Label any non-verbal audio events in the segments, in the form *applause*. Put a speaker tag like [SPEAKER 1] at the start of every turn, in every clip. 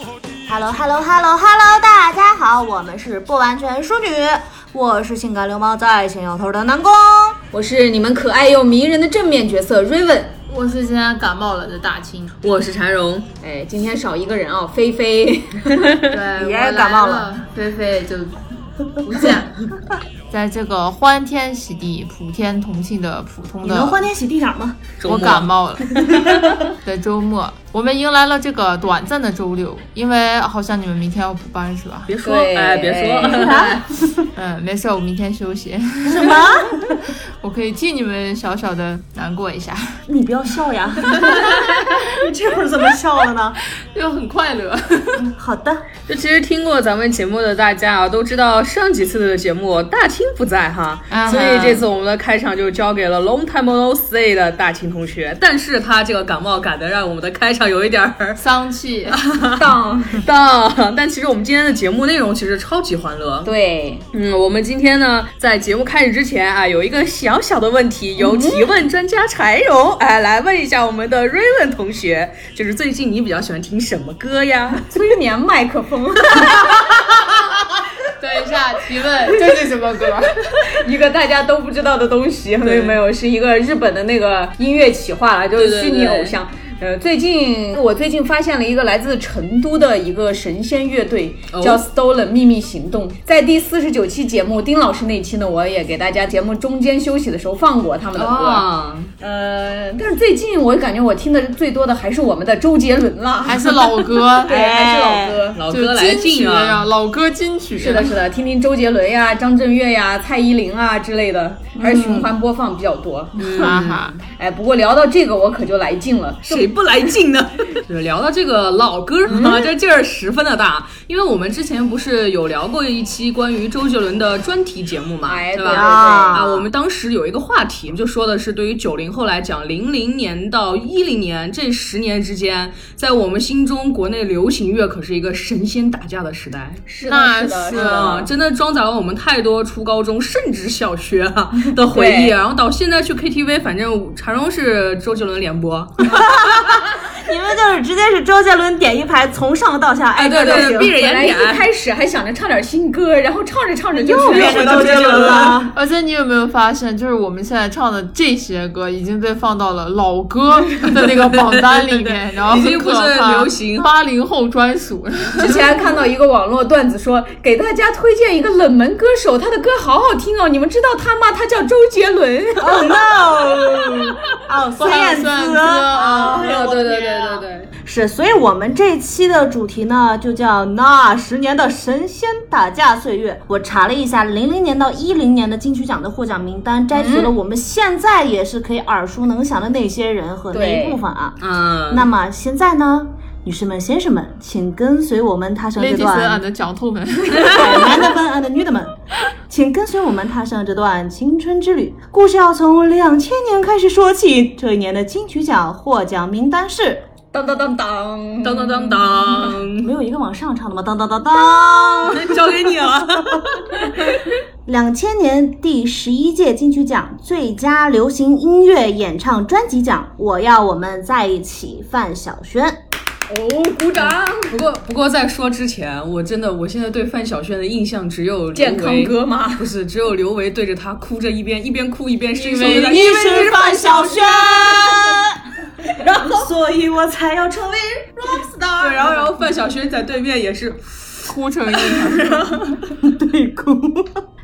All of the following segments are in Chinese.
[SPEAKER 1] Hello Hello Hello Hello，大家好，我们是不完全淑女，我是性感流氓在爱情摇头的南宫。
[SPEAKER 2] 我是你们可爱又迷人的正面角色 Raven，
[SPEAKER 3] 我是现在感冒了的大清，
[SPEAKER 2] 我是婵蓉。哎，今天少一个人啊、菲菲。
[SPEAKER 3] 对， *laughs*
[SPEAKER 1] 也
[SPEAKER 3] 我来
[SPEAKER 1] 感冒了
[SPEAKER 3] 了，菲菲就不见。在这个欢天喜地、普天同庆的普通
[SPEAKER 1] 你能欢
[SPEAKER 3] 的
[SPEAKER 1] 天喜地点吗？
[SPEAKER 3] 我感冒 *laughs* 了的周末，我们迎来了这个短暂的周六，因为好像你们明天要补班是吧？
[SPEAKER 4] 别说，
[SPEAKER 2] 对
[SPEAKER 4] 哎，别说，
[SPEAKER 2] 哎
[SPEAKER 3] 嗯，没事，我明天休息， *laughs*
[SPEAKER 1] 什么？
[SPEAKER 3] 我可以替你们小小的难过一下，
[SPEAKER 1] *laughs* 你不要笑呀！你 *laughs* 这会儿怎么笑了呢？
[SPEAKER 3] *laughs* 又很快乐。
[SPEAKER 1] 好的，
[SPEAKER 4] 就其实听过咱们节目的大家啊，都知道上几次的节目大清不在哈
[SPEAKER 3] 啊哈
[SPEAKER 4] 所以这次我们的开场就交给了 long time no see 的大清同学，但是他这个感冒感的让我们的开场有一点儿 *laughs*
[SPEAKER 3] 丧 *laughs* 气，
[SPEAKER 2] 当
[SPEAKER 4] 荡，但其实我们今天的节目内容其实超级欢乐。
[SPEAKER 2] 对，
[SPEAKER 4] 嗯，我们今天呢，在节目开始之前啊，有一个小小的问题，由提问专家柴荣哎来问一下我们的 Raven 同学，就是最近你比较喜欢听什么歌呀？
[SPEAKER 2] 催眠麦克风，
[SPEAKER 3] 等一下提问，这是什么歌？
[SPEAKER 2] *laughs* 一个大家都不知道的东西，没有没有，是一个日本的那个音乐企划了，就是虚拟偶像。呃，最近我最近发现了一个来自成都的一个神仙乐队，
[SPEAKER 4] 哦
[SPEAKER 2] 叫 Stolen 秘密行动。在第四十九期节目丁老师那期呢，我也给大家节目中间休息的时候放过他们的
[SPEAKER 3] 哦
[SPEAKER 2] 歌。
[SPEAKER 4] 啊，
[SPEAKER 2] 呃，但是最近我感觉我听的最多的还是我们的周杰伦了，
[SPEAKER 3] 还是老歌，
[SPEAKER 2] 对，
[SPEAKER 1] 哎
[SPEAKER 2] 还是老歌。
[SPEAKER 4] 老
[SPEAKER 3] 就
[SPEAKER 4] 哥来
[SPEAKER 3] 金曲
[SPEAKER 4] 劲啊！
[SPEAKER 3] 呀，老歌金曲
[SPEAKER 2] 是的，是的，听听周杰伦呀、张震岳呀、蔡依林啊之类的，而循环播放比较多。
[SPEAKER 3] 啊哈哈，
[SPEAKER 2] 哎，不过聊到这个，我可就来劲了。
[SPEAKER 4] 谁不来劲 *laughs* 呢？就是聊到这个老歌儿啊，这劲儿十分的大，因为我们之前不是有聊过一期关于周杰伦的专题节目嘛，
[SPEAKER 2] 哎，对
[SPEAKER 4] 对吧？
[SPEAKER 1] 啊
[SPEAKER 4] 啊，我们当时有一个话题，就说的是对于九零后来讲，零零年到一零年这十年之间，在我们心中，国内流行乐可是一个神仙打架的时代。
[SPEAKER 2] 是
[SPEAKER 3] 那
[SPEAKER 2] 的，是的，嗯是
[SPEAKER 3] 是
[SPEAKER 2] 的
[SPEAKER 4] 啊，。真的装载了我们太多初高中甚至小学啊的回 *laughs* 忆，
[SPEAKER 2] 对
[SPEAKER 4] 然后到现在去 KTV，反正常荣是周杰伦联播，
[SPEAKER 1] 你们就是直接是周杰伦点一排，从上到下挨
[SPEAKER 4] 哎，
[SPEAKER 1] 个都
[SPEAKER 4] 对对，对闭
[SPEAKER 1] 行，
[SPEAKER 4] 着
[SPEAKER 2] 本来
[SPEAKER 4] 眼
[SPEAKER 2] 一
[SPEAKER 4] 点，
[SPEAKER 2] 开始还想着唱点新歌，然后唱着唱着就
[SPEAKER 1] 又
[SPEAKER 2] 去
[SPEAKER 1] 变成周杰伦了。
[SPEAKER 3] *laughs* 而且你有没有发现，就是我们现在唱的这些歌已经被放到了老歌的那个榜单里 *laughs*
[SPEAKER 4] 对对
[SPEAKER 3] 面，
[SPEAKER 4] 对
[SPEAKER 3] 然后
[SPEAKER 4] 已经不是流行
[SPEAKER 3] 八零后专 *laughs* 属。
[SPEAKER 2] 之前看到一个网络段子说，给大家推荐一个冷门歌手，他的歌好好听哦，你们知道他吗？他叫周杰伦。
[SPEAKER 1] Oh no！哦，孙燕姿
[SPEAKER 3] 孙燕姿 *laughs* 啊
[SPEAKER 1] 哎呦
[SPEAKER 4] 对对
[SPEAKER 1] 我天啊
[SPEAKER 4] 对对对，
[SPEAKER 1] 是，所以我们这期的主题呢，就叫那十年的神仙打架岁月。我查了一下，零零年到一零年的金曲奖的获奖名单，摘取了我们现在也是可以耳熟能详的那些人和那一
[SPEAKER 2] 对
[SPEAKER 1] 部分啊。
[SPEAKER 4] 嗯，
[SPEAKER 1] 那么现在呢，女士们、先生们，请跟随我们踏上这
[SPEAKER 3] Ladies
[SPEAKER 1] 段
[SPEAKER 3] and 讲透们，
[SPEAKER 1] 男的们 and 女的们，请跟随我们踏上这段青春之旅。故事要从两千年开始说起，这一年的金曲奖获奖名单是。
[SPEAKER 2] 当当当当
[SPEAKER 4] 当当当当，
[SPEAKER 1] 没有一个往上唱的吗？当当当当！
[SPEAKER 4] 交给你了。
[SPEAKER 1] 两千年第十一届金曲奖最佳流行音乐演唱专辑奖，我要我们在一起，范晓萱。
[SPEAKER 2] 哦，鼓掌！
[SPEAKER 4] 不过不过在说之前，我真的我现在对范晓萱的印象只有刘
[SPEAKER 2] 健康
[SPEAKER 4] 维
[SPEAKER 2] 歌吗？
[SPEAKER 4] 不是，只有刘维对着她哭着一边一边哭一边伸手
[SPEAKER 3] 因为
[SPEAKER 4] 在
[SPEAKER 3] 你
[SPEAKER 4] 因为
[SPEAKER 3] 是范
[SPEAKER 1] 晓萱， *laughs* 然后所以我才要成为 rock star。
[SPEAKER 4] 对，然后然后范晓萱在对面也是，
[SPEAKER 3] 哭成一团。
[SPEAKER 1] 对哭。 *laughs*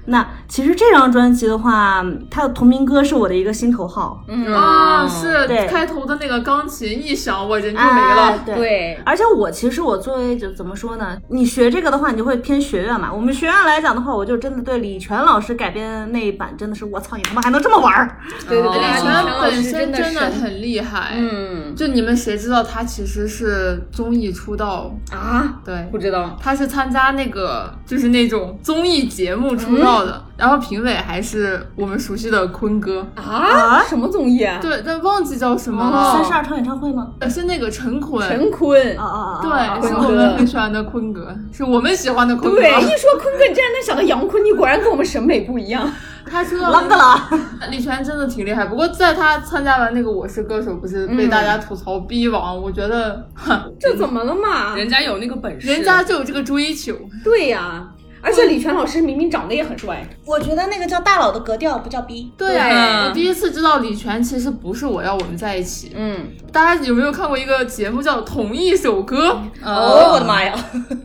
[SPEAKER 1] 那其实这张专辑的话，它的同名歌是我的一个心头好，嗯，
[SPEAKER 3] *laughs* 啊，是
[SPEAKER 1] 对
[SPEAKER 3] 开头的那个钢琴一响，我人就没了。
[SPEAKER 1] 哎对。
[SPEAKER 2] 对，
[SPEAKER 1] 而且我其实我作为就怎么说呢？你学这个的话，你就会偏学院嘛。我们学院来讲的话，我就真的对李泉老师改编那一版真的是，我操，你他妈还能这么玩儿！
[SPEAKER 2] 对对对，
[SPEAKER 3] 李
[SPEAKER 2] 陈
[SPEAKER 3] 泉
[SPEAKER 2] 老
[SPEAKER 3] 哎本
[SPEAKER 2] 师
[SPEAKER 3] 身
[SPEAKER 2] 真
[SPEAKER 3] 真的
[SPEAKER 2] 神。
[SPEAKER 3] 很厉害，，
[SPEAKER 2] 嗯
[SPEAKER 3] 就你们谁知道他其实是综艺出道？
[SPEAKER 2] 啊，
[SPEAKER 3] 对，
[SPEAKER 2] 不知道。
[SPEAKER 3] 他是参加那个就是那种综艺节目出道的，
[SPEAKER 2] 嗯
[SPEAKER 3] 然后评委还是我们熟悉的坤哥，
[SPEAKER 2] 啊？什么综艺啊？
[SPEAKER 3] 对，但忘记叫什么
[SPEAKER 1] 三十
[SPEAKER 3] 了，
[SPEAKER 1] 二场演唱会吗？
[SPEAKER 3] 呃是那个陈坤，
[SPEAKER 2] 哦陈坤哦
[SPEAKER 1] 啊。啊啊！啊
[SPEAKER 3] 对，是
[SPEAKER 2] 坤
[SPEAKER 3] 我
[SPEAKER 2] 哥
[SPEAKER 3] 们很喜欢的坤哥，是我们喜欢的坤哥
[SPEAKER 2] 对，。一说坤哥，你竟然能想到杨坤，你果然跟我们审美不一样。
[SPEAKER 3] 他出道
[SPEAKER 1] 啷个啦？
[SPEAKER 3] 李泉真的挺厉害，不过在他参加完那个《我是歌手》，不是被大家吐槽逼王，我觉得哼
[SPEAKER 2] 这怎么了嘛？
[SPEAKER 4] 人家有那个本事，
[SPEAKER 3] 人家就有这个追求。
[SPEAKER 2] 对呀、而且李泉老师明明长得也很帅，
[SPEAKER 1] 我觉得那个叫大佬的格调，不叫逼。
[SPEAKER 3] 对
[SPEAKER 4] 啊
[SPEAKER 3] 我第一次知道李泉其实不是我要我们在一起。
[SPEAKER 2] 嗯，
[SPEAKER 3] 大家有没有看过一个节目叫《同一首歌》？嗯
[SPEAKER 1] 哦，我的妈呀！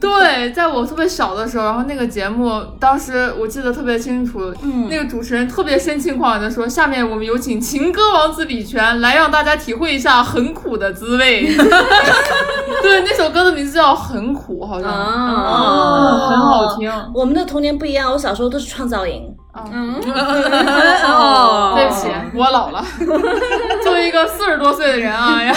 [SPEAKER 3] 对，在我特别小的时候，然后那个节目，当时我记得特别清楚，嗯，那个主持人特别深情款的说：“下面我们有请情歌王子李泉来让大家体会一下很苦的滋味。”对，那首歌的名字叫《很苦》，好像。
[SPEAKER 2] 啊
[SPEAKER 3] 嗯很好听。
[SPEAKER 1] 我们的童年不一样，我小时候都是创造营。
[SPEAKER 2] 哦
[SPEAKER 3] 对不起，啊我老了，作为一个四十多岁的人啊呀，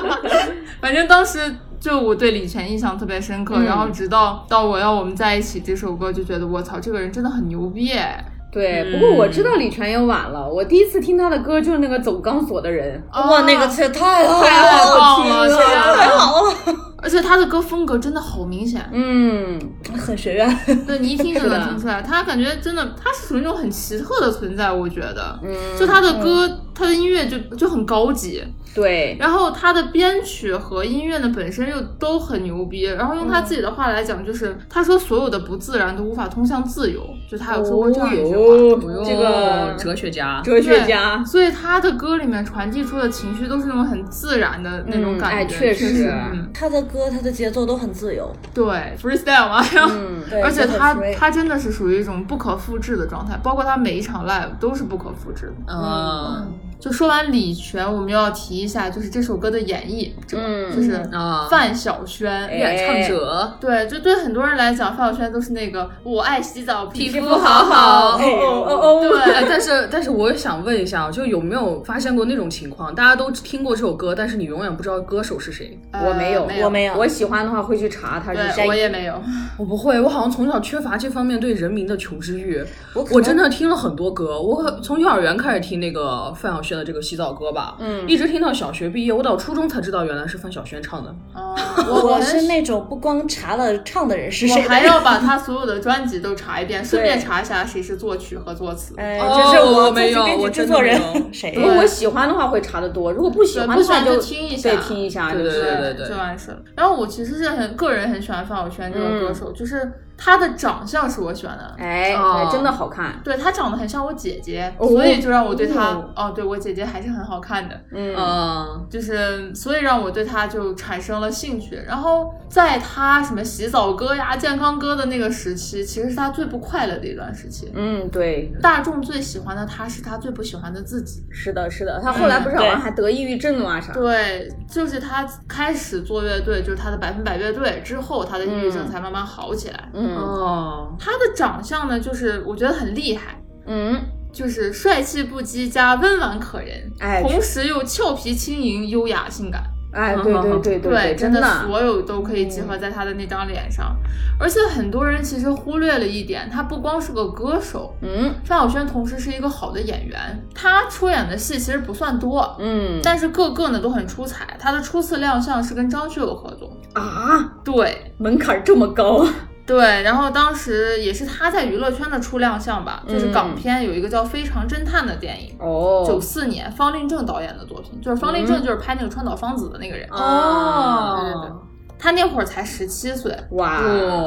[SPEAKER 3] *laughs* 反正当时就我对李泉印象特别深刻，然后直到到我要我们在一起这首歌，就觉得我操，这个人真的很牛逼哎！
[SPEAKER 2] 对，不过我知道李泉也晚了，我第一次听他的歌就是那个走钢索的人，
[SPEAKER 1] 哇，那个
[SPEAKER 3] 啊
[SPEAKER 1] 这太好
[SPEAKER 2] 哎
[SPEAKER 3] 太
[SPEAKER 1] 了，
[SPEAKER 3] 棒了，天
[SPEAKER 1] 太
[SPEAKER 3] 啊！
[SPEAKER 1] 好了，
[SPEAKER 3] 而且他的歌风格真的好明显，
[SPEAKER 2] 嗯，
[SPEAKER 1] 很学院。
[SPEAKER 3] 对你一听就是能
[SPEAKER 2] 的
[SPEAKER 3] 听出来，他感觉真的，他是属于那种很奇特的存在，我觉得，就他的歌，他的音乐就就很高级，
[SPEAKER 2] 对，
[SPEAKER 3] 然后他的编曲和音乐呢本身又都很牛逼，然后用他自己的话来讲，就是、他说所有的不自然都无法通向自由，就他有说过这样一句话。
[SPEAKER 4] 哦
[SPEAKER 2] 这个
[SPEAKER 4] 哲学家，
[SPEAKER 2] 哲
[SPEAKER 3] 对
[SPEAKER 2] 学家，
[SPEAKER 3] 所以他的歌里面传递出的情绪都是那种很自然的那
[SPEAKER 2] 嗯
[SPEAKER 3] 种感觉，
[SPEAKER 2] 哎确实
[SPEAKER 3] 嗯，
[SPEAKER 1] 他的歌，他的节奏都很自由，
[SPEAKER 3] 对，freestyle 嘛，
[SPEAKER 2] 嗯
[SPEAKER 3] 然后、
[SPEAKER 1] 对
[SPEAKER 3] *laughs* 而且
[SPEAKER 1] 就很
[SPEAKER 3] 他
[SPEAKER 1] free
[SPEAKER 3] 他真的是属于一种不可复制的状态，包括他每一场 live 都是不可复制的。
[SPEAKER 4] 嗯
[SPEAKER 3] 就说完李泉，我们又要提一下，就是这首歌的演绎者，
[SPEAKER 2] 嗯哎
[SPEAKER 3] 就是
[SPEAKER 4] 啊，
[SPEAKER 3] 范晓萱，
[SPEAKER 4] 演唱者，
[SPEAKER 3] 对，就对很多人来讲，范晓萱都是那个我爱洗澡，皮
[SPEAKER 4] 肤
[SPEAKER 3] 肤
[SPEAKER 4] 好好
[SPEAKER 3] 好。
[SPEAKER 4] 哦
[SPEAKER 2] 哦
[SPEAKER 4] 哎，但是但是我想问一下，啊就有没有发现过那种情况？大家都听过这首歌，但是你永远不知道歌手是谁。
[SPEAKER 3] 呃
[SPEAKER 2] 我没有
[SPEAKER 3] 没
[SPEAKER 1] 我没有，
[SPEAKER 2] 我喜欢的话会去查他是
[SPEAKER 3] 对，我
[SPEAKER 2] 谁，
[SPEAKER 3] 也没 *laughs* 有。
[SPEAKER 4] 我不会，我好像从小缺乏这方面对人民的求知欲。
[SPEAKER 1] 我
[SPEAKER 4] 我
[SPEAKER 1] 可能
[SPEAKER 4] 真的听了很多歌，我可从幼儿园开始听那个范晓萱的这个洗澡歌吧，嗯，一直听到小学毕业，我到初中才知道原来是范晓萱唱的。
[SPEAKER 2] *laughs*
[SPEAKER 3] 哦，
[SPEAKER 1] 我
[SPEAKER 3] 我
[SPEAKER 1] 是那种不光查了唱的人是谁
[SPEAKER 3] 我
[SPEAKER 1] 的
[SPEAKER 3] 还
[SPEAKER 2] *laughs*
[SPEAKER 1] 人
[SPEAKER 3] 要把他所有的专辑都查一遍，顺便
[SPEAKER 2] 对
[SPEAKER 3] 查一下谁是作曲和作词。
[SPEAKER 1] 哎，
[SPEAKER 4] 哦
[SPEAKER 1] 这是
[SPEAKER 4] 我
[SPEAKER 1] 自
[SPEAKER 4] 没
[SPEAKER 1] 己
[SPEAKER 4] 有
[SPEAKER 1] *laughs* 编
[SPEAKER 4] 我
[SPEAKER 1] 辑
[SPEAKER 4] 真
[SPEAKER 1] 制
[SPEAKER 4] 的
[SPEAKER 1] 作
[SPEAKER 4] 没
[SPEAKER 1] 人
[SPEAKER 4] 有
[SPEAKER 1] *laughs* 谁
[SPEAKER 2] 哎如
[SPEAKER 1] 呀
[SPEAKER 2] 果我喜欢的话会查的多，如果不喜欢
[SPEAKER 3] 不
[SPEAKER 2] 的
[SPEAKER 3] 喜欢
[SPEAKER 2] 话
[SPEAKER 3] 就
[SPEAKER 2] 就
[SPEAKER 3] 听一下
[SPEAKER 2] 对，听一下，
[SPEAKER 4] 对对
[SPEAKER 2] 就是
[SPEAKER 4] 对对
[SPEAKER 3] 就完事了。然后我其实是很个人很喜欢范晓萱这个歌手，就是她的长相是我喜欢的，
[SPEAKER 2] 嗯哎，
[SPEAKER 4] 哦
[SPEAKER 2] 哎真的好看，
[SPEAKER 3] 对她长得很像我姐姐，
[SPEAKER 2] 哦
[SPEAKER 3] 所以就让我对她哦，对我姐姐还是很好看的。
[SPEAKER 2] 嗯，
[SPEAKER 4] 嗯，
[SPEAKER 3] 就是所以让我对他就产生了兴趣。然后在他什么洗澡歌呀、健康歌的那个时期，其实是他最不快乐的一段时期。
[SPEAKER 2] 嗯，对，
[SPEAKER 3] 大众最喜欢的他是他最不喜欢的自己，
[SPEAKER 2] 是的，是的，他后来不是好
[SPEAKER 1] 对
[SPEAKER 2] 像还得抑郁症了啊啥，
[SPEAKER 3] 对，就是他开始做乐队，就是他的百分百乐队之后，他的抑郁症才慢慢好起来。
[SPEAKER 2] 嗯
[SPEAKER 4] 哦，
[SPEAKER 3] 他的长相呢，就是我觉得很厉害，
[SPEAKER 2] 嗯，
[SPEAKER 3] 就是帅气不羁加温婉可人，
[SPEAKER 2] 哎
[SPEAKER 3] 同时又俏皮轻盈、优雅性感。
[SPEAKER 2] 哎，对对对对
[SPEAKER 3] 嗯对，
[SPEAKER 2] 真嗯
[SPEAKER 3] 的所有都可以集合在他的那张脸上。而且很多人其实忽略了一点，他不光是个歌手，
[SPEAKER 2] 嗯
[SPEAKER 3] 范晓萱同时是一个好的演员。她出演的戏其实不算多，
[SPEAKER 2] 嗯
[SPEAKER 3] 但是各个呢都很出彩。她的初次亮相是跟张学友合作，
[SPEAKER 2] 啊，
[SPEAKER 3] 对。
[SPEAKER 2] 门槛这么
[SPEAKER 3] *laughs*
[SPEAKER 2] 高，
[SPEAKER 3] 对，然后当时也是她在娱乐圈的初亮相吧，就是港
[SPEAKER 2] 嗯
[SPEAKER 3] 片有一个叫《非常侦探》的电影，
[SPEAKER 2] 哦嗯
[SPEAKER 3] 九四年方令正导演的作品，就是方令正就是拍那个川岛芳子的那个人，
[SPEAKER 2] 哦，
[SPEAKER 3] 他那会儿才十七岁，
[SPEAKER 2] 哇，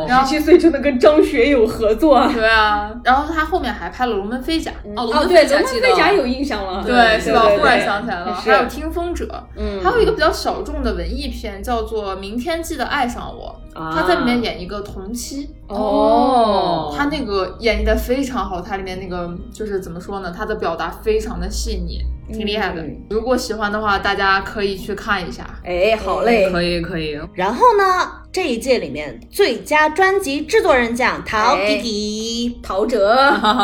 [SPEAKER 3] 然后
[SPEAKER 2] 哦十七岁就能跟张学友合作啊？
[SPEAKER 3] 对啊， *laughs* 然后他后面还拍了《龙门飞甲》
[SPEAKER 4] 哦，
[SPEAKER 2] 哦，
[SPEAKER 4] 龙
[SPEAKER 2] 对，
[SPEAKER 4] 飞
[SPEAKER 2] 龙
[SPEAKER 4] 甲
[SPEAKER 2] 门
[SPEAKER 4] 记得
[SPEAKER 2] 飞甲有印象了，
[SPEAKER 3] 对，是吧？
[SPEAKER 2] 对对
[SPEAKER 3] 忽然想起来了，
[SPEAKER 2] 是
[SPEAKER 3] 还有《听风者》，
[SPEAKER 2] 嗯
[SPEAKER 3] 还有一个比较小众的文艺片叫做《明天记得爱上我》，
[SPEAKER 2] 啊
[SPEAKER 3] 他在里面演一个同妻，
[SPEAKER 2] 哦，
[SPEAKER 3] 他那个演绎的非常好，他里面那个就是怎么说呢？他的表达非常的细腻，挺厉害的
[SPEAKER 2] 嗯。
[SPEAKER 3] 如果喜欢的话，大家可以去看一下。
[SPEAKER 2] 哎，好嘞，
[SPEAKER 3] 嗯
[SPEAKER 4] 可以可以，
[SPEAKER 1] 然后呢，这一届里面最佳专辑制作人奖，陶
[SPEAKER 2] 哎
[SPEAKER 1] 弟弟
[SPEAKER 2] 陶
[SPEAKER 3] *laughs*
[SPEAKER 2] 喆，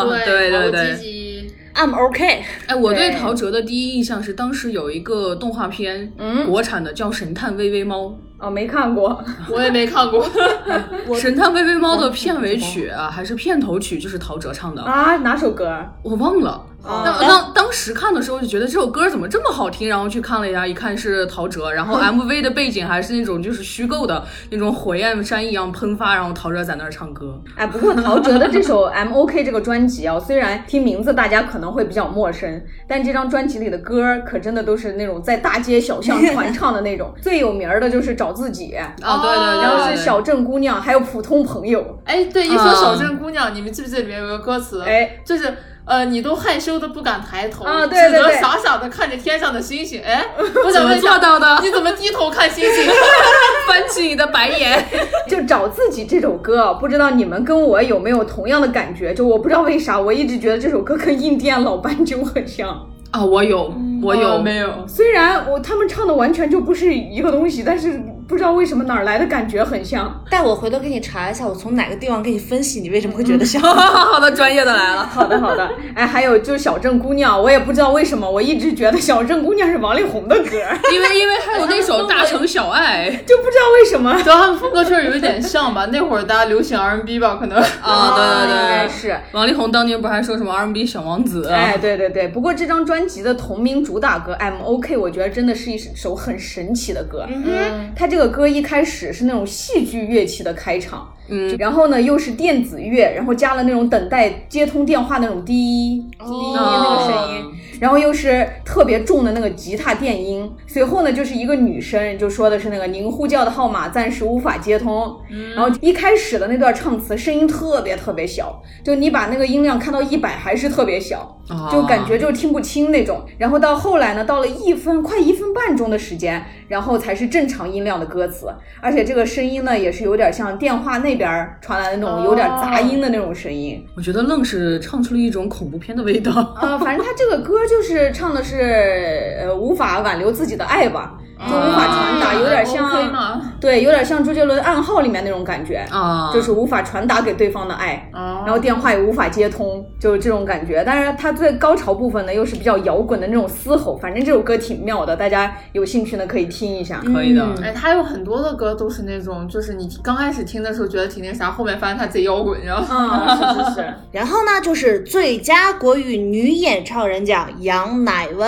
[SPEAKER 4] 对对
[SPEAKER 3] 对
[SPEAKER 4] 对
[SPEAKER 3] 积极。
[SPEAKER 1] ，I'm OK。
[SPEAKER 4] 哎，我对
[SPEAKER 2] 对
[SPEAKER 4] 陶喆的第一印象是当时有一个动画片，
[SPEAKER 2] 嗯
[SPEAKER 4] 国产的叫《神探微微猫》。
[SPEAKER 2] 哦，没看过，
[SPEAKER 3] 我也没
[SPEAKER 2] *laughs*
[SPEAKER 3] 看过，
[SPEAKER 4] 《神探微微猫》的片尾曲啊，还是片头曲，就是陶喆唱的，
[SPEAKER 2] 啊，哪首歌？
[SPEAKER 4] 我忘了。
[SPEAKER 3] 哦
[SPEAKER 4] 那那当时看的时候就觉得这首歌怎么这么好听，然后去看了一下，一看是陶喆，然后 MV 的背景还是那种就是虚构的那种火焰山一样喷发，然后陶喆在那儿唱歌。
[SPEAKER 2] 哎，不过陶喆的这首 M O K 这个专辑啊，虽然听名字大家可能会比较陌生，但这张专辑里的歌儿可真的都是那种在大街小巷传唱的那种。最有名儿的就是《找自己》，
[SPEAKER 4] 哦，对对对，
[SPEAKER 2] 然后
[SPEAKER 4] 对
[SPEAKER 2] 是《小镇姑娘》，还有《普通朋友
[SPEAKER 3] 哎，对，一说小镇姑娘，你们记不记得里面有个歌词？
[SPEAKER 2] *laughs* 哎，
[SPEAKER 3] 就是呃，你都害羞的不敢抬头，
[SPEAKER 2] 啊对对
[SPEAKER 3] 只能
[SPEAKER 2] 对
[SPEAKER 3] 傻傻的看着天上的星星。
[SPEAKER 2] *laughs*
[SPEAKER 3] 哎，我想问一
[SPEAKER 4] 怎么做
[SPEAKER 3] 下，
[SPEAKER 4] 到的 *laughs*
[SPEAKER 3] 你怎么低头看星星？ *laughs*
[SPEAKER 4] 翻起你的白眼。》。
[SPEAKER 2] 就《找自己》这首歌啊，不知道你们跟我有没有同样的感觉？就我不知道为啥，我一直觉得这首歌跟印第安老斑鸠很像。
[SPEAKER 4] 啊，我有，我有，
[SPEAKER 3] 哦没有？
[SPEAKER 2] 虽然我他们唱的完全就不是一个东西，但是不知道为什么哪儿来的感觉很像。
[SPEAKER 1] 待会儿回头给你查一下，我从哪个地方给你分析你为什么会觉得像。
[SPEAKER 4] *laughs* 好的，专业的来了。
[SPEAKER 2] 好的好的，哎，还有就是《小镇姑娘》，我也不知道为什么，我一直觉得《小镇姑娘》是王力宏的歌，
[SPEAKER 4] 因为因为还有那首《大城小 *laughs* 爱》
[SPEAKER 2] 就不知道为什么。
[SPEAKER 3] 主要他们风格确实有一点像吧，那会儿大家流行 R&B 吧，可能。
[SPEAKER 4] 啊，对
[SPEAKER 2] 应该
[SPEAKER 4] 对对，
[SPEAKER 2] 是。
[SPEAKER 4] 王力宏当年不还说什么 R&B 小王子？啊
[SPEAKER 2] *laughs* 哎，对对对，不过这张专辑的同名主打歌《M O K》，我觉得真的是一首很神奇的歌。嗯，它这个歌一开始是那种戏剧乐器的开场，嗯，然后呢又是电子乐，然后加了那种等待接通电话那种滴滴那个声音，然后又是特别重的那个吉他电音。随后呢，就是一个女生就说的是那个您呼叫的号码暂时无法接通。然后一开始的那段唱词声音特别特别小，就你把那个音量看到一百还是特别小，
[SPEAKER 4] 啊
[SPEAKER 2] 就感觉就听不清那种。然后到后来呢，到了一分快一分半钟的时间，然后才是正常音量的歌词，而且这个声音呢也是有点像电话那边儿传来的那种有点杂音的那种声音。
[SPEAKER 4] 我觉得愣是唱出了一种恐怖片的味道。
[SPEAKER 2] *laughs* 呃，反正他这个歌就是唱的是呃无法挽留自己的爱吧，就无法传达，有点
[SPEAKER 3] ，OK
[SPEAKER 2] 像
[SPEAKER 3] 嘛。
[SPEAKER 2] 对，有点像周杰伦《暗号》里面那种感觉
[SPEAKER 4] 啊
[SPEAKER 2] 就是无法传达给对方的爱，
[SPEAKER 3] 哦
[SPEAKER 2] 然后电话也无法接通，就是这种感觉。但是它最高潮部分呢，又是比较摇滚的那种嘶吼，反正这首歌挺妙的，大家有兴趣呢可以听一下。
[SPEAKER 4] 可以的，
[SPEAKER 3] 哎，他有很多的歌都是那种，就是你刚开始听的时候觉得挺那啥，后面发现他贼摇滚，然后
[SPEAKER 2] 啊，是是是，
[SPEAKER 1] 然后呢，就是最佳国语女演唱人奖杨乃文。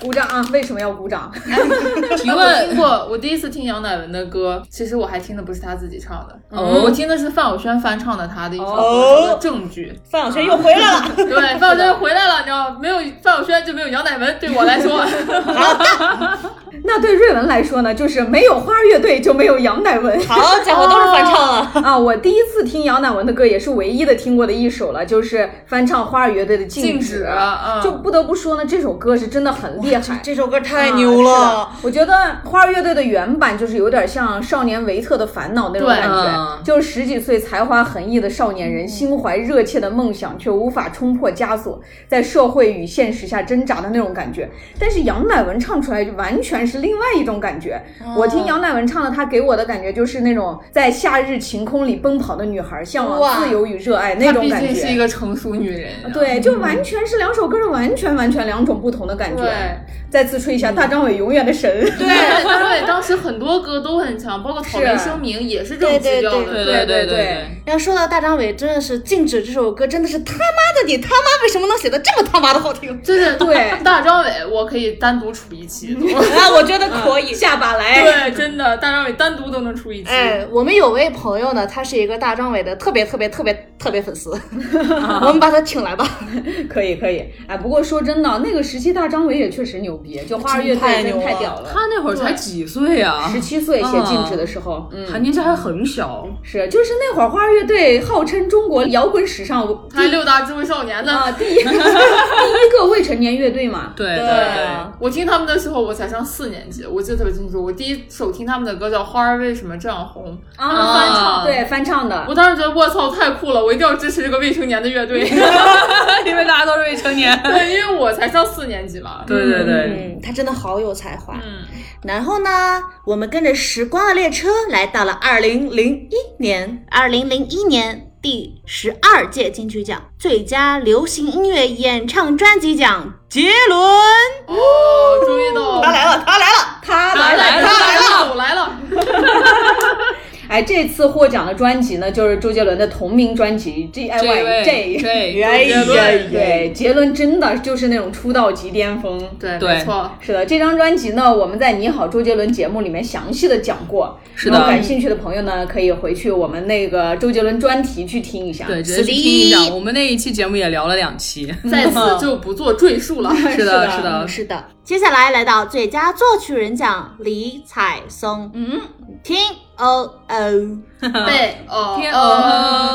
[SPEAKER 2] 鼓掌啊！为什么要鼓掌？ *laughs* 嗯
[SPEAKER 4] 提
[SPEAKER 3] 我听
[SPEAKER 4] 问。
[SPEAKER 3] 过，我第一次听杨乃文的歌，其实我还听的不是他自己唱的，
[SPEAKER 4] 哦
[SPEAKER 3] 我听的是范晓萱翻唱的他的一首歌，
[SPEAKER 1] 哦
[SPEAKER 3] 叫做《证据
[SPEAKER 1] 范晓萱又回来 *laughs* 了，》。
[SPEAKER 3] 对，范晓萱回来了，你知道，没有范晓萱就没有杨乃文，对我来说，
[SPEAKER 2] 那对瑞文来说呢，就是没有花儿乐队就没有杨乃文。
[SPEAKER 1] 好家哦伙，都是翻唱了。
[SPEAKER 2] 啊， *laughs* 我第一次听杨乃文的歌也是唯一的听过的一首了，就是翻唱花儿乐队的《
[SPEAKER 3] 禁
[SPEAKER 2] 止
[SPEAKER 3] 止》。啊，
[SPEAKER 2] 就不得不说呢，这首歌是真的很厉害。
[SPEAKER 1] 嗯这首歌太牛
[SPEAKER 3] 啊
[SPEAKER 1] 了，
[SPEAKER 2] 我觉得花儿乐队的原版就是有点像《少年维特的烦恼》那种
[SPEAKER 3] 对
[SPEAKER 2] 感觉
[SPEAKER 4] 嗯，
[SPEAKER 2] 就是十几岁才华横溢的少年人，心怀热切的梦想，却无法冲破枷锁，在社会与现实下挣扎的那种感觉。但是杨乃文唱出来就完全是另外一种感觉。
[SPEAKER 3] 啊
[SPEAKER 2] 我听杨乃文唱的，他给我的感觉就是那种在夏日晴空里奔跑的女孩，向往
[SPEAKER 1] 哇
[SPEAKER 2] 自由与热爱那
[SPEAKER 3] 她
[SPEAKER 2] 种
[SPEAKER 3] 毕
[SPEAKER 2] 感
[SPEAKER 3] 竟是一
[SPEAKER 2] 觉。
[SPEAKER 3] 个成熟
[SPEAKER 2] *laughs*
[SPEAKER 3] 女人。
[SPEAKER 2] 对，就完全是两首歌的完全完全两种不同的感觉。
[SPEAKER 3] 对，
[SPEAKER 2] 再次吹一下大张伟永远的神。
[SPEAKER 3] 对，对，当时很多歌都很强，包括《草莓声明》也是这种基调
[SPEAKER 1] 对
[SPEAKER 3] 的。
[SPEAKER 2] 对
[SPEAKER 4] 对对
[SPEAKER 2] 对
[SPEAKER 1] 然后说到大张伟，真的是《禁止》这首歌，真的是他妈的你他妈为什么能写的这么他妈的好听？
[SPEAKER 3] 就是
[SPEAKER 2] 对
[SPEAKER 3] 大张伟，我可以单独出一期。
[SPEAKER 1] 啊，我觉得可以。
[SPEAKER 2] 嗯下把来。
[SPEAKER 3] 对，真的，大张伟单独都能出一期。
[SPEAKER 1] 哎，我们有位朋友呢，他是一个大张伟的特别特别特别特别粉丝， *laughs* 我们把他请来吧。
[SPEAKER 2] 可以可以，哎，不过说真的，那个时期大张伟也确实牛逼，就花儿乐队真的太屌了。
[SPEAKER 4] 他那会儿才几岁啊？
[SPEAKER 2] 十七岁写禁止的时候，嗯，
[SPEAKER 4] 还年纪还很小。
[SPEAKER 2] 是，就是那会儿花儿乐队号称中国摇滚史上
[SPEAKER 3] 还有六大智慧少年呢。
[SPEAKER 2] 啊第一第一个未成年乐队嘛，
[SPEAKER 4] 对对
[SPEAKER 1] 啊
[SPEAKER 4] 对，
[SPEAKER 3] 我听他们的时候，我才上四年级，我记得特别清楚。我第一首听他们的歌叫《花儿为什么这样红》，
[SPEAKER 2] 啊，翻唱对翻唱的
[SPEAKER 3] 我，当时觉得我操太酷了，我一定要支持这个未成年的乐队。
[SPEAKER 4] *laughs* 因为大家都是未成年。
[SPEAKER 3] 对，因为我才上四年级嘛。
[SPEAKER 4] *laughs* 对对对，
[SPEAKER 1] 嗯，他真的好有才华。
[SPEAKER 3] 嗯，
[SPEAKER 1] 然后呢，我们跟着时光的列车来到了二零零一年，二零零一年第十二届金曲奖最佳流行音乐演唱专辑奖，杰伦，
[SPEAKER 3] 哦，注意到
[SPEAKER 1] 他来了，他来了。
[SPEAKER 2] 他来了。
[SPEAKER 3] 了，他来了，我来了。
[SPEAKER 2] 哎，这次获奖的专辑呢，就是周杰伦的同名专辑 G I
[SPEAKER 3] 这位
[SPEAKER 2] Y J。
[SPEAKER 3] 对
[SPEAKER 4] 哎呀
[SPEAKER 3] 周杰伦
[SPEAKER 2] 对，杰伦真的就是那种出道即巅峰。
[SPEAKER 3] 对
[SPEAKER 4] 对
[SPEAKER 3] 没错，
[SPEAKER 2] 是的，这张专辑呢，我们在《你好，周杰伦》节目里面详细的讲过。
[SPEAKER 4] 是
[SPEAKER 2] 然后
[SPEAKER 4] 的
[SPEAKER 2] 感兴趣的朋友呢，可以回去我们那个周杰伦专题去听一下。
[SPEAKER 4] 对，直接去听一下。我们那一期节目也聊了两期。
[SPEAKER 3] 在此就不做赘述了。
[SPEAKER 4] *laughs* 是的，
[SPEAKER 2] 是的
[SPEAKER 4] 是的，
[SPEAKER 1] 嗯是的，接下来来到最佳作曲人奖，李彩松，嗯，听哦哦，
[SPEAKER 3] 背哦
[SPEAKER 2] 嗯
[SPEAKER 4] 天
[SPEAKER 3] 哦，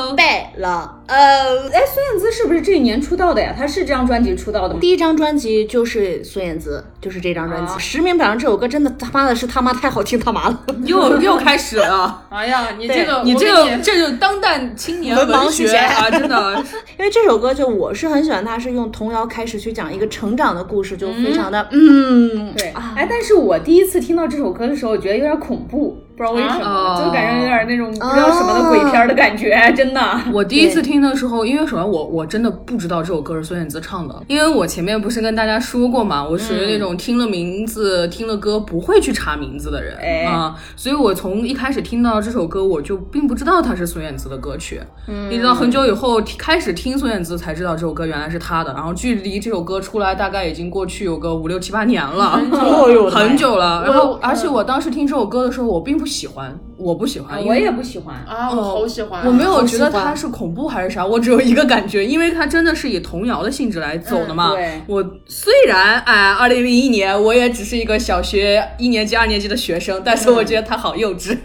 [SPEAKER 4] 哦，
[SPEAKER 1] 背了哦。
[SPEAKER 2] 哎，孙燕姿是不是这一年出道的呀？她是这张专辑出道的吗？
[SPEAKER 1] 第一张专辑就是孙燕姿，就是这张专辑《实名表扬》这首歌真的他妈的是他妈太好听他妈了，
[SPEAKER 4] 又又开始了。
[SPEAKER 3] 哎呀，你这个
[SPEAKER 4] 你
[SPEAKER 3] *laughs* 我
[SPEAKER 4] 这
[SPEAKER 3] 跟
[SPEAKER 4] 个这就当代青年
[SPEAKER 1] 文盲
[SPEAKER 4] 文学
[SPEAKER 1] 时代
[SPEAKER 4] 啊，真的
[SPEAKER 1] 因为这首歌就我是很喜欢，它是用童谣开始去讲一个成长的故事，就非常的嗯，
[SPEAKER 2] 对，哎，但是我第一次听到这首歌的时候，我觉得有点恐怖，不知道为什么，
[SPEAKER 4] 啊
[SPEAKER 2] 就感觉有点那种不知道什么的鬼片儿的感觉，真的。
[SPEAKER 4] 我第一次听的时候，因为首先我我真的不知道这首歌是孙燕姿唱的，因为我前面不是跟大家说过嘛，我属于那种听了名字、听了歌不会去查名字的人
[SPEAKER 2] 哎
[SPEAKER 4] 啊、所以我从一开始听到这首歌，我就并不知道它是孙燕姿的歌曲，一直到很久以后开始听孙燕姿才知道这首歌原来是她的，然后距离这首歌出来大概已经过去有个五六七八年了。
[SPEAKER 1] 哦呦
[SPEAKER 4] *laughs* 很久了，然后
[SPEAKER 3] 我
[SPEAKER 4] 而且我当时听这首歌的时候，我并不喜欢，我不喜欢，
[SPEAKER 2] 啊
[SPEAKER 4] 因
[SPEAKER 2] 我
[SPEAKER 4] 为
[SPEAKER 2] 也不喜欢。
[SPEAKER 3] 啊，我好喜欢，
[SPEAKER 4] 哦我没有
[SPEAKER 1] 好
[SPEAKER 4] 觉
[SPEAKER 1] 喜
[SPEAKER 4] 得
[SPEAKER 1] 欢
[SPEAKER 4] 它是恐怖还是啥，我只有一个感觉，因为它真的是以童谣的性质来走的嘛。
[SPEAKER 2] 嗯对
[SPEAKER 4] 我虽然哎，二零零一年我也只是一个小学一年级、二年级的学生，但是我觉得它好幼稚。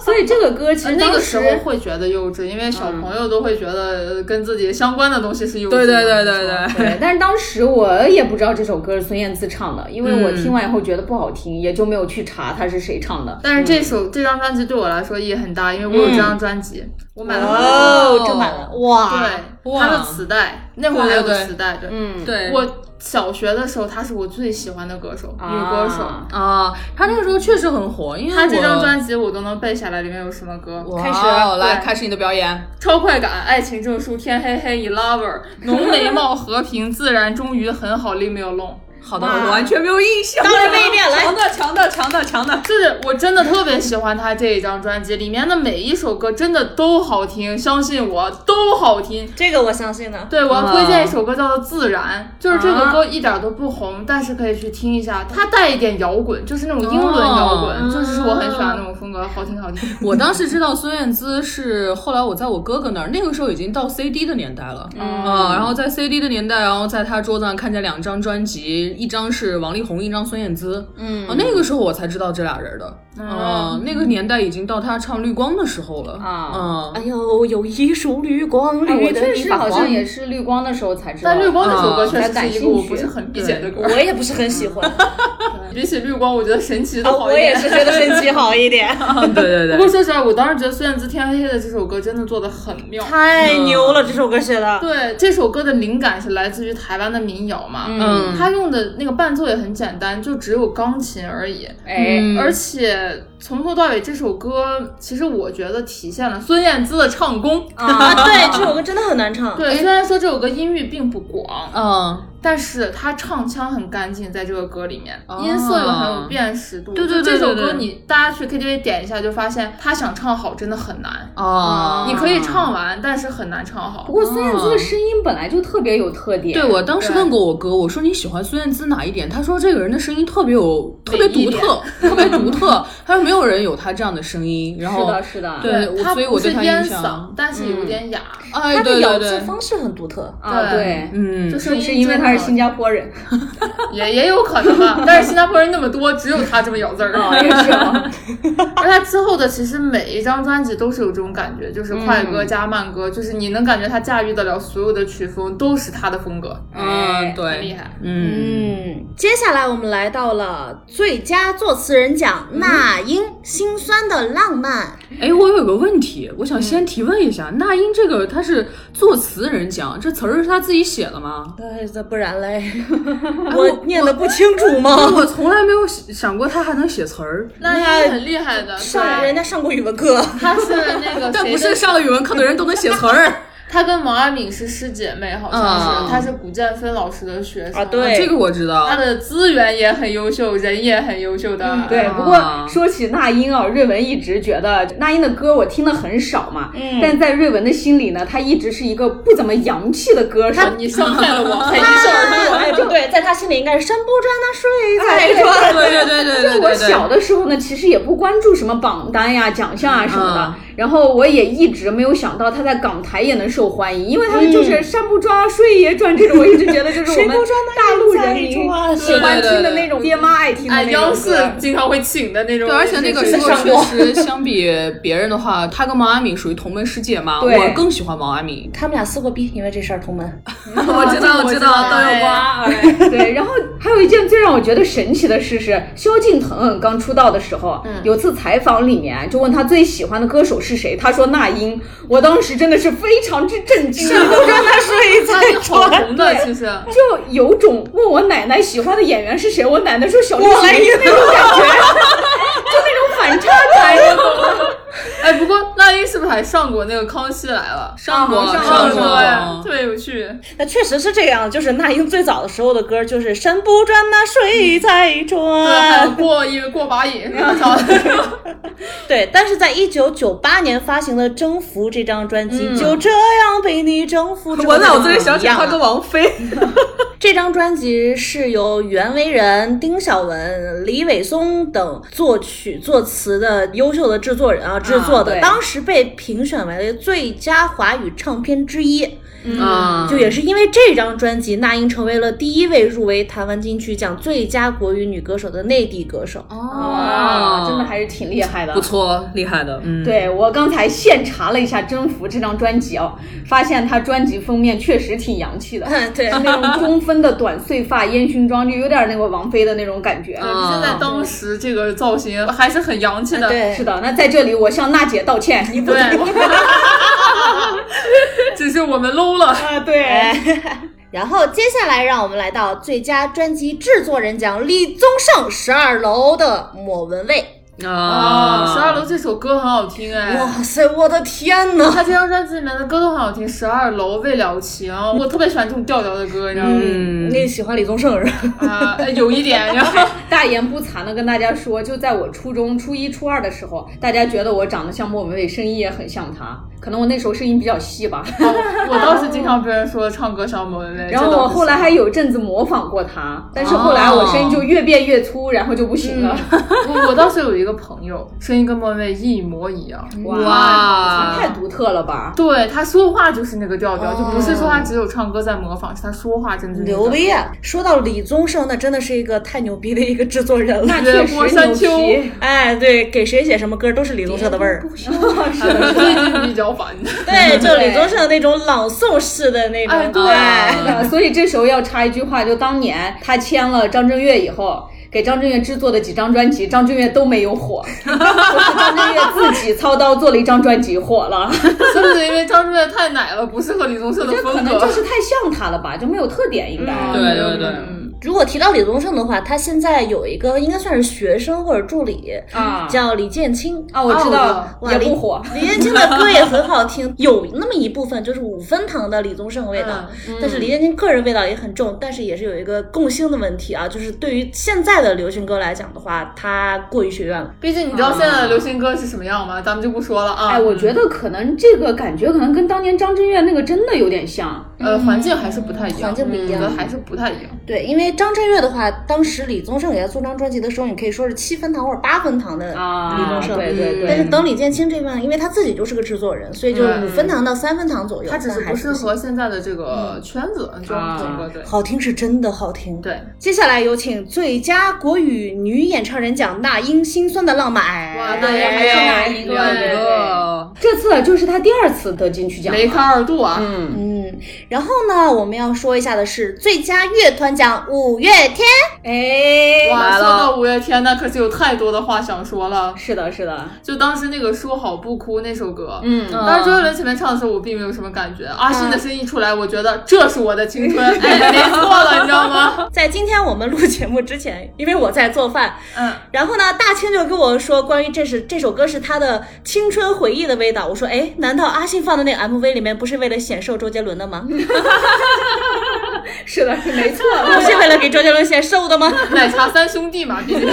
[SPEAKER 2] 所以这个歌其
[SPEAKER 3] 呃
[SPEAKER 2] 实
[SPEAKER 3] 那
[SPEAKER 2] 当
[SPEAKER 3] 个时
[SPEAKER 2] 时
[SPEAKER 3] 候会觉得幼稚，因为小朋友都会觉得呃跟自己相关的东西是幼稚的。
[SPEAKER 4] 嗯对
[SPEAKER 3] 没
[SPEAKER 4] 对对对 *laughs*
[SPEAKER 3] 错。
[SPEAKER 2] *laughs*
[SPEAKER 4] 对。
[SPEAKER 2] 对，但是当时我也不知道这首歌是孙燕姿唱的，因为
[SPEAKER 4] 嗯
[SPEAKER 2] 我听完以后觉得不好听，也就没有去查她是谁唱的。
[SPEAKER 3] 但是这首这张专辑对我来说意义很大，因为我有这
[SPEAKER 4] 嗯
[SPEAKER 3] 张专辑，我买了很
[SPEAKER 2] 啊
[SPEAKER 3] 多。
[SPEAKER 1] 哦，真满了哇！
[SPEAKER 3] 对，
[SPEAKER 4] 哇
[SPEAKER 3] 它的磁带，那会儿还有
[SPEAKER 4] 对
[SPEAKER 3] 个
[SPEAKER 4] 对对
[SPEAKER 3] 磁带，对，
[SPEAKER 2] 嗯，
[SPEAKER 4] 对
[SPEAKER 3] 我小学的时候，她是我最喜欢的歌手，女歌手。
[SPEAKER 2] 啊
[SPEAKER 4] 啊，他那个时候确实很火，因为
[SPEAKER 3] 她这张
[SPEAKER 4] 我
[SPEAKER 3] 专辑我都能背下来，里面有什么歌？
[SPEAKER 4] 哇
[SPEAKER 2] 开始
[SPEAKER 4] 哦来
[SPEAKER 3] 对
[SPEAKER 4] 开始你的表演。
[SPEAKER 3] 超快感、爱情证书、天黑黑、e lover、浓
[SPEAKER 4] *laughs*
[SPEAKER 3] 眉毛、和平、自然、终于、很好、leave me alone。
[SPEAKER 4] 好的，我完全没有印象。
[SPEAKER 1] 当然背一遍来
[SPEAKER 4] *laughs* 强的，强的，强的，强的。
[SPEAKER 3] 就是我真的特别喜欢他这一张专辑，里面的每一首歌真的都好听，相信我都好听。
[SPEAKER 1] 这个我相信呢。
[SPEAKER 3] 对，我要
[SPEAKER 4] 哇
[SPEAKER 3] 推荐一首歌叫做《自然》，就是这个歌一点都不红，但是可以去听一下，它带一点摇滚，就是那种英伦摇滚，
[SPEAKER 4] 哦
[SPEAKER 3] 就是我很喜欢那种风格，好听好听。
[SPEAKER 4] *laughs* 我当时知道孙燕姿是后来我在我哥哥那儿，那个时候已经到 CD 的年代了，
[SPEAKER 1] 嗯
[SPEAKER 4] 啊，然后在 CD 的年代，然后在他桌子上看见两张专辑，一张是王力宏，一张孙燕姿，嗯，啊，那个时候我才知道这俩人的，
[SPEAKER 1] 嗯
[SPEAKER 4] 啊，那个年代已经到他唱《绿光》的时候了，
[SPEAKER 1] *laughs*
[SPEAKER 2] 啊
[SPEAKER 4] 啊
[SPEAKER 1] 哎，呦，有一束绿光，
[SPEAKER 2] 哎
[SPEAKER 1] 绿
[SPEAKER 2] 我
[SPEAKER 1] 的
[SPEAKER 2] 确
[SPEAKER 1] 地
[SPEAKER 2] 实
[SPEAKER 1] 方
[SPEAKER 2] 好像
[SPEAKER 1] 黄
[SPEAKER 2] 也是绿光的时候才知道。
[SPEAKER 3] 但绿
[SPEAKER 2] *laughs*
[SPEAKER 3] 光那首歌
[SPEAKER 4] 嗯
[SPEAKER 3] 确实是一个我不是很理解的歌，
[SPEAKER 1] 我也不是很喜 *laughs* 欢，
[SPEAKER 3] 比起绿光，我觉得神奇
[SPEAKER 1] 啊
[SPEAKER 3] 都好一点。
[SPEAKER 1] 觉得神奇好一点，
[SPEAKER 4] 嗯对对
[SPEAKER 3] 不
[SPEAKER 1] *laughs*
[SPEAKER 4] 对
[SPEAKER 3] 过。说实话，我当时觉得孙燕姿《天黑黑》的这首歌真的做的很妙。
[SPEAKER 1] 太牛了，这首歌写的。
[SPEAKER 3] 对，这首歌的灵感是来自于台湾的民谣嘛，
[SPEAKER 4] 嗯
[SPEAKER 3] 他用的那个伴奏也很简单，就只有钢琴而已。
[SPEAKER 2] 哎，
[SPEAKER 4] 嗯
[SPEAKER 3] 而且从头到尾，这首歌其实我觉得体现了孙燕姿的唱功。
[SPEAKER 4] 嗯
[SPEAKER 1] 啊，对，这首歌真的很难唱。
[SPEAKER 4] 哎
[SPEAKER 3] 对，虽然说这首歌音域并不广，
[SPEAKER 4] 嗯，
[SPEAKER 3] 但是她唱腔很干净，在这个歌里面，音色又很有辨识度。
[SPEAKER 4] 啊对对
[SPEAKER 3] 就
[SPEAKER 4] 对
[SPEAKER 3] 这首
[SPEAKER 4] 对对
[SPEAKER 3] 歌你大家去 KTV 点一下，就发现她想唱好真的很难。
[SPEAKER 4] 哦，
[SPEAKER 1] 啊
[SPEAKER 3] 你可以唱完，但是很难唱
[SPEAKER 2] 不
[SPEAKER 3] 好。
[SPEAKER 2] 过孙燕姿的声音本来就特别有特点。
[SPEAKER 4] 对，我当时问过我哥，我说你喜欢孙燕姿哪一点？他说这个人的声音特别有，特别独特，特别独特。他说没有人有他这样的声音。然
[SPEAKER 2] 是
[SPEAKER 4] 后
[SPEAKER 2] 的，是的。
[SPEAKER 4] 对，我
[SPEAKER 3] 她
[SPEAKER 4] 所以我
[SPEAKER 3] 不是
[SPEAKER 4] 对他
[SPEAKER 3] 烟
[SPEAKER 4] 印
[SPEAKER 3] 嗓
[SPEAKER 4] 象，，
[SPEAKER 3] 但是有点哑。
[SPEAKER 4] 哎，
[SPEAKER 1] 他的
[SPEAKER 4] 对对
[SPEAKER 1] 咬字
[SPEAKER 4] 对，
[SPEAKER 1] 方式很独特，
[SPEAKER 2] 啊，对
[SPEAKER 3] 对。
[SPEAKER 4] 嗯
[SPEAKER 3] 就是
[SPEAKER 2] 不是因为她是新加坡人？
[SPEAKER 3] 也也有可能吧，但是新加坡人那么多，只有他这么咬字儿。 *laughs*
[SPEAKER 2] 啊， *laughs* 也是哦。
[SPEAKER 3] 而他之后的其实每一张专辑都是有这种感觉，就是快歌
[SPEAKER 2] 嗯
[SPEAKER 3] 加慢歌，就是你能感觉他驾驭得了所有的曲风，都是他的风格。
[SPEAKER 2] 哎
[SPEAKER 4] 嗯，
[SPEAKER 3] 很厉
[SPEAKER 4] 对，
[SPEAKER 3] 害，
[SPEAKER 4] 嗯，
[SPEAKER 1] 嗯，接下来我们来到了最佳作词人奖，那英《心酸的浪漫
[SPEAKER 4] 哎，我有个问题，我想先提问一下，那英这个她是作词人奖，这词儿是她自己写的
[SPEAKER 1] *laughs*
[SPEAKER 4] 吗？》。
[SPEAKER 1] 呃，这不然嘞， *laughs* 我念的不清楚吗？
[SPEAKER 4] 我从来没有想过她还能写词儿，
[SPEAKER 3] 那也很厉害的。
[SPEAKER 1] 上
[SPEAKER 3] 对
[SPEAKER 4] 啊
[SPEAKER 1] 人家上过语文课，
[SPEAKER 3] 他是那个
[SPEAKER 4] 但
[SPEAKER 3] 谁
[SPEAKER 2] *laughs*
[SPEAKER 4] 不
[SPEAKER 3] 的
[SPEAKER 4] 是上了语文课的人都能写词儿。
[SPEAKER 3] 她跟毛阿敏是师姐妹，好像
[SPEAKER 4] 嗯
[SPEAKER 3] 是，她是古建芬老师的学生
[SPEAKER 2] 啊对
[SPEAKER 4] 这个我知道
[SPEAKER 3] 她。的资源也很优秀，人也很优秀的，
[SPEAKER 2] 嗯对，
[SPEAKER 4] 啊
[SPEAKER 2] 不过说起那英啊，瑞文一直觉得那英的歌我听的很少嘛，嗯，但在瑞文的心里呢，她一直是一个不怎么洋气的歌
[SPEAKER 4] 啊
[SPEAKER 2] 手。
[SPEAKER 3] 哦你伤害了我，才一笑而
[SPEAKER 1] *laughs*
[SPEAKER 3] 过。
[SPEAKER 1] 哎，就对，在他心里应该是山不转那水在
[SPEAKER 2] 对
[SPEAKER 1] 转。
[SPEAKER 4] 对对
[SPEAKER 2] *laughs*
[SPEAKER 4] 对对对
[SPEAKER 2] 就
[SPEAKER 4] 对
[SPEAKER 2] 我
[SPEAKER 4] 对，
[SPEAKER 2] 小的时候呢，其实也不关注什么榜单呀、奖项啊什么的
[SPEAKER 4] 嗯，
[SPEAKER 2] 然后我也一直没有想到她在港台也能受欢迎，因为他们就是山不抓水也转这种，我一直觉得就是我们
[SPEAKER 1] 谁不转
[SPEAKER 2] 大陆
[SPEAKER 1] 那
[SPEAKER 2] 人
[SPEAKER 1] 也在
[SPEAKER 2] 民
[SPEAKER 1] 转。
[SPEAKER 2] 喜欢听的
[SPEAKER 4] 对对对
[SPEAKER 2] 那种爹妈爱 *laughs* 听的
[SPEAKER 3] 哎，
[SPEAKER 2] 那种
[SPEAKER 3] 央视
[SPEAKER 2] 歌。
[SPEAKER 3] 经常会请的那种，
[SPEAKER 4] 对，而且那个时
[SPEAKER 3] 是
[SPEAKER 4] 候
[SPEAKER 3] 上
[SPEAKER 4] 确实相比别人的话，他跟毛阿敏属于同门师姐嘛，
[SPEAKER 2] 对
[SPEAKER 4] 我更喜欢毛阿敏
[SPEAKER 1] 他们俩撕过逼，因为这事儿同门。
[SPEAKER 4] *laughs* 我知道，我知道，都有瓜。 *laughs*
[SPEAKER 2] 瓜， *laughs* 对，然后还有一件最让我觉得神奇的事是，萧敬腾刚出道的时候，
[SPEAKER 1] 嗯
[SPEAKER 2] 有次采访里面就问他最喜欢的歌手是谁，他说那英，我当时真的是非常之震惊，
[SPEAKER 3] 她是好红的，其实。
[SPEAKER 2] 就有种问我奶奶喜欢的演员是谁，我奶奶说小栗
[SPEAKER 1] 哎
[SPEAKER 2] 旬那种感觉，就那种反差感，你懂吗？
[SPEAKER 3] 哎，不过那英是不是还上过那个《康熙来了》？啊
[SPEAKER 4] 上过，
[SPEAKER 2] 上
[SPEAKER 4] 上
[SPEAKER 2] 过
[SPEAKER 3] 哎，特
[SPEAKER 4] 过。
[SPEAKER 3] 别有趣。
[SPEAKER 1] 那确实是这样，就是那英最早的时候的歌就是山不转那水在
[SPEAKER 3] 对，还有
[SPEAKER 1] 转。
[SPEAKER 3] 过一过把瘾什
[SPEAKER 4] *laughs*
[SPEAKER 3] 么的。
[SPEAKER 1] 对，但是在一九九八年发行的《征服》这张专辑，就这样被你征
[SPEAKER 4] *laughs*
[SPEAKER 1] 服之后。
[SPEAKER 4] 嗯我脑子里
[SPEAKER 1] 就不
[SPEAKER 4] 想起
[SPEAKER 1] 一样啊
[SPEAKER 4] 他
[SPEAKER 1] 了
[SPEAKER 4] 跟王菲，
[SPEAKER 1] 这张专辑是由袁惟仁、丁晓雯、李伟松等作曲作词的优秀的制作人啊制作的，
[SPEAKER 2] 对
[SPEAKER 1] 当时被评选为最佳华语唱片之一。
[SPEAKER 2] 嗯
[SPEAKER 4] 啊
[SPEAKER 1] 就也是因为这张专辑，那英成为了第一位入围台湾金曲奖最佳国语女歌手的内地歌手。
[SPEAKER 2] 哦哇，啊真的还是挺厉害的，
[SPEAKER 4] 不错，厉害的，嗯，
[SPEAKER 2] 对我刚才现查了一下《征服》这张专辑哦，发现它专辑封面确实挺洋气的，
[SPEAKER 1] 嗯， *laughs* 对
[SPEAKER 2] 是 *laughs* 那种中分的短碎发、烟熏妆，就有点那个王菲的那种感觉。
[SPEAKER 4] 嗯
[SPEAKER 3] 现在当时这个造型还是很洋气的。
[SPEAKER 1] 对，
[SPEAKER 2] 是的，那在这里我向娜姐道歉，你不
[SPEAKER 3] 对， *laughs* 只是我们 low 了。
[SPEAKER 2] 啊，对，
[SPEAKER 1] 哎然后接下来，让我们来到最佳专辑制作人奖李宗盛十二楼的莫文蔚。
[SPEAKER 4] 啊
[SPEAKER 3] 哦，，十二楼这首歌很好听哎。
[SPEAKER 1] 哇塞，我的
[SPEAKER 2] *laughs*
[SPEAKER 1] 天呐！
[SPEAKER 3] 他这张专辑里面的歌都很好听，《十二楼》《未了情》，我特别喜欢这种调调的歌，你知道吗？
[SPEAKER 4] 嗯，
[SPEAKER 1] 你喜欢李宗盛是吧？
[SPEAKER 3] 啊，哎有一点，然后
[SPEAKER 2] 大言不惭的跟大家说，就在我初中初一、初二的时候，大家觉得我长得像莫文蔚，声音也很像她，可能我那时候声音比较细吧。
[SPEAKER 3] 哦我倒是经常被人说唱歌
[SPEAKER 4] *laughs*
[SPEAKER 3] 像莫文蔚，
[SPEAKER 2] 然后
[SPEAKER 3] 这倒
[SPEAKER 2] 我
[SPEAKER 3] 是
[SPEAKER 2] 后来还有阵子模仿过她，但是后来我声音就越变越粗，然后就不行了。
[SPEAKER 3] 嗯我我倒是有一个朋友，声音跟莫文蔚一模一样。
[SPEAKER 4] 嗯哇
[SPEAKER 2] 太独特了吧！
[SPEAKER 3] 对他说话就是那个调调，就不是
[SPEAKER 4] 哦
[SPEAKER 3] 说他只有唱歌在模仿，是他说话真的是那个
[SPEAKER 1] 牛逼！啊！说到李宗盛，那真的是一个太牛逼的一个制作人了。
[SPEAKER 2] 那确
[SPEAKER 3] 莫
[SPEAKER 2] 实
[SPEAKER 3] 山
[SPEAKER 2] 牛
[SPEAKER 3] 丘
[SPEAKER 2] 皮，
[SPEAKER 1] 哎，对，给谁写什么歌都是李宗盛的味
[SPEAKER 2] *laughs* 嗯
[SPEAKER 1] 儿。
[SPEAKER 2] 是的，
[SPEAKER 3] 最近比较烦。
[SPEAKER 1] 对，就李宗盛那种朗诵式的那种。
[SPEAKER 3] 哎对
[SPEAKER 1] 哎
[SPEAKER 2] 啊所以这时候要插一句话，就当年他签了张震岳以后，给张震岳制作的几张专辑，张震岳都没有火， *laughs* 就是张震岳自己操刀做了一张专辑火了，
[SPEAKER 3] *laughs* 是不是因为张震岳太奶了，不适合李宗盛的
[SPEAKER 2] 这可
[SPEAKER 3] 风
[SPEAKER 2] 能
[SPEAKER 3] 格
[SPEAKER 2] 就？是太像他了吧，就没有特点应该。
[SPEAKER 4] 对嗯对对，
[SPEAKER 1] 如果提到李宗盛的话，他现在有一个应该算是学生或者助理，
[SPEAKER 2] 啊
[SPEAKER 1] 叫李建清。
[SPEAKER 2] 啊，我知道
[SPEAKER 1] 哇
[SPEAKER 2] 也
[SPEAKER 1] 李
[SPEAKER 2] 不火，
[SPEAKER 1] 李建清的歌也很好听， *laughs* 有那么一部分就是五分糖的李宗盛味道，但是李建清个人味道也很重，但是也是有一个共性的问题啊，就是对于现在的流行歌来讲的话，他过于学院了。
[SPEAKER 3] 毕竟你知道现在的流行歌是什么样吗？咱们就不说了啊。
[SPEAKER 2] 哎，我觉得可能这个感觉可能跟当年张震岳那个真的有点像。
[SPEAKER 3] 呃环境还是不太一样，
[SPEAKER 1] 环境不一样
[SPEAKER 3] 嗯我觉得还是不太一样。
[SPEAKER 1] 对，因为张震岳的话，当时李宗盛给他做张专辑的时候，你可以说是七分糖或者八分糖的
[SPEAKER 2] 啊
[SPEAKER 1] 李宗盛，
[SPEAKER 2] 对对对
[SPEAKER 1] 但是等李建清这边，因为他自己就是个制作人，所以就是五分糖到三分糖左右，
[SPEAKER 3] 他只
[SPEAKER 1] 但
[SPEAKER 3] 是
[SPEAKER 1] 还
[SPEAKER 3] 不适
[SPEAKER 1] 是行。
[SPEAKER 3] 合现在的这个圈子，就
[SPEAKER 2] 啊
[SPEAKER 3] 整个对
[SPEAKER 1] 好听是真的好听。，
[SPEAKER 3] 对。
[SPEAKER 1] 接下来有请最佳国语女演唱人奖那英《心酸的浪漫》。
[SPEAKER 3] 哇
[SPEAKER 2] 对
[SPEAKER 3] 哎
[SPEAKER 2] 还有哪一
[SPEAKER 3] 对
[SPEAKER 2] 哎啊个？这次就是他第二次得金曲奖了，
[SPEAKER 3] 梅开二度啊！
[SPEAKER 2] 嗯，
[SPEAKER 1] 嗯，然后呢，我们要说一下的是最佳乐团奖五月天。
[SPEAKER 2] 哎，
[SPEAKER 3] 哇，
[SPEAKER 2] 完
[SPEAKER 3] 说
[SPEAKER 2] 了，
[SPEAKER 3] 到五月天，那可是有太多的话想说了。
[SPEAKER 2] 是的，是的，
[SPEAKER 3] 就当时那个说好不哭那首歌，
[SPEAKER 2] 嗯
[SPEAKER 3] 当时周杰伦前面唱的时候，我并没有什么感觉。阿信的声音一出来，我觉得这是我的青
[SPEAKER 2] *laughs*
[SPEAKER 3] 春，哎，没错了，你知道吗？
[SPEAKER 1] 在今天我们录节目之前，因为我在做饭，
[SPEAKER 3] 嗯，
[SPEAKER 1] 然后呢，大清就跟我说，关于这是这首歌是他的青春回忆的味道。我说，哎，难道阿信放的那个 MV 里面不是为了显瘦周杰伦的吗？
[SPEAKER 2] 是的，是没错。
[SPEAKER 1] 不是为了给周杰伦显瘦的吗？
[SPEAKER 3] *laughs* 奶茶三兄弟嘛，毕
[SPEAKER 4] *laughs*
[SPEAKER 3] 竟，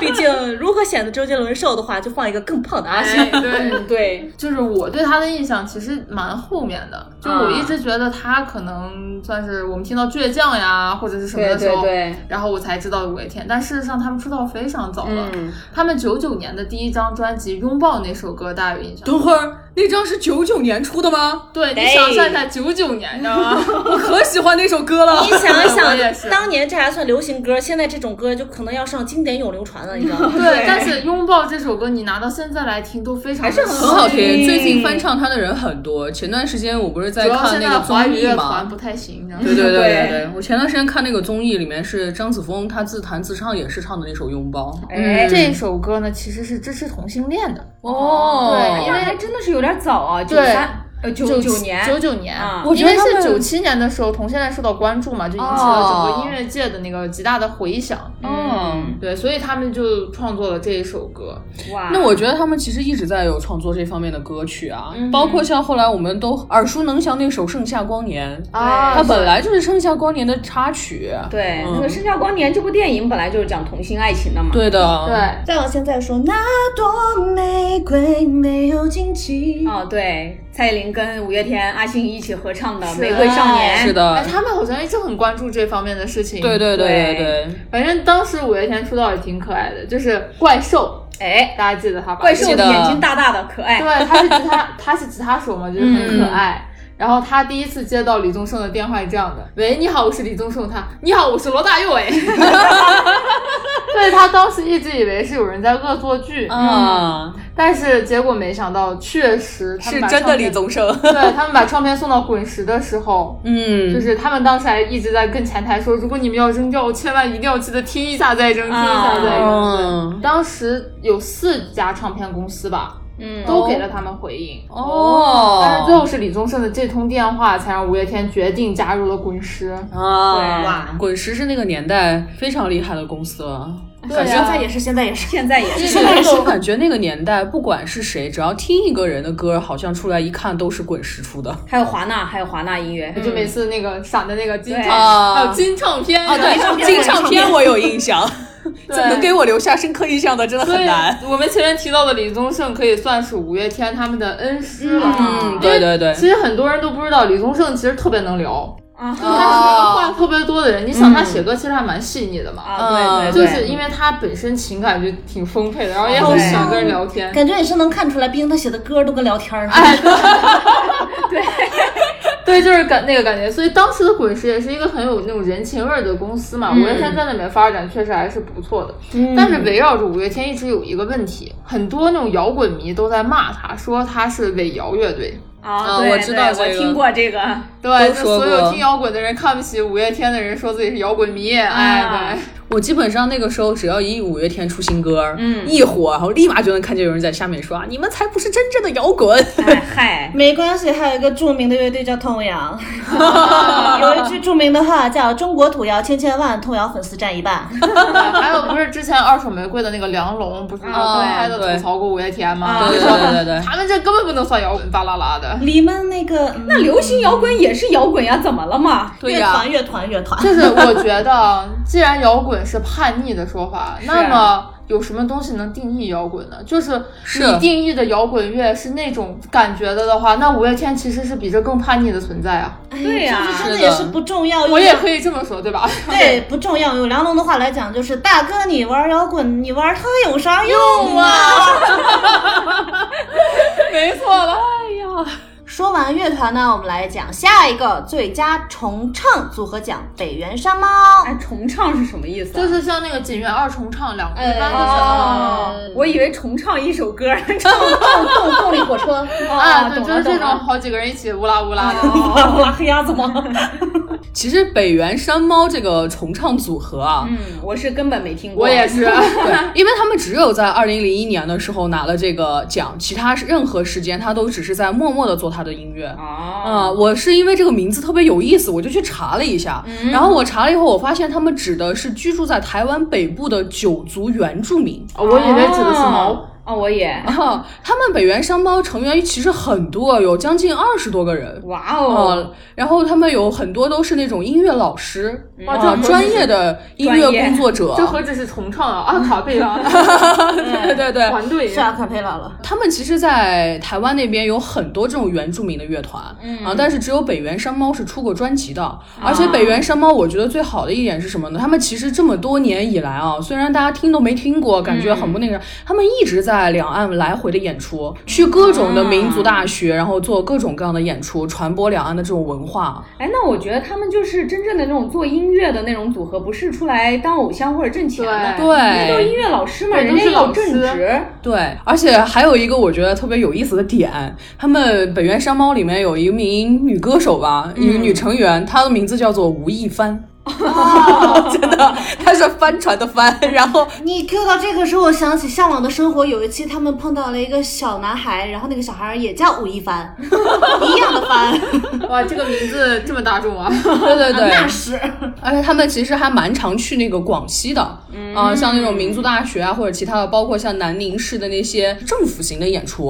[SPEAKER 1] 毕竟如何显得周杰伦瘦的话，就放一个更胖的阿信。
[SPEAKER 3] 哎，对。
[SPEAKER 2] *laughs* 对，
[SPEAKER 3] 就是我对他的印象其实蛮后面的，就我一
[SPEAKER 4] 嗯
[SPEAKER 3] 直觉得他可能算是我们听到倔强呀或者是什么的时候，
[SPEAKER 2] 对对对
[SPEAKER 3] 然后我才知道五月天。但事实上他们出道非常早了，
[SPEAKER 2] 嗯
[SPEAKER 3] 他们九九年的第一张专辑《拥抱》那首歌大家有印象吗？
[SPEAKER 4] 等会儿那张是九九年出的吗？
[SPEAKER 3] 对，你
[SPEAKER 1] 对
[SPEAKER 3] 想象一下九九年，你
[SPEAKER 4] *laughs*
[SPEAKER 3] 知道吗？
[SPEAKER 4] 我可喜欢那首歌了
[SPEAKER 1] 你。想一 *laughs*
[SPEAKER 3] 我也是
[SPEAKER 1] 想，当年这还算流行歌，现在这种歌就可能要上经典咏流传了，你知道 *laughs* 吗？
[SPEAKER 3] 对，但是《拥抱》这首歌你拿到现在来听都非常还是
[SPEAKER 4] 很好听，最近翻唱他的人很多。前段时间我不是在
[SPEAKER 3] 主要现
[SPEAKER 4] 看
[SPEAKER 3] 在
[SPEAKER 4] 那个
[SPEAKER 3] 华
[SPEAKER 4] 综
[SPEAKER 3] 语
[SPEAKER 4] 艺
[SPEAKER 3] 乐
[SPEAKER 4] 嘛
[SPEAKER 3] 团，不太行，你知道吗？
[SPEAKER 4] 对对
[SPEAKER 3] *laughs*
[SPEAKER 4] 对
[SPEAKER 2] 对
[SPEAKER 4] 对对，我前段时间看那个综艺，里面是张子枫他自弹自唱也是唱的那首《拥抱》。
[SPEAKER 2] 哎，
[SPEAKER 3] 这
[SPEAKER 4] 嗯
[SPEAKER 3] 首歌呢，其实是支持同性恋的，
[SPEAKER 2] 哦，
[SPEAKER 3] 对
[SPEAKER 2] 因为还真的是有点早啊，九
[SPEAKER 3] 对
[SPEAKER 2] 三呃九九年，
[SPEAKER 3] 九九年
[SPEAKER 2] 啊，
[SPEAKER 4] 我
[SPEAKER 3] 因
[SPEAKER 4] 觉得
[SPEAKER 3] 为
[SPEAKER 4] 他
[SPEAKER 3] 是
[SPEAKER 4] 们
[SPEAKER 3] 九七年的时候，同性恋受到关注嘛，就引起了整个音乐界的那个极大的回响。
[SPEAKER 2] 哦嗯，
[SPEAKER 3] 对，所以他们就创作了这一首歌。
[SPEAKER 2] 哇，
[SPEAKER 4] 那我觉得他们其实一直在有创作这方面的歌曲啊，
[SPEAKER 2] 嗯
[SPEAKER 4] 包括像后来我们都耳熟能详那首《盛夏光年》，
[SPEAKER 2] 啊
[SPEAKER 4] 它本来就是《盛夏光年》的插曲。
[SPEAKER 2] 对
[SPEAKER 4] 嗯
[SPEAKER 2] 那个《盛夏光年》这部电影本来就是讲同性爱情的嘛，
[SPEAKER 4] 对的，
[SPEAKER 3] 对，嗯
[SPEAKER 1] 再往现在说，那朵玫瑰没有荆棘。
[SPEAKER 2] 哦，对，蔡依林跟五月天、阿信一起合唱的《
[SPEAKER 3] 是
[SPEAKER 2] 玫瑰少年》，
[SPEAKER 4] 啊是，
[SPEAKER 3] 哎，
[SPEAKER 4] 的，
[SPEAKER 3] 他们好像一直很关注这方面的事情。
[SPEAKER 4] 对对对
[SPEAKER 2] 对
[SPEAKER 4] 对对。
[SPEAKER 3] 反正当时五月天出道也挺可爱的，就是怪兽，
[SPEAKER 2] 哎，
[SPEAKER 3] 大家记得他吧？
[SPEAKER 2] 怪兽
[SPEAKER 4] 记得
[SPEAKER 2] 眼睛大大的，可爱，
[SPEAKER 3] 对，他是吉他，他是吉他手嘛，就是
[SPEAKER 4] 嗯
[SPEAKER 3] 很可爱。然后他第一次接到李宗盛的电话是这样的：“喂，你好，我是李宗盛。他”你好，我是罗大佑。”哎， *laughs* 对他当时一直以为是有人在恶作剧，
[SPEAKER 2] 嗯
[SPEAKER 4] 啊，
[SPEAKER 3] 但是结果没想到，确实他们
[SPEAKER 4] 是
[SPEAKER 3] 把
[SPEAKER 4] 真的
[SPEAKER 3] 唱片
[SPEAKER 4] 李。宗盛。
[SPEAKER 3] 对他们把唱片送到滚石的时候，就
[SPEAKER 4] 嗯，
[SPEAKER 3] 是他们当时还一直在跟前台说：“如果你们要扔掉，千万一定要记得听一下再扔，听一下再扔。
[SPEAKER 4] 嗯，
[SPEAKER 3] 当时有四家唱片公司吧，
[SPEAKER 2] 嗯，
[SPEAKER 3] 都给了他们回应。但是最
[SPEAKER 4] 哦，
[SPEAKER 3] 后是李宗盛的这通电话，才让五月天决定加入了滚石。
[SPEAKER 2] 对
[SPEAKER 4] 啊
[SPEAKER 2] 哇，
[SPEAKER 4] 滚石是那个年代非常厉害的公司了。
[SPEAKER 1] 感觉现在也是，现在也是。
[SPEAKER 2] 现在也是，
[SPEAKER 4] 但是我感觉那个年代，不管是谁，只要听一个人的歌，好像出来一看都是滚石出的。
[SPEAKER 2] 还有华纳，还有华纳音乐，
[SPEAKER 3] 就每次那个闪的那个金
[SPEAKER 2] 对
[SPEAKER 3] 唱，
[SPEAKER 4] 啊
[SPEAKER 3] 还有金唱片
[SPEAKER 4] 哦，对，金唱片我有印象，
[SPEAKER 3] 对
[SPEAKER 4] 能给我留下深刻印象的真的
[SPEAKER 3] 所
[SPEAKER 4] 很
[SPEAKER 3] 以
[SPEAKER 4] 难。
[SPEAKER 3] 我们前面提到的李宗盛可以算是五月天他们的恩师了。
[SPEAKER 2] 嗯
[SPEAKER 4] 嗯，对对对，
[SPEAKER 3] 其实很多人都不知道，李宗盛其实特别能聊，
[SPEAKER 2] 啊
[SPEAKER 3] 他是一个话特别多的人。你想，他写歌其实还蛮细腻的
[SPEAKER 4] 嗯
[SPEAKER 3] 嘛，
[SPEAKER 2] 啊，对
[SPEAKER 3] 就
[SPEAKER 2] 对
[SPEAKER 3] 是
[SPEAKER 2] 对，
[SPEAKER 3] 因为他本身情感就挺丰沛的，然后也
[SPEAKER 2] 对
[SPEAKER 3] 很喜欢跟人聊天。
[SPEAKER 1] *laughs* 感觉也是能看出来，毕竟他写的歌都跟聊天儿似的。
[SPEAKER 3] *laughs* 对，就是感那个感觉，所以当时的滚石也是一个很有那种人情味儿的公司嘛。五月
[SPEAKER 4] 嗯
[SPEAKER 3] 天在那边发展确实还是不错的，但是围绕着五月天一直有一个问题，很多那种摇滚迷都在骂他，说他是伪摇乐队。
[SPEAKER 2] 啊，
[SPEAKER 4] 嗯
[SPEAKER 2] 对
[SPEAKER 4] 我知道
[SPEAKER 2] 对
[SPEAKER 4] 这
[SPEAKER 2] 我
[SPEAKER 4] 个
[SPEAKER 2] 听过这个，哎
[SPEAKER 3] 对，
[SPEAKER 4] 都
[SPEAKER 3] 就
[SPEAKER 4] 说
[SPEAKER 3] 所有
[SPEAKER 4] 过
[SPEAKER 3] 听摇滚的人看不起五月天的人，说自己是摇滚迷，
[SPEAKER 4] 啊
[SPEAKER 3] 哎，
[SPEAKER 4] 我基本上那个时候，只要一五月天出新歌，嗯，一火，然后立马就能看见有人在下面说啊，你们才不是真正的摇滚。
[SPEAKER 2] 哎
[SPEAKER 1] *laughs*
[SPEAKER 2] 嗨，
[SPEAKER 1] 没关系，还有一个著名的乐队叫痛仰，有一句著名的话叫“中国土谣千千万，痛仰粉丝占一半
[SPEAKER 3] 对，
[SPEAKER 4] *laughs*
[SPEAKER 3] 还有不是之前二手玫瑰的那个梁龙，不是公开的
[SPEAKER 4] 啊对啊
[SPEAKER 3] 吐槽过五月天吗？
[SPEAKER 4] 对
[SPEAKER 3] 就
[SPEAKER 4] 对
[SPEAKER 3] 说
[SPEAKER 4] 对对对，
[SPEAKER 3] 他们这根本不能算摇滚，巴啦啦的”。。
[SPEAKER 1] 你们那个嗯
[SPEAKER 2] 那流行摇滚也是摇滚呀，怎么了嘛？
[SPEAKER 4] 对
[SPEAKER 1] 乐
[SPEAKER 4] 呀、
[SPEAKER 1] 团乐团乐 *laughs* 团，
[SPEAKER 3] 就是我觉得，既然摇滚是叛逆的说法，那么有什么东西能定义摇滚呢？就是你
[SPEAKER 4] 是
[SPEAKER 3] 定义的摇滚乐是那种感觉的的话，那五月天其实是比这更叛逆的存在啊。
[SPEAKER 2] 对呀
[SPEAKER 1] 哎就是真的
[SPEAKER 4] 是的
[SPEAKER 1] 也是不重要。
[SPEAKER 3] 我也可以这么说，对吧？
[SPEAKER 1] 对不重要。用梁龙的话来讲，就是大哥，你玩摇滚，你玩它有啊啥用啊？
[SPEAKER 3] 没错了。
[SPEAKER 4] 说
[SPEAKER 1] 说完乐团呢，我们来讲下一个最佳重唱组合奖——北原山猫。
[SPEAKER 2] 哎，重唱是什么意思、啊？
[SPEAKER 3] 就是像那个警员二重唱两个
[SPEAKER 1] 哎
[SPEAKER 3] 一般就是
[SPEAKER 2] 哦，我以为重唱一首歌，唱
[SPEAKER 5] 动
[SPEAKER 4] *laughs*
[SPEAKER 5] 动哦动力火车
[SPEAKER 3] 啊，对，
[SPEAKER 5] 懂
[SPEAKER 3] 就是
[SPEAKER 5] 了
[SPEAKER 3] 这
[SPEAKER 5] 懂
[SPEAKER 3] 种
[SPEAKER 5] 了。
[SPEAKER 3] 好几个人一起乌拉乌拉的。
[SPEAKER 1] 哦
[SPEAKER 2] 拉黑鸭子吗？
[SPEAKER 4] 其实北原山猫这个重唱组合啊，
[SPEAKER 2] 嗯，我是根本没听过。
[SPEAKER 3] 我也是，
[SPEAKER 4] 对，因为他们只有在二零零一年的时候拿了这个奖，其他是任何时间他都只是在默默的做他的音乐。
[SPEAKER 3] 哦
[SPEAKER 4] 啊、
[SPEAKER 2] 啊，
[SPEAKER 4] 我是因为这个名字特别有意思，我就去查了一下，
[SPEAKER 3] 嗯
[SPEAKER 4] 然后我查了以后，我发现他们指的是居住在台湾北部的九族原住民。
[SPEAKER 3] 我以为指的是猫。
[SPEAKER 2] 啊，我也。
[SPEAKER 4] 啊，他们北原山猫成员其实很多，有将近二十多个人。
[SPEAKER 2] 哇
[SPEAKER 4] 哦
[SPEAKER 2] 哦，，
[SPEAKER 4] 然后他们有很多都是那种音乐老师，
[SPEAKER 3] 哇
[SPEAKER 4] 啊，
[SPEAKER 3] 这
[SPEAKER 4] 专业的音乐
[SPEAKER 2] 嗯哦专业
[SPEAKER 4] 工作者，
[SPEAKER 3] 这何止是重唱啊，阿卡贝拉
[SPEAKER 4] 对对对，
[SPEAKER 3] 团队
[SPEAKER 1] 是啊，卡佩拉了。
[SPEAKER 4] 他们其实，在台湾那边有很多这种原住民的乐团，嗯啊，但是只有北原山猫是出过专辑
[SPEAKER 2] 啊
[SPEAKER 4] 的。而且北原山猫，我觉得最好的一点是什么呢？他们其实这么多年以来啊，虽然大家听都没听过，感觉很不那个，他们一直在两岸来回的演出，去各种的民族大学，然后做各种各样的演出，传播两岸的这种文化。
[SPEAKER 2] 哎，那我觉得他们就是真正的那种做音乐的那种组合，不是出来当偶像或者挣钱的，
[SPEAKER 3] 对
[SPEAKER 2] 人家都是音乐老师嘛，
[SPEAKER 3] 对
[SPEAKER 2] 人
[SPEAKER 3] 都
[SPEAKER 2] 家
[SPEAKER 3] 是
[SPEAKER 2] 有
[SPEAKER 3] 老
[SPEAKER 2] 正
[SPEAKER 3] 师
[SPEAKER 2] 职。
[SPEAKER 4] 对，而且还有一个我觉得特别有意思的点，他们《本源山猫》里面有一名女歌手吧，一个女成员，她的名字叫做吴亦帆。 *laughs* 真的，她是帆船的帆，然后
[SPEAKER 1] 你 Q 到这个时候，我想起《向往的生活》有一期，他们碰到了一个小男孩，然后那个小孩也叫吴亦凡， *laughs* 一样的凡。
[SPEAKER 3] 哇，这个名字这么大众啊！
[SPEAKER 4] 对对 *laughs* 对，
[SPEAKER 1] 那是
[SPEAKER 4] 而且他们其实还蛮常去那个广西的，啊、像那种民族大学啊，或者其他的，包括像南宁市的那些政府型的演出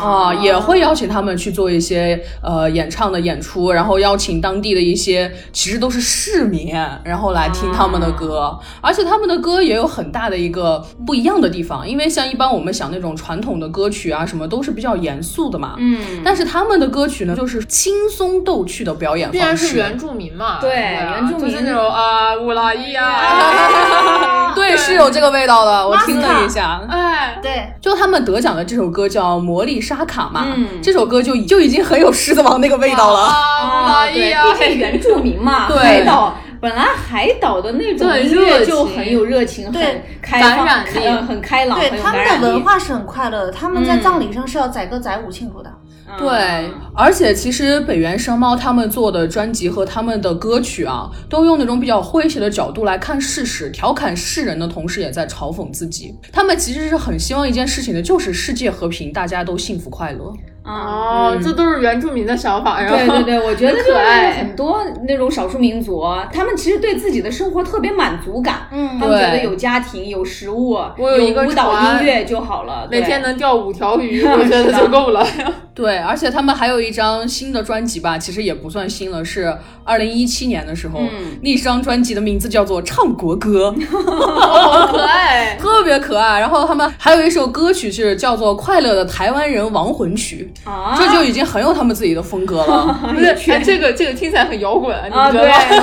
[SPEAKER 4] 啊、也会邀请他们去做一些呃演唱的演出，然后邀请当地的一些其实都是市民，然后来听他们的歌，而且他们的歌也有很大的一个不一样的地方，因为像一般我们想那种传统的歌曲啊什么都是比较严肃的嘛，嗯，但是他们的歌曲呢就是轻松逗趣的表演
[SPEAKER 3] 必然
[SPEAKER 4] 方
[SPEAKER 3] 是
[SPEAKER 4] 式，
[SPEAKER 3] 原住民嘛，
[SPEAKER 2] 对
[SPEAKER 3] 啊
[SPEAKER 2] 原住民
[SPEAKER 3] 就是那种啊乌拉伊
[SPEAKER 2] 哎
[SPEAKER 3] 啊，
[SPEAKER 4] *laughs* 对，是有这个味道的。我听了一下，
[SPEAKER 3] 哎，
[SPEAKER 1] 对，
[SPEAKER 4] 就他们得奖的这首歌叫《魔力沙卡》嘛，这首歌就就已经很有狮子王那个味道了。
[SPEAKER 3] 啊乌拉伊
[SPEAKER 2] 哦对，
[SPEAKER 3] 啊，
[SPEAKER 2] 毕竟原住民嘛，
[SPEAKER 4] 对
[SPEAKER 2] 海岛。本来海岛的那种
[SPEAKER 3] 对
[SPEAKER 2] 音乐
[SPEAKER 3] 热
[SPEAKER 2] 就
[SPEAKER 3] 情
[SPEAKER 2] 很有热情，
[SPEAKER 1] 对
[SPEAKER 2] 很开
[SPEAKER 3] 感
[SPEAKER 2] 放，
[SPEAKER 3] 染
[SPEAKER 2] 开
[SPEAKER 3] 力
[SPEAKER 2] 呃很开朗，很
[SPEAKER 1] 对
[SPEAKER 2] 有
[SPEAKER 1] 他们
[SPEAKER 2] 感
[SPEAKER 1] 的
[SPEAKER 2] 染力
[SPEAKER 1] 文化是很快乐的，他们在葬礼上是要载歌载舞庆祝的。
[SPEAKER 4] 嗯对，而且其实北原山猫他们做的专辑和他们的歌曲啊，都用那种比较诙谐的角度来看事实，调侃世人的同时，也在嘲讽自己。他们其实是很希望一件事情的，就是世界和平，大家都幸福快乐。
[SPEAKER 2] 啊。
[SPEAKER 3] 哦，这都是原住民的想法，然
[SPEAKER 2] 对
[SPEAKER 3] 后
[SPEAKER 2] 对对，我觉得
[SPEAKER 3] 很
[SPEAKER 2] 就是
[SPEAKER 3] 可爱
[SPEAKER 2] 很多那种少数民族，哦他们其实对自己的生活特别满足感，嗯，他们觉得
[SPEAKER 4] 对
[SPEAKER 2] 有家庭、有食物、
[SPEAKER 3] 我有一个
[SPEAKER 2] 舞蹈、
[SPEAKER 3] 船
[SPEAKER 2] 音乐就好了，
[SPEAKER 3] 每
[SPEAKER 2] 对
[SPEAKER 3] 天能钓五条鱼，我觉得就够了。
[SPEAKER 4] 对，而且他们还有一张新的专辑吧，其实也不算新了，是二零一七年的时候，那张专辑的名字叫做《唱国歌》，
[SPEAKER 3] 好
[SPEAKER 1] 嗯
[SPEAKER 3] 可爱，
[SPEAKER 4] 特别可爱。然后他们还有一首歌曲是叫做《快乐的台湾人亡魂曲》，
[SPEAKER 2] 啊，
[SPEAKER 4] 这就已经很有他们自己的风格
[SPEAKER 3] *laughs*
[SPEAKER 4] 了。
[SPEAKER 3] 不是，哎，这个这个听起来很摇滚，你
[SPEAKER 2] 啊
[SPEAKER 3] 们觉 *laughs* 得吗？
[SPEAKER 2] 对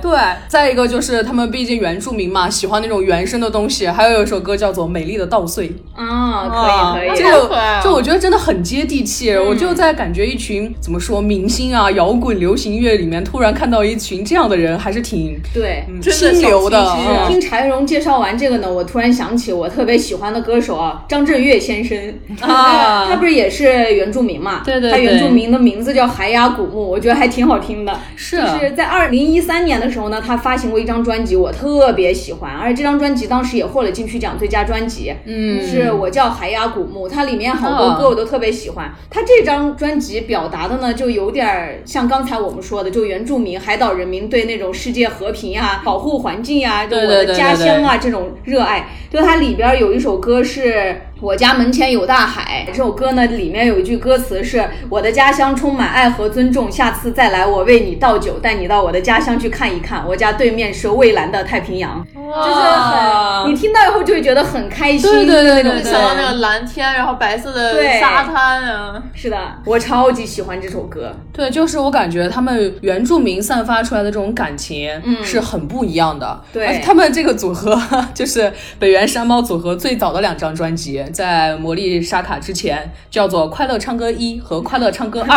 [SPEAKER 4] 对对，再一个就是他们毕竟原住民嘛，喜欢那种原生的东西。还有一首歌叫做《美丽的稻穗》，
[SPEAKER 2] 啊，可以可以，
[SPEAKER 4] 这
[SPEAKER 3] 好可爱嗯啊
[SPEAKER 4] 就我觉得真的很接地气。我就在感觉一群怎么说明星啊，摇滚流行乐里面突然看到一群这样的人，还是挺
[SPEAKER 2] 对。
[SPEAKER 4] 嗯
[SPEAKER 3] 真的
[SPEAKER 4] 清流的
[SPEAKER 3] 小清新啊。
[SPEAKER 4] 嗯
[SPEAKER 2] 听柴荣介绍完这个呢，我突然想起我特别喜欢的歌手啊，张震岳先
[SPEAKER 3] *laughs*
[SPEAKER 2] 生
[SPEAKER 4] 啊
[SPEAKER 2] 他不是也是原住民嘛？
[SPEAKER 4] 对对对
[SPEAKER 2] 他原住民的名字叫海雅古木，我觉得还挺好听的。
[SPEAKER 4] 是啊
[SPEAKER 2] 就是在二零一三年的时候呢，他发行过一张专辑，我特别喜欢，而且这张专辑当时也获了金曲奖最佳专辑。
[SPEAKER 4] 嗯
[SPEAKER 2] 是我叫海雅古木，它里面好
[SPEAKER 4] 哦
[SPEAKER 2] 多歌我都特别喜欢。他这张专辑表达的呢，就有点儿像刚才我们说的，就原住民、海岛人民对那种世界和平呀、保护环境呀、就
[SPEAKER 4] 对
[SPEAKER 2] 我的
[SPEAKER 4] 对对
[SPEAKER 2] 家
[SPEAKER 4] 对
[SPEAKER 2] 乡啊这种热爱。就它里边有一首歌是。我家门前有大海，这首歌呢里面有一句歌词是“我的家乡充满爱和尊重，下次再来我为你倒酒，带你到我的家乡去看一看，我家对面是蔚蓝的太平洋。”就是很，你听到以后就会觉得很开心，
[SPEAKER 4] 啊对对对
[SPEAKER 2] 就那种
[SPEAKER 4] 对对
[SPEAKER 3] 想到那个蓝天，然后白色的
[SPEAKER 2] 对
[SPEAKER 3] 沙滩啊，
[SPEAKER 2] 是的，我超级喜欢这首歌。
[SPEAKER 4] 对，就是我感觉他们原住民散发出来的这种感情
[SPEAKER 3] 嗯
[SPEAKER 4] 是很不一样的。
[SPEAKER 2] 对
[SPEAKER 4] 而且他们这个组合 *laughs* 就是北原山猫组合最早的两张专辑，在魔力沙卡之前叫做《快乐唱歌一》和《快乐唱
[SPEAKER 3] *laughs*
[SPEAKER 4] 歌二》。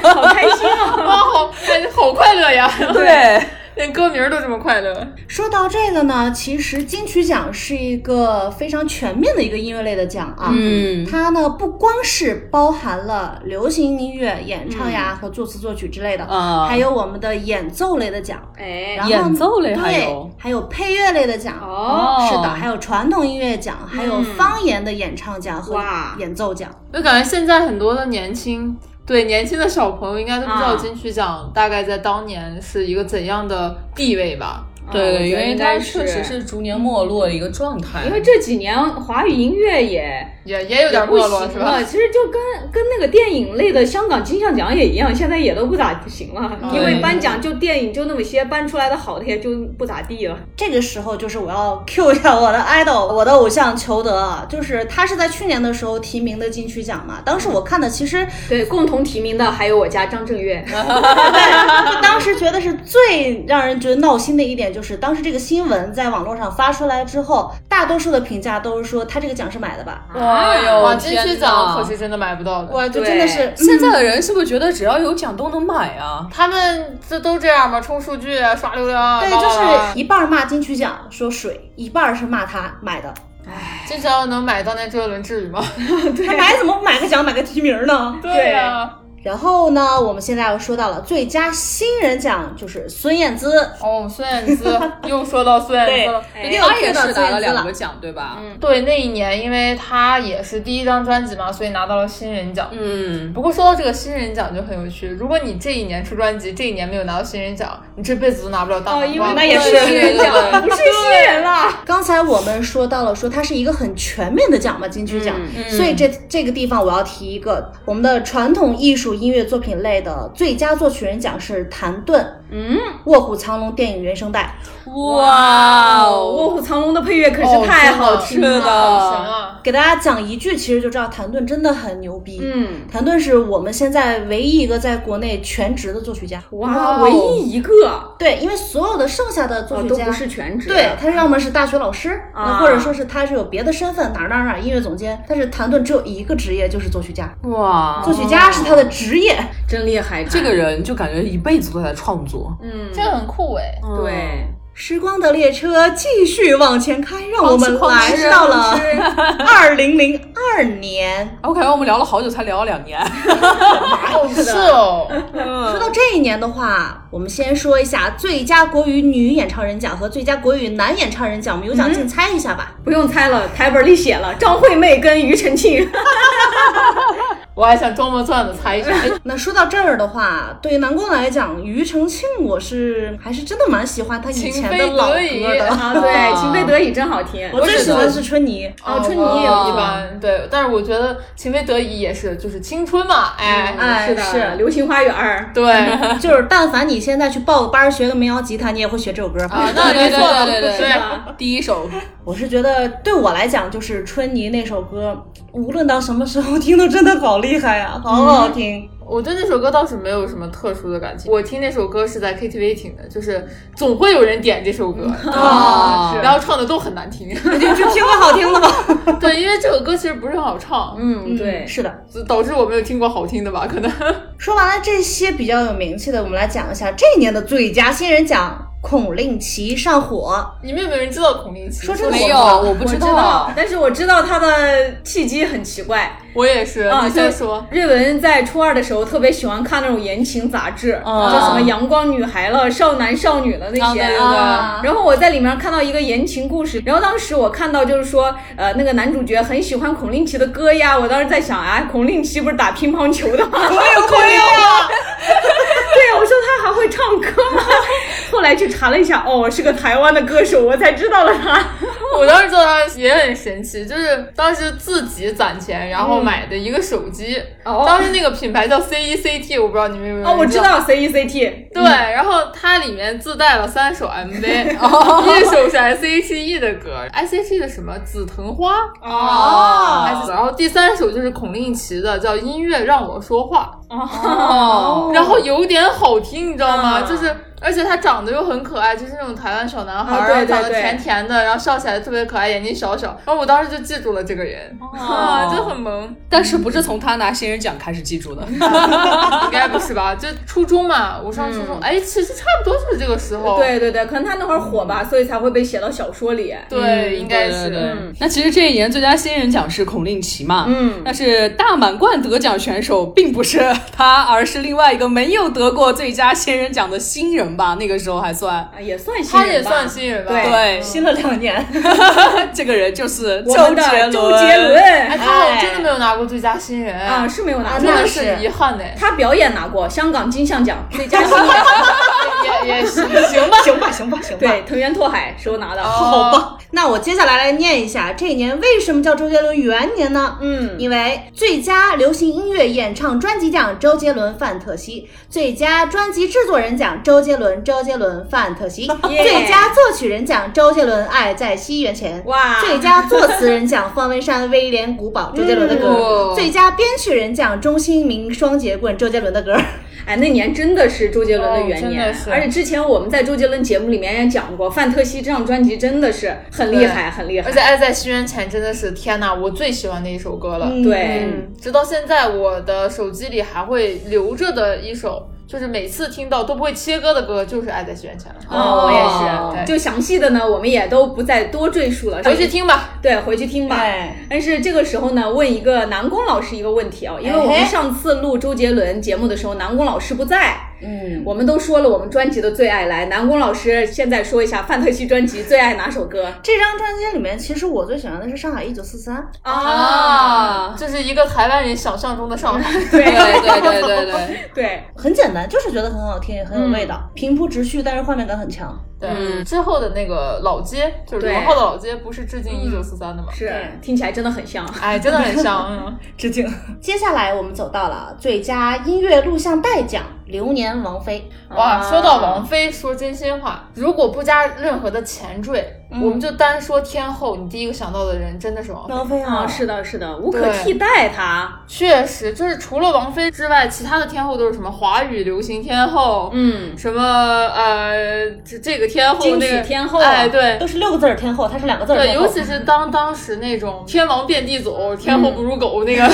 [SPEAKER 2] *laughs*
[SPEAKER 4] *laughs*
[SPEAKER 2] 好开心啊！
[SPEAKER 3] 哇，好，好快乐呀！
[SPEAKER 4] 对，
[SPEAKER 3] 连歌名都这么快乐。
[SPEAKER 1] 说到这个呢，其实金曲奖是一个非常全面的一个音乐类的奖啊。
[SPEAKER 4] 嗯
[SPEAKER 1] 它呢不光是包含了流行音乐、演唱呀、和作词作曲之类的，
[SPEAKER 4] 嗯啊
[SPEAKER 1] 还有我们的演奏类的奖。
[SPEAKER 2] 哎
[SPEAKER 1] 然后
[SPEAKER 4] 演奏类还
[SPEAKER 1] 对
[SPEAKER 4] 有
[SPEAKER 1] 还有配乐类的奖
[SPEAKER 2] 哦
[SPEAKER 1] 是的，还有传统音乐奖，还
[SPEAKER 4] 嗯
[SPEAKER 1] 有方言的演唱奖和
[SPEAKER 2] 哇
[SPEAKER 1] 演奏奖。
[SPEAKER 3] 就感觉现在很多的年轻，对年轻的小朋友应该都不知道
[SPEAKER 2] 啊
[SPEAKER 3] 金曲奖大概在当年是一个怎样的地位吧。
[SPEAKER 2] 啊
[SPEAKER 3] 哦
[SPEAKER 4] 对，因为它
[SPEAKER 2] 它
[SPEAKER 4] 确实是逐年没落的一个状态。
[SPEAKER 2] 因为这几年华语音乐也
[SPEAKER 3] 也也有点
[SPEAKER 2] 不
[SPEAKER 3] 没
[SPEAKER 2] 行
[SPEAKER 3] 落
[SPEAKER 2] 了，
[SPEAKER 3] 是吧？
[SPEAKER 2] 其实就跟跟那个电影类的香港金像奖也一样，现在也都不咋行了，
[SPEAKER 4] 嗯
[SPEAKER 2] 因为颁奖就电影就那么些，颁出来的好的也就不咋地了。
[SPEAKER 1] 这个时候就是我要 Q 一下我的 idol，我的偶像裘德啊，就是他是在去年的时候提名的金曲奖嘛。当时我看的其实
[SPEAKER 2] 对，共同提名的还有我家张震岳，
[SPEAKER 4] 哦
[SPEAKER 1] 当时觉得是最让人觉得闹心的一点，就是当时这个新闻在网络上发出来之后，大多数的评价都是说他这个奖是买的吧？
[SPEAKER 4] 哎呦，
[SPEAKER 3] 哇，金曲
[SPEAKER 4] 天
[SPEAKER 3] 奖
[SPEAKER 4] 哪
[SPEAKER 3] 可是真的买不到的。
[SPEAKER 1] 哇，就真的是
[SPEAKER 4] 现在的人是不是觉得只要有奖都能买啊？
[SPEAKER 3] 他们这都这样吗？冲数据啊，刷流量啊，
[SPEAKER 1] 对，
[SPEAKER 3] 叭叭
[SPEAKER 1] 就
[SPEAKER 3] 叭
[SPEAKER 1] 是一半骂金曲奖说水，一半是骂他买的。
[SPEAKER 3] 金曲奖能买当年周杰伦至于吗？
[SPEAKER 1] 他买怎么不买个奖买个提名呢？
[SPEAKER 3] 对啊呀，
[SPEAKER 1] 然后呢，我们现在又说到了最佳新人奖，就是孙燕姿。
[SPEAKER 3] 哦，孙燕姿又说到孙燕姿了。
[SPEAKER 2] 哎
[SPEAKER 1] 又
[SPEAKER 4] 他也
[SPEAKER 1] 说到
[SPEAKER 4] 嗯是
[SPEAKER 1] 孙
[SPEAKER 4] 拿
[SPEAKER 1] 燕姿
[SPEAKER 4] 了两
[SPEAKER 1] 了
[SPEAKER 4] 个。奖，对吧？
[SPEAKER 3] 对，那一年因为她也是第一张专辑嘛，所以拿到了新人奖。
[SPEAKER 4] 嗯，
[SPEAKER 3] 不过说到这个新人奖就很有趣，如果你这一年出专辑，这一年没有拿到新人奖，你这辈子都拿不了大
[SPEAKER 2] 哦，
[SPEAKER 3] 满
[SPEAKER 2] 因为
[SPEAKER 3] 贯。
[SPEAKER 2] 不
[SPEAKER 3] *laughs*
[SPEAKER 2] 新人
[SPEAKER 1] *laughs* 哦
[SPEAKER 2] 奖， *laughs* 不是新人啊了。
[SPEAKER 1] 刚才我们说到了，说它是一个很全面的奖嘛，金曲奖，
[SPEAKER 2] 嗯
[SPEAKER 1] 所以这这个地方我要提一个，我们的传统艺术音乐作品类的最佳作曲人奖是谭盾，嗯，《卧虎藏龙》电影原声带，
[SPEAKER 4] 哇
[SPEAKER 2] 哦，卧
[SPEAKER 4] 哦，
[SPEAKER 2] 虎藏龙的配乐可是太好听
[SPEAKER 4] 是
[SPEAKER 3] 好神
[SPEAKER 4] 的，
[SPEAKER 3] 啊！
[SPEAKER 1] 给大家讲一句，其实就知道谭盾真的很牛逼，
[SPEAKER 2] 嗯，
[SPEAKER 1] 谭盾是我们现在唯一一个在国内全职的作曲家，
[SPEAKER 2] 哇，
[SPEAKER 4] 哦
[SPEAKER 2] 唯一一个
[SPEAKER 1] 对，因为所有的剩下的作
[SPEAKER 2] 哦
[SPEAKER 1] 曲
[SPEAKER 2] 都
[SPEAKER 1] 家、
[SPEAKER 2] 不是全职，
[SPEAKER 1] 对，他要么是大学老师，
[SPEAKER 2] 啊
[SPEAKER 1] 或者说是他是有别的身份，哪儿哪儿哪儿音乐总监。但是谭盾只有一个职业，就是作曲家。
[SPEAKER 3] 哦
[SPEAKER 4] 哇，哦
[SPEAKER 1] 作曲家是他的职业。
[SPEAKER 2] 真厉害，
[SPEAKER 4] 这个人就感觉一辈子都在创作。
[SPEAKER 2] 嗯，
[SPEAKER 3] 这很酷哎。
[SPEAKER 2] 对。
[SPEAKER 1] 时光的列车继续往前开，让我们
[SPEAKER 4] 哐哧哐哧
[SPEAKER 1] 来到了 *laughs* 二零零二年。
[SPEAKER 3] *laughs*
[SPEAKER 4] 哎我感觉我们聊了好久，才聊了 *laughs* 两年。
[SPEAKER 3] 哦，是哦， *laughs*
[SPEAKER 1] 说到这一年的话，我们先说一下最佳国语女演唱人奖和最佳国语男演唱人奖，我们有
[SPEAKER 3] 嗯
[SPEAKER 1] 奖竞猜一下吧。
[SPEAKER 2] 不用猜了，台本里写了张惠妹跟庾澄庆。
[SPEAKER 3] 我还想装模作样的猜一下。哎
[SPEAKER 1] 那说到这儿的话，对于南宫来讲，庾澄庆我是还是真的蛮喜欢他以前的老歌
[SPEAKER 3] 情非得已
[SPEAKER 1] 的。
[SPEAKER 2] 啊，对，情非得已真好听。
[SPEAKER 1] 我最喜欢的是春泥，
[SPEAKER 5] 啊
[SPEAKER 2] 哦春泥也
[SPEAKER 3] 我
[SPEAKER 2] 不
[SPEAKER 3] 一
[SPEAKER 2] 错
[SPEAKER 3] 般，哦对，但是我觉得情非得已也是，就是青春嘛，哎，
[SPEAKER 1] 哎
[SPEAKER 2] 是的，
[SPEAKER 1] 是
[SPEAKER 2] 流星花园》儿。
[SPEAKER 3] 对，啊，
[SPEAKER 1] 就是但凡你现在去报个班儿学个民谣吉他，你也会学这首歌。
[SPEAKER 5] 啊
[SPEAKER 3] 那没错了，
[SPEAKER 4] 啊对对对 *laughs*
[SPEAKER 3] 对
[SPEAKER 4] 对第一首，
[SPEAKER 1] 我是觉得对我来讲，就是春泥那首歌，无论到什么时候听都真的好厉害啊，好好
[SPEAKER 5] 嗯
[SPEAKER 1] 听。
[SPEAKER 3] 我对那首歌倒是没有什么特殊的感情，我听那首歌是在 KTV 听的，就是总会有人点这首歌，
[SPEAKER 4] 啊
[SPEAKER 3] 然后唱的都很难听，
[SPEAKER 1] 就就听过好听
[SPEAKER 5] *laughs*
[SPEAKER 1] 的吧。
[SPEAKER 3] *laughs* 对，因为这首歌其实不是很好唱，
[SPEAKER 2] 嗯，对
[SPEAKER 1] 嗯，是的。
[SPEAKER 3] 导致我没有听过好听的吧，可能。
[SPEAKER 1] 说完了这些比较有名气的，我们来讲一下这一年的最佳新人奖，孔令奇上火。
[SPEAKER 5] 哎
[SPEAKER 3] *laughs* 你们有没有人知道孔令奇？
[SPEAKER 1] 说真的
[SPEAKER 4] 没有，
[SPEAKER 1] 我
[SPEAKER 4] 我不知
[SPEAKER 2] 知道，。但是我知道他的契机很奇怪
[SPEAKER 3] 我也是，
[SPEAKER 2] 啊。
[SPEAKER 3] 你
[SPEAKER 2] 就
[SPEAKER 3] 先
[SPEAKER 2] 是
[SPEAKER 3] 说。
[SPEAKER 2] 瑞文在初二的时候特别喜欢看那种言情杂志，
[SPEAKER 4] 啊
[SPEAKER 2] 就什么《阳光女孩》了、《少男少女》了那
[SPEAKER 4] 啊
[SPEAKER 2] 些。
[SPEAKER 4] 对对
[SPEAKER 1] 啊
[SPEAKER 4] 对，
[SPEAKER 2] 然后我在里面看到一个言情故事，然后当时我看到就是说，呃，那个男主角很喜欢孔令奇的歌呀。我当时在想，啊，孔令奇不是打乒乓球的吗？ *laughs* 我有孔令啊！ *laughs* 对，我说他还会 *laughs* 唱歌吗？后来去查了一下，哦，是个台湾的歌手，我才知道了他。
[SPEAKER 3] 我当时做到也很神奇，就是当时自己攒钱，然后买的一个手机，
[SPEAKER 2] 哦
[SPEAKER 3] 当时那个品牌叫 C E C T，我不知道你们有没有
[SPEAKER 2] 哦，我知
[SPEAKER 3] 印象。
[SPEAKER 2] 道 C E C T，
[SPEAKER 3] 对，然后它里面自带了三首 MV，一
[SPEAKER 2] *laughs* 哦
[SPEAKER 3] 首是 S H E 的歌，S H E 的什么紫藤花啊
[SPEAKER 2] 哦
[SPEAKER 3] S- 然后第三首就是孔令奇的叫《音乐让我说话》，
[SPEAKER 2] 哦
[SPEAKER 3] *laughs* 然后有点好听，你知道吗？
[SPEAKER 2] 嗯
[SPEAKER 3] 就是。而且他长得又很可爱，就是那种台湾小男孩，
[SPEAKER 2] 啊
[SPEAKER 3] 然后
[SPEAKER 2] 对对
[SPEAKER 3] 长得
[SPEAKER 2] 对
[SPEAKER 3] 甜甜的，然后笑起来特别可爱，眼睛小小。然后我当时就记住了这个人，
[SPEAKER 2] 哦
[SPEAKER 3] 啊，就
[SPEAKER 2] *laughs*
[SPEAKER 3] 很萌。
[SPEAKER 4] 但是不是从他拿新人奖开始记住的？
[SPEAKER 3] 应该不是吧？就初中嘛，我上初中，哎，其实差不多就是这个时
[SPEAKER 2] 嗯
[SPEAKER 3] 候。
[SPEAKER 2] 对对对，可能他那会儿火吧，所以才会被写到小说里。
[SPEAKER 3] 对，应该是。
[SPEAKER 4] 嗯
[SPEAKER 3] 嗯
[SPEAKER 4] 对对对那其实这一年最佳新人奖是孔令奇嘛，嗯，但是大满贯得奖选手并不是他，而是另外一个没有得过最佳新人奖的新人吧，那个时候还算。
[SPEAKER 2] 啊，也算新
[SPEAKER 3] 他
[SPEAKER 2] 人吧
[SPEAKER 3] 也算新人吧？哎
[SPEAKER 2] 对
[SPEAKER 1] 嗯
[SPEAKER 4] 对，
[SPEAKER 5] 新了两年，
[SPEAKER 4] 这个人就是
[SPEAKER 2] 我
[SPEAKER 4] 周
[SPEAKER 2] 们的
[SPEAKER 4] 杰伦。
[SPEAKER 2] 周杰伦，
[SPEAKER 3] 哎，他好像真的没有拿过最佳新人哎
[SPEAKER 2] 啊，，是没有拿
[SPEAKER 3] 真
[SPEAKER 2] 过
[SPEAKER 3] 的
[SPEAKER 5] 那
[SPEAKER 3] 是
[SPEAKER 5] 是
[SPEAKER 3] 遗憾
[SPEAKER 2] *laughs*
[SPEAKER 3] 哎呢。
[SPEAKER 2] 他表演拿过香港金像奖最佳新人，
[SPEAKER 3] *laughs* 也也是，
[SPEAKER 5] 行吧， *laughs* 行吧，行吧，哦行吧。
[SPEAKER 2] 对，藤原拓海是我拿的。
[SPEAKER 3] 好吧。
[SPEAKER 1] 那我接下来来念一下这一年为什么叫周杰伦元年呢？嗯，因为最佳流行音乐演唱专辑奖周杰伦范特西，最佳专辑制作人奖周杰伦周杰伦范特
[SPEAKER 2] *laughs*
[SPEAKER 1] 西，
[SPEAKER 2] 耶
[SPEAKER 1] 最佳作曲人奖周杰伦爱在西元前，
[SPEAKER 2] 哇
[SPEAKER 1] 最佳作词人奖方文山威廉古堡周杰伦的歌，
[SPEAKER 3] 嗯
[SPEAKER 1] 最佳编曲人奖钟兴民双节棍周杰伦的歌。
[SPEAKER 2] 哎，那年真的是周杰伦的元
[SPEAKER 3] 哦
[SPEAKER 2] 年，
[SPEAKER 3] 真的是
[SPEAKER 2] 而且之前我们在周杰伦节目里面也讲过，范特西这张专辑真的是很厉害，
[SPEAKER 3] 对
[SPEAKER 2] 很厉害
[SPEAKER 3] 而。且《爱在西元前》真的是天呐，我最喜欢的一首歌了。
[SPEAKER 2] *laughs* 对
[SPEAKER 3] 嗯，直到现在我的手机里还会留着的一首，就是每次听到都不会切歌的歌，就是《爱在西元前》了。
[SPEAKER 2] 哦，我也
[SPEAKER 3] 对
[SPEAKER 2] 是，就详细的呢，我们也都不再多赘述了，
[SPEAKER 3] 回去听吧。
[SPEAKER 2] 对，回去听吧。
[SPEAKER 5] 哎
[SPEAKER 2] 但是这个时候呢，问一个南宫老师一个问题啊、因为我
[SPEAKER 3] 哎
[SPEAKER 2] 们上次录周杰伦节目的时候，南宫老师不在，
[SPEAKER 5] 嗯，
[SPEAKER 2] 我们都说了我们专辑的最爱来，南宫老师现在说一下范特西专辑最爱哪首歌
[SPEAKER 1] 这张专辑里面，其实我最喜欢的是《上海一九四三》。
[SPEAKER 3] 啊，这是一个台湾人想象中的上海。
[SPEAKER 2] 对
[SPEAKER 4] 对对对对 *laughs* 对，
[SPEAKER 2] 对，
[SPEAKER 1] 很简单，就是觉得很好听，很有
[SPEAKER 2] 嗯
[SPEAKER 1] 味道，平铺直叙，但是画面感很强。
[SPEAKER 3] 对，之后的那个老街，就是
[SPEAKER 2] 对
[SPEAKER 3] 刘浩的老街，不是致敬一九四三的吗？
[SPEAKER 2] 是听起来真的很像。
[SPEAKER 3] *laughs* 哎，真的很像。嗯
[SPEAKER 5] 致敬。
[SPEAKER 1] *laughs* 接下来我们走到了最佳音乐录像带奖，流年王菲。
[SPEAKER 3] *laughs* 哇，说到王菲，说真心话，如果不加任何的前缀，我们就单说天后，你第一个想到的人真的是王菲。
[SPEAKER 1] 菲
[SPEAKER 2] 啊，是的，是的，无可替代他。
[SPEAKER 3] 确实，就是除了王菲之外，其他的天后都是什么华语流行天后，
[SPEAKER 2] 嗯，
[SPEAKER 3] 什么呃这这个天后，
[SPEAKER 2] 金曲
[SPEAKER 3] 那个
[SPEAKER 2] 天后
[SPEAKER 3] 哎，对
[SPEAKER 1] 都。是六个字儿天后，她是两个字儿
[SPEAKER 3] 对，
[SPEAKER 1] 天后。
[SPEAKER 3] 尤其是当当时那种嗯天王遍地走，天后不如狗 *laughs* 那个、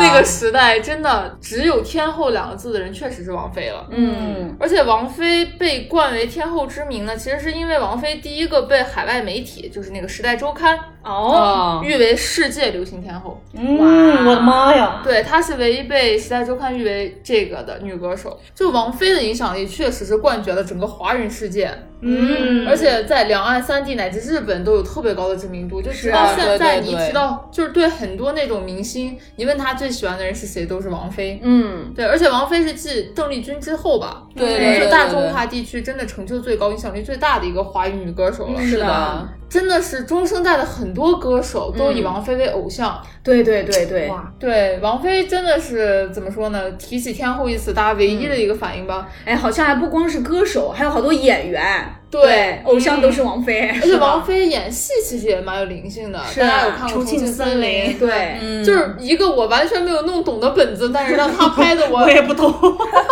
[SPEAKER 3] 那个时代，真的只有天后两个字的人确实是王菲了。
[SPEAKER 2] 嗯，
[SPEAKER 3] 而且王菲被冠为天后之名呢，其实是因为王菲第一个被海外媒体，就是那个《时代周刊》
[SPEAKER 2] 哦，
[SPEAKER 4] 嗯
[SPEAKER 3] 誉为世界流行天后。
[SPEAKER 1] 嗯，我的妈呀！
[SPEAKER 3] 对，她是唯一被《时代周刊》誉为这个的女歌手。就王菲的影响力确实是冠绝了整个华人世界，
[SPEAKER 2] 嗯
[SPEAKER 3] 而且在两岸三地乃至日本都有特别高的知名度。就直
[SPEAKER 2] 啊
[SPEAKER 3] 到现在，
[SPEAKER 4] 对对
[SPEAKER 3] 你
[SPEAKER 4] 对
[SPEAKER 3] 提到就是对很多那种明星，你问他最喜欢的人是谁，都是王菲。
[SPEAKER 2] 嗯，
[SPEAKER 3] 对，而且王菲是继邓丽君之后吧，
[SPEAKER 4] 对
[SPEAKER 3] 可
[SPEAKER 4] 对
[SPEAKER 3] 能
[SPEAKER 4] 对
[SPEAKER 3] 是
[SPEAKER 4] 对
[SPEAKER 3] 大
[SPEAKER 4] 对
[SPEAKER 3] 中华地区真的成就最高、影响力最大的一个华语女歌手了。
[SPEAKER 2] 是的
[SPEAKER 4] 的，
[SPEAKER 3] 真的是中生代的很多歌手都以
[SPEAKER 2] 嗯
[SPEAKER 3] 王菲为偶像。
[SPEAKER 2] 对对对对，
[SPEAKER 3] 对，王菲真的是怎么说呢？提起天后一词，大家唯一的一个反应吧。
[SPEAKER 2] 哎，好像还不光是歌手，还有好多演员，
[SPEAKER 3] 对嗯
[SPEAKER 2] 偶像都是王菲。
[SPEAKER 3] 而且王菲演戏其实也蛮有灵性的，
[SPEAKER 2] 是
[SPEAKER 3] 大
[SPEAKER 2] 啊
[SPEAKER 3] 家有看过《
[SPEAKER 1] 重庆
[SPEAKER 3] 庆
[SPEAKER 1] 森
[SPEAKER 3] 林》
[SPEAKER 1] 林
[SPEAKER 2] 对，
[SPEAKER 4] 嗯
[SPEAKER 3] 就是一个我完全没有弄懂的本子，但是让她拍 *laughs* 的我
[SPEAKER 5] 我，也不
[SPEAKER 1] *laughs*
[SPEAKER 5] 懂。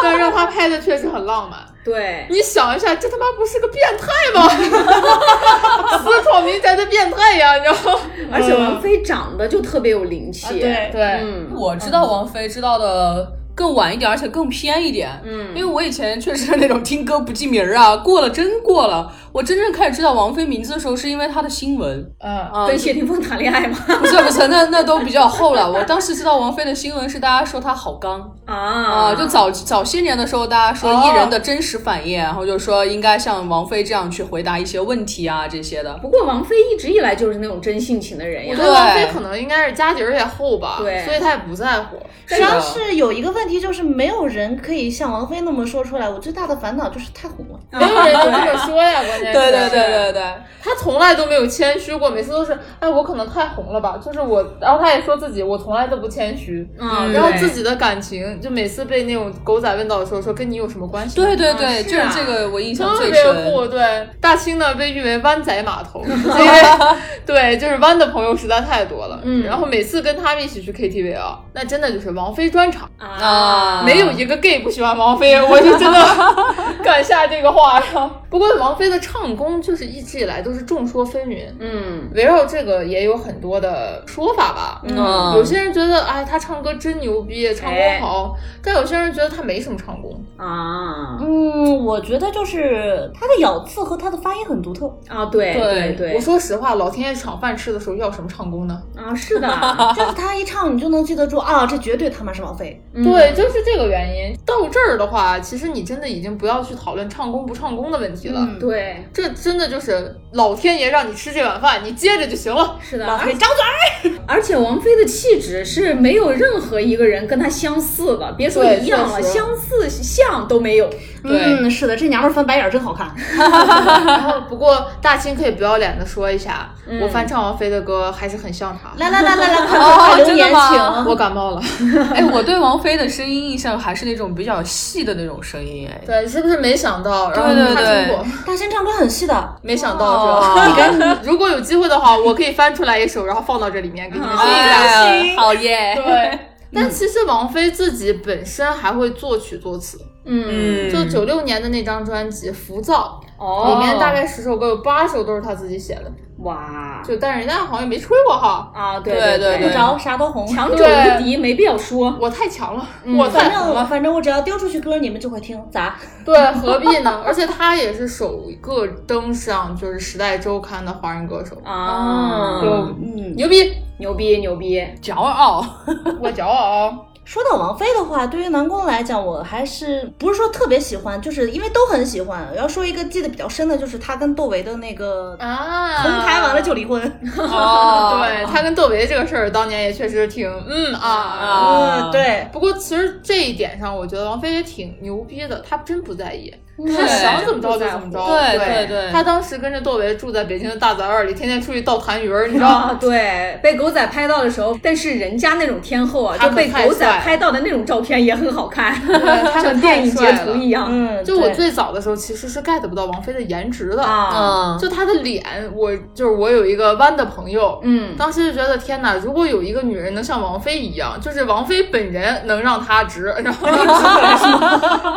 [SPEAKER 3] 但是让她拍的确实很浪漫。
[SPEAKER 2] 对，
[SPEAKER 3] 你想一下，这他妈不是个变态吗？ *laughs* 私闯民宅的变态呀，你知道吗？
[SPEAKER 2] 而且王菲长得就特别有灵气。
[SPEAKER 5] 对，
[SPEAKER 3] 对，
[SPEAKER 2] 嗯，
[SPEAKER 4] 我知道王菲知道的更晚一点，而且更偏一点。嗯，因为我以前确实是那种听歌不记名儿啊，过了真过了。我真正开始知道王菲名字的时候，是因为她的新闻
[SPEAKER 3] 嗯，
[SPEAKER 4] 啊，
[SPEAKER 2] 跟谢霆锋谈恋爱吗？
[SPEAKER 4] 不是不是，那那都比较后了。我当时知道王菲的新闻是大家说她好刚啊，
[SPEAKER 2] *laughs* 啊
[SPEAKER 4] 就早早些年的时候，大家
[SPEAKER 3] 哦
[SPEAKER 4] 说艺人的真实反应，然后就说应该像王菲这样去回答一些问题啊这些的。
[SPEAKER 2] 不过王菲一直以来就是那种真性情的人
[SPEAKER 3] 我
[SPEAKER 2] 呀
[SPEAKER 3] 觉。得王菲可能应该是家底儿也厚吧，
[SPEAKER 2] 对
[SPEAKER 3] 所以她也不在 *laughs* 乎。
[SPEAKER 1] 主要是有一个问题，就是没有人可以像王菲那么说出来。我最大的烦恼就是太红了。
[SPEAKER 3] 没有人有这么说呀，关键是。
[SPEAKER 5] 对对对对对，
[SPEAKER 3] 他从来都没有谦虚过，每次都是，哎，我可能太红了吧，就是我，然后他也说自己我从来都不谦虚，
[SPEAKER 4] 嗯
[SPEAKER 3] 然后
[SPEAKER 4] 对
[SPEAKER 3] 自己的感情，就每次被那种狗仔问到的时候，说跟你有什么关系？
[SPEAKER 4] 对对对，就是
[SPEAKER 2] 啊
[SPEAKER 4] 这个我印象
[SPEAKER 3] 特
[SPEAKER 4] 最
[SPEAKER 3] 别
[SPEAKER 4] 深。
[SPEAKER 3] 酷，对大清呢被誉为湾仔码
[SPEAKER 4] *laughs*
[SPEAKER 3] 头，就是因为对，就是湾的朋友实在太多了。嗯，然后每次跟他们一起去 KTV 啊，那真的就是王菲专场，
[SPEAKER 4] 啊，
[SPEAKER 3] 没有一个 gay 不喜欢王菲，我就真
[SPEAKER 4] *laughs*
[SPEAKER 3] 的敢下这个话呀。不过王菲的唱功就是一直以来都是众说纷纭，
[SPEAKER 2] 嗯，
[SPEAKER 3] 围绕这个也有很多的说法吧。
[SPEAKER 4] 嗯
[SPEAKER 3] 有些人觉得哎，她唱歌真牛逼，唱功好；
[SPEAKER 4] 哎
[SPEAKER 3] 但有些人觉得她没什么唱功。
[SPEAKER 2] 啊
[SPEAKER 1] 嗯，我觉得就是他的咬字和他的发音很独特，
[SPEAKER 2] 啊，对
[SPEAKER 4] 哎对
[SPEAKER 2] 对
[SPEAKER 3] 我说实话，老天爷赏饭吃的时候要什么唱功呢？
[SPEAKER 2] 啊，是 *laughs* 的，
[SPEAKER 1] *laughs* 就是他一唱你就能记得住啊，这绝对他妈是王菲。
[SPEAKER 4] 嗯
[SPEAKER 3] 对，就是这个原因。到这儿的话，其实你真的已经不要去讨论唱功不唱功的问题了。
[SPEAKER 1] 嗯
[SPEAKER 2] 对，
[SPEAKER 3] 这真的就是老天爷让你吃这碗饭，你接着就行
[SPEAKER 4] *laughs*
[SPEAKER 3] 了。
[SPEAKER 2] 是的，
[SPEAKER 1] 王
[SPEAKER 2] 而
[SPEAKER 1] 菲张嘴儿，
[SPEAKER 2] 而且王菲的气质是没有任何一个人跟她相似了，别说
[SPEAKER 3] 对
[SPEAKER 2] 一样了，
[SPEAKER 3] 确实
[SPEAKER 2] 相似像都没有。
[SPEAKER 3] 对
[SPEAKER 1] 嗯，是的，这娘们儿翻白眼儿真 *laughs* 好看。
[SPEAKER 3] 然后，不过大清可以不要脸的说一下，
[SPEAKER 4] 嗯
[SPEAKER 3] 我翻唱王菲的歌还是很像她。
[SPEAKER 1] 来来来来来，快快
[SPEAKER 4] 哦
[SPEAKER 1] 快留
[SPEAKER 4] 真的
[SPEAKER 1] 言
[SPEAKER 4] 吗
[SPEAKER 1] 请。
[SPEAKER 3] 我感
[SPEAKER 4] *laughs*
[SPEAKER 3] 冒了，
[SPEAKER 4] 哎，我对王菲的声音印象还是那种比较细的那种声音，哎，
[SPEAKER 3] 对，是不是没想到？然后
[SPEAKER 4] 对对
[SPEAKER 3] 她
[SPEAKER 4] 对
[SPEAKER 3] 听过，
[SPEAKER 1] 大仙唱歌很细的，
[SPEAKER 3] 没想到是
[SPEAKER 1] 哦
[SPEAKER 3] 吧？ *laughs* 你赶紧，如果有机会的话，我可以翻出来一首，然后放到这里面给你们
[SPEAKER 1] 嗯
[SPEAKER 3] 听一下。
[SPEAKER 4] 哎，好耶！
[SPEAKER 3] 对，但其实王菲自己本身还会作曲作词，
[SPEAKER 2] 嗯，
[SPEAKER 4] 嗯
[SPEAKER 3] 就九六年的那张专辑《浮躁》
[SPEAKER 2] 哦，
[SPEAKER 3] 里面大概十首歌有八首都是她自己写的，
[SPEAKER 2] 哇
[SPEAKER 3] 就但是人家好像也没吹过哈。
[SPEAKER 2] 啊，对
[SPEAKER 4] 对
[SPEAKER 2] 对
[SPEAKER 4] 对
[SPEAKER 1] 不着啥都红。
[SPEAKER 2] 强者无敌，没必要说。
[SPEAKER 3] 我太强了，我
[SPEAKER 1] 嗯反
[SPEAKER 3] 太红
[SPEAKER 1] 正
[SPEAKER 3] 了，
[SPEAKER 1] 反正我只要丢出去歌，你们就会听，咋？
[SPEAKER 3] *laughs* 对，何必呢？ *laughs* 而且她也是首个登上就是《时代周刊》的华人歌手，
[SPEAKER 2] 啊，
[SPEAKER 3] 就
[SPEAKER 1] 嗯，
[SPEAKER 3] 牛逼，
[SPEAKER 2] 牛逼牛逼！
[SPEAKER 4] 骄傲，
[SPEAKER 3] 我骄傲。
[SPEAKER 1] 说到王菲的话，对于南宫来讲，我还是不是说特别喜欢，就是因为都很喜欢。我要说一个记得比较深的，就是她跟窦唯的那个
[SPEAKER 3] 啊，
[SPEAKER 1] 同台完了就离婚。
[SPEAKER 4] *laughs* 哦
[SPEAKER 3] 对他跟窦唯这个事儿，当年也确实挺嗯啊啊。
[SPEAKER 4] 啊
[SPEAKER 1] 嗯， *laughs* 对，
[SPEAKER 3] 不过其实这一点上，我觉得王菲也挺牛逼的，她真不在意，
[SPEAKER 4] 对
[SPEAKER 3] 她想怎么着就怎么着。
[SPEAKER 4] 对
[SPEAKER 3] 对
[SPEAKER 4] 对对
[SPEAKER 3] 她当时跟着窦唯住在北京的大杂院里，天天出去倒痰盂儿，你知道
[SPEAKER 2] 啊，*laughs*
[SPEAKER 3] 吗？
[SPEAKER 2] 对，被狗仔拍到的时候，但是人家那种天后啊，
[SPEAKER 3] 他
[SPEAKER 2] 就
[SPEAKER 3] 可
[SPEAKER 2] 被
[SPEAKER 3] 太
[SPEAKER 2] 狗仔
[SPEAKER 3] 帅了
[SPEAKER 2] 拍到的那种照片也很好看， *laughs*
[SPEAKER 3] 他可
[SPEAKER 2] 像电影截
[SPEAKER 3] 太帅
[SPEAKER 2] 图
[SPEAKER 3] 了
[SPEAKER 2] 一样。
[SPEAKER 1] 嗯，
[SPEAKER 3] 就我
[SPEAKER 1] 对
[SPEAKER 3] 最早的时候其实是 get 不到王菲的颜值的，
[SPEAKER 2] 啊，
[SPEAKER 4] 嗯，
[SPEAKER 3] 就她的脸，我就是我有一个弯的朋友。
[SPEAKER 2] 嗯，
[SPEAKER 3] 当时就觉得天哪！如果有一个女人能像王菲一样，就是王菲本人能让她直， *laughs*
[SPEAKER 2] *laughs*
[SPEAKER 3] 然后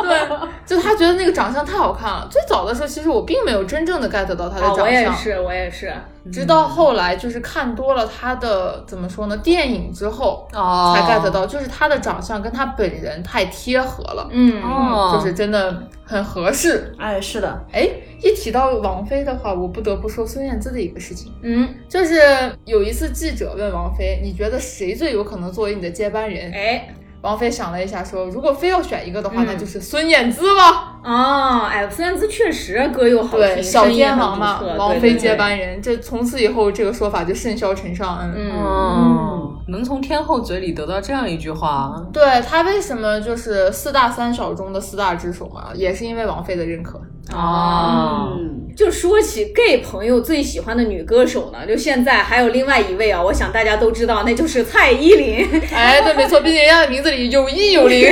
[SPEAKER 3] 对，就她觉得那个长相太好看了。最早的时候，其实我并没有真正的 get 到她的
[SPEAKER 2] 啊，
[SPEAKER 3] 长相，
[SPEAKER 2] 我也是，我也是，
[SPEAKER 3] 直到后来就是看多了她的怎么说呢，电影之后
[SPEAKER 4] 哦
[SPEAKER 3] 才 get 到，就是她的长相跟她本人太贴合了，
[SPEAKER 2] 嗯，
[SPEAKER 4] 哦
[SPEAKER 3] 就是真的很合适。
[SPEAKER 1] 哎，是的，
[SPEAKER 3] 哎，一提到王菲的话，我不得不说孙燕姿的一个事情，
[SPEAKER 2] 嗯，
[SPEAKER 3] 就是有一次记者问王菲，你觉得谁最有可能作为你的接班人？
[SPEAKER 2] 哎，
[SPEAKER 3] 王菲想了一下说，如果非要选一个的话，
[SPEAKER 2] 嗯
[SPEAKER 3] 那就是孙燕姿吧。
[SPEAKER 2] 哦，哎，孙燕姿确实歌又好
[SPEAKER 3] 对，
[SPEAKER 2] 听，
[SPEAKER 3] 小
[SPEAKER 2] 声音也
[SPEAKER 3] 天
[SPEAKER 2] 很
[SPEAKER 3] 王
[SPEAKER 2] 独
[SPEAKER 3] 嘛，
[SPEAKER 2] 特，
[SPEAKER 3] 王
[SPEAKER 2] 对
[SPEAKER 3] 菲
[SPEAKER 2] 对
[SPEAKER 3] 接
[SPEAKER 2] 对，
[SPEAKER 3] 班人，这从此以后这个说法就甚嚣尘上。嗯
[SPEAKER 2] 嗯，
[SPEAKER 4] 哦，能从天后嘴里得到这样一句话，
[SPEAKER 3] 对他为什么就是四大三小中的四大之首嘛，也是因为王菲的认可。
[SPEAKER 4] 哦，
[SPEAKER 1] 嗯，
[SPEAKER 2] 就说起 gay 朋友最喜欢的女歌手呢，就现在还有另外一位啊，我想大家都知道，那就是蔡依林。
[SPEAKER 3] 哎，对，没错，毕竟人家的名字里有一有零。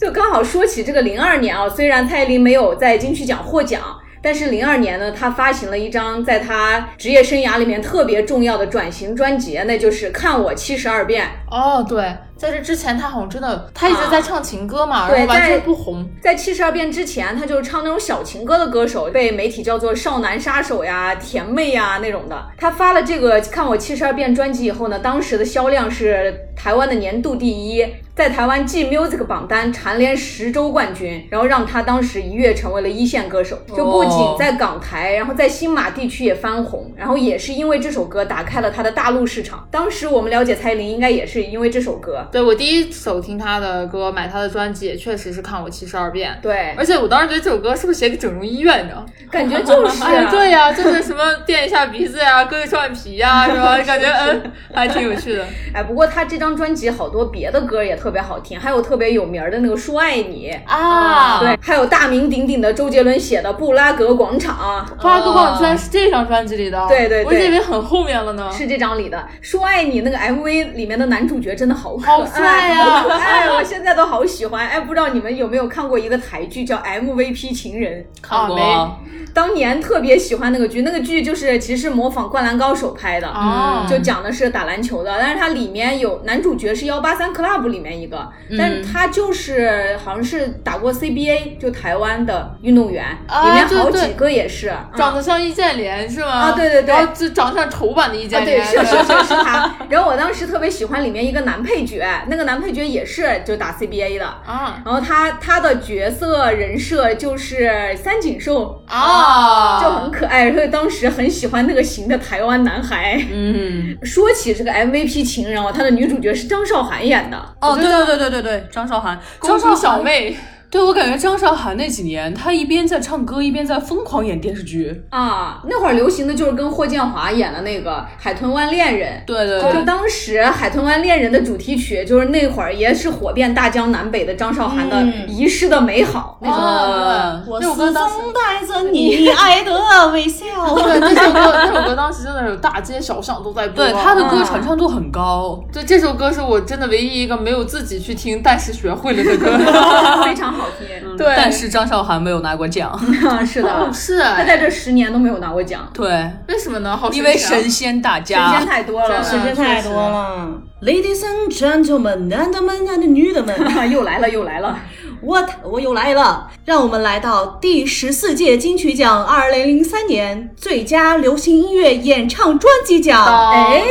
[SPEAKER 2] 就刚好说起这个零二年啊，虽然蔡依林没有在金曲奖获奖。但是零二年呢，她发行了一张在她职业生涯里面特别重要的转型专辑，那就是《看我七十二变
[SPEAKER 3] 哦，对，在这之前他好像真的，他一直在唱情歌嘛，
[SPEAKER 2] 对
[SPEAKER 3] 然后完
[SPEAKER 2] 在
[SPEAKER 3] 全不红。》。
[SPEAKER 2] 在七十二变之前，她就是唱那种小情歌的歌手，被媒体叫做少男杀手呀、甜妹呀那种的。她发了这个《看我七十二变》专辑以后呢，当时的销量是台湾的年度第一，在台湾 G Music 榜单蝉联十周冠军，然后让她当时一跃成为了一线歌手。就不
[SPEAKER 3] 哦
[SPEAKER 2] 仅在港台，然后在新马地区也翻红，然后也是因为这首歌打开了她的大陆市场。当时我们了解蔡依林，应该也是因为这首歌。
[SPEAKER 3] 对我第一首听他的歌，买他的专辑也确实是看我七十二变。
[SPEAKER 2] 对，
[SPEAKER 3] 而且我当时觉得这首歌是不是写给整容医院的？
[SPEAKER 2] 感觉
[SPEAKER 3] *laughs*
[SPEAKER 2] 就是、啊
[SPEAKER 3] 哎呀，对呀、就是什么垫一下鼻子呀、割个双眼皮呀、什 *laughs* 么，感觉嗯，还挺有 *laughs* 趣的。
[SPEAKER 2] 哎，不过他这张专辑好多别的歌也特别好听，还有特别有名儿的那个《说爱你》
[SPEAKER 1] 啊，
[SPEAKER 2] 对，还有大名鼎鼎的周杰伦写的《布拉格广场》。
[SPEAKER 3] 巴拉格广居然是这张专辑里的，
[SPEAKER 2] 对对对
[SPEAKER 3] 我一直以为很后面了呢。啊
[SPEAKER 2] 是这张里的《说爱你》那个 MV 里面的男主角真的好可爱，
[SPEAKER 3] 好帅啊呀
[SPEAKER 2] 好 *laughs* 可爱，我现在都好喜欢。哎，不知道你们有没有看过一个台剧叫《MVP 情人》？
[SPEAKER 4] 看过
[SPEAKER 3] 啊
[SPEAKER 2] 当年特别喜欢那个剧，那个剧就是其实是模仿《灌篮高手》拍的，
[SPEAKER 3] 哦
[SPEAKER 2] 就讲的是打篮球的，但是它里面有男主角是幺八三 club 里面一个，
[SPEAKER 3] 嗯
[SPEAKER 2] 但他就是好像是打过 CBA，就台湾的运动员，
[SPEAKER 3] 啊
[SPEAKER 2] 里面好
[SPEAKER 3] 对对
[SPEAKER 2] 几个也是。
[SPEAKER 3] 长得像易建联是吗？
[SPEAKER 2] 啊对对对
[SPEAKER 3] 然后就长得像头版的易
[SPEAKER 2] 啊，
[SPEAKER 3] 建
[SPEAKER 2] 对，
[SPEAKER 3] 联，
[SPEAKER 2] 是是是是他。 *laughs* 然后我当时特别喜欢里面一个男配角，那个男配角也是就打 CBA 的，
[SPEAKER 3] *laughs* 啊
[SPEAKER 2] 然后他他的角色人设就是三井寿，
[SPEAKER 3] 啊，
[SPEAKER 2] 就很可爱，所以当时很喜欢那个型的台湾男孩。
[SPEAKER 4] 嗯，
[SPEAKER 2] 说起这个 MVP 情人哦，他的女主角是张韶涵演的，
[SPEAKER 4] 哦，对对对对对对，张韶涵，
[SPEAKER 3] 公
[SPEAKER 4] 张
[SPEAKER 3] 主
[SPEAKER 4] 韶
[SPEAKER 3] 小
[SPEAKER 4] 涵，
[SPEAKER 3] 妹，
[SPEAKER 4] 对我感觉张韶涵那几年，她一边在唱歌，一边在疯狂演电视剧。
[SPEAKER 2] 啊，那会儿流行的就是跟霍建华演的那个《海豚湾恋人》。
[SPEAKER 4] 对对
[SPEAKER 2] 就
[SPEAKER 4] 对，
[SPEAKER 2] 当时《海豚湾恋人》的主题曲，就是那会儿也是火遍大江南北的张韶涵的《遗失的美好》那种。
[SPEAKER 3] 啊，
[SPEAKER 1] 我
[SPEAKER 3] 对
[SPEAKER 1] 始
[SPEAKER 3] 那首歌当时。
[SPEAKER 1] 终带着你爱的微笑。
[SPEAKER 3] *laughs* 对，这首歌，这首歌当时真的是大街小巷都在播。
[SPEAKER 4] 对她的歌
[SPEAKER 2] 啊
[SPEAKER 4] 传唱度很高。
[SPEAKER 3] 对这首歌是我真的唯一一个没有自己去听，但是学会了的歌。
[SPEAKER 2] *laughs* 非常好听。
[SPEAKER 3] 对，
[SPEAKER 4] 但是张韶涵没有拿过 *laughs* 奖。
[SPEAKER 2] 啊， *laughs* 是的
[SPEAKER 3] 哦，是
[SPEAKER 2] 他在这十年都没有拿过奖，
[SPEAKER 4] 对，
[SPEAKER 3] 为什么呢？好神奇
[SPEAKER 4] 因
[SPEAKER 3] 啊
[SPEAKER 4] 为神仙大
[SPEAKER 2] 时
[SPEAKER 4] 家
[SPEAKER 2] 间。太多了，
[SPEAKER 3] 真的
[SPEAKER 1] 真太多了，Ladies and gentlemen，男的们，男的女的们
[SPEAKER 2] *laughs* 又来了又来了。
[SPEAKER 1] ，What，我又来了。让我们来到第十四届金曲奖二零零三年最佳流行音乐演唱专辑奖。哎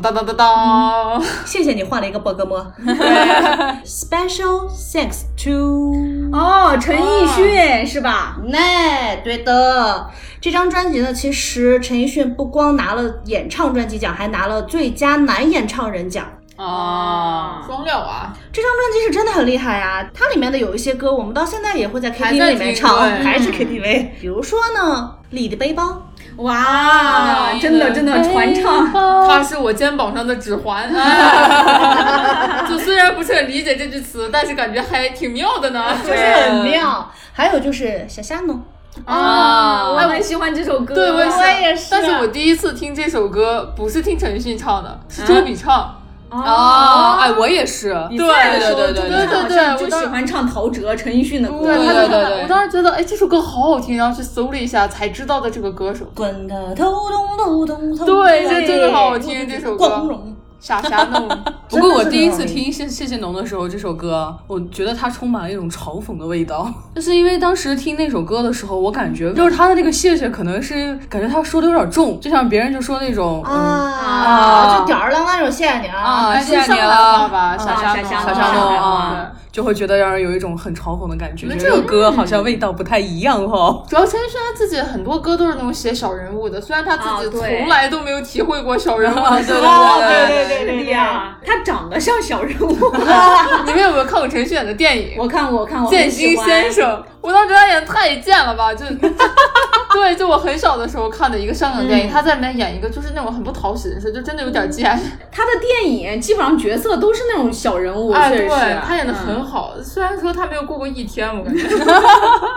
[SPEAKER 3] 当当当当当当，
[SPEAKER 1] 谢谢你换了一个波哥摸。Special thanks to
[SPEAKER 2] 哦，陈奕迅是吧？
[SPEAKER 1] 那对的，这张专辑呢，其实陈奕迅不光拿了演唱专辑奖，还拿了最佳男演唱人奖。
[SPEAKER 4] 啊，
[SPEAKER 3] 双料啊！
[SPEAKER 1] 这张专辑是真的很厉害啊！它里面的有一些歌，我们到现在也会在
[SPEAKER 3] 还在
[SPEAKER 1] KTV 里面
[SPEAKER 3] 听
[SPEAKER 1] 唱，
[SPEAKER 3] 对
[SPEAKER 1] 还是 KTV。比如说呢，《你的背包》，
[SPEAKER 2] 哇，啊真的真的传唱，
[SPEAKER 3] 它哎是我肩膀上的指环。 *laughs* 哎就虽然不是很理解这句词，但是感觉还挺妙的呢。
[SPEAKER 1] 就是很妙。还有就是《小虾农》，
[SPEAKER 2] 啊，我很喜欢这首歌，
[SPEAKER 3] 对，我
[SPEAKER 2] 我
[SPEAKER 3] 也是。但是我第一次听这首歌不是听陈奕迅唱的，是周笔畅。
[SPEAKER 2] 哦
[SPEAKER 4] 啊，哎，我也是，对对对对
[SPEAKER 3] 哦对对对，我
[SPEAKER 2] 就
[SPEAKER 3] 当
[SPEAKER 2] 喜
[SPEAKER 3] 时
[SPEAKER 2] 欢唱陶喆、陈奕迅的歌，
[SPEAKER 3] 对，他
[SPEAKER 4] 对对
[SPEAKER 3] 就
[SPEAKER 4] 对
[SPEAKER 3] 很我当时觉得，哎，这首歌好好听，然后去搜了一下，才知道的这个歌手。
[SPEAKER 1] 滚的头咚咚咚咚。
[SPEAKER 3] 对，这真的好好听，这首
[SPEAKER 1] 光
[SPEAKER 3] 歌。
[SPEAKER 1] 荣。
[SPEAKER 3] 傻傻弄，
[SPEAKER 4] 不过我第一次听谢谢谢农的时候，这首歌我觉得它充满了一种嘲讽的味道， *laughs* 就是因为当时听那首歌的时候，我感觉就是他的那个谢谢可能是感觉他说的有点重，就像别人就说那种嗯
[SPEAKER 1] 啊，就吊儿郎当那种谢谢你啊，
[SPEAKER 4] 啊
[SPEAKER 3] 哎
[SPEAKER 4] 谢谢
[SPEAKER 3] 上
[SPEAKER 4] 你
[SPEAKER 3] 海话
[SPEAKER 4] 了。
[SPEAKER 3] 吧，傻
[SPEAKER 2] 啊
[SPEAKER 3] 傻
[SPEAKER 2] 傻
[SPEAKER 4] 小
[SPEAKER 2] 傻
[SPEAKER 4] 沙
[SPEAKER 2] 弄
[SPEAKER 4] 龙
[SPEAKER 2] 啊
[SPEAKER 4] 啊，就会觉得让人有一种很嘲讽的感觉。
[SPEAKER 3] 那这
[SPEAKER 4] 觉得这
[SPEAKER 3] 个
[SPEAKER 4] 嗯首歌好像味道不太一样哦。
[SPEAKER 3] 主要陈奕迅他自己很多歌都是那种写小人物的，虽然他自己
[SPEAKER 2] 啊对
[SPEAKER 3] 从来都没有体会过小人物的滋味。
[SPEAKER 2] 对对对呀，他长得像小人物， *laughs*
[SPEAKER 3] *laughs* 你们有没有看过陈奕迅演的电影？
[SPEAKER 2] 我看过，我看过，
[SPEAKER 3] 剑心先生，我当时觉得他演得太贱了吧， *laughs* 就。对，就我很小的时候看的一个香港电影，他在里面演一个就是那种很不讨喜的事，就真的有点贱。
[SPEAKER 2] 他的电影基本上角色都是那种小人物，
[SPEAKER 3] 哎，
[SPEAKER 2] 确
[SPEAKER 3] 对
[SPEAKER 2] 实是，
[SPEAKER 3] 他演的很好，虽然说他没有过过一天，我感 *laughs* 觉。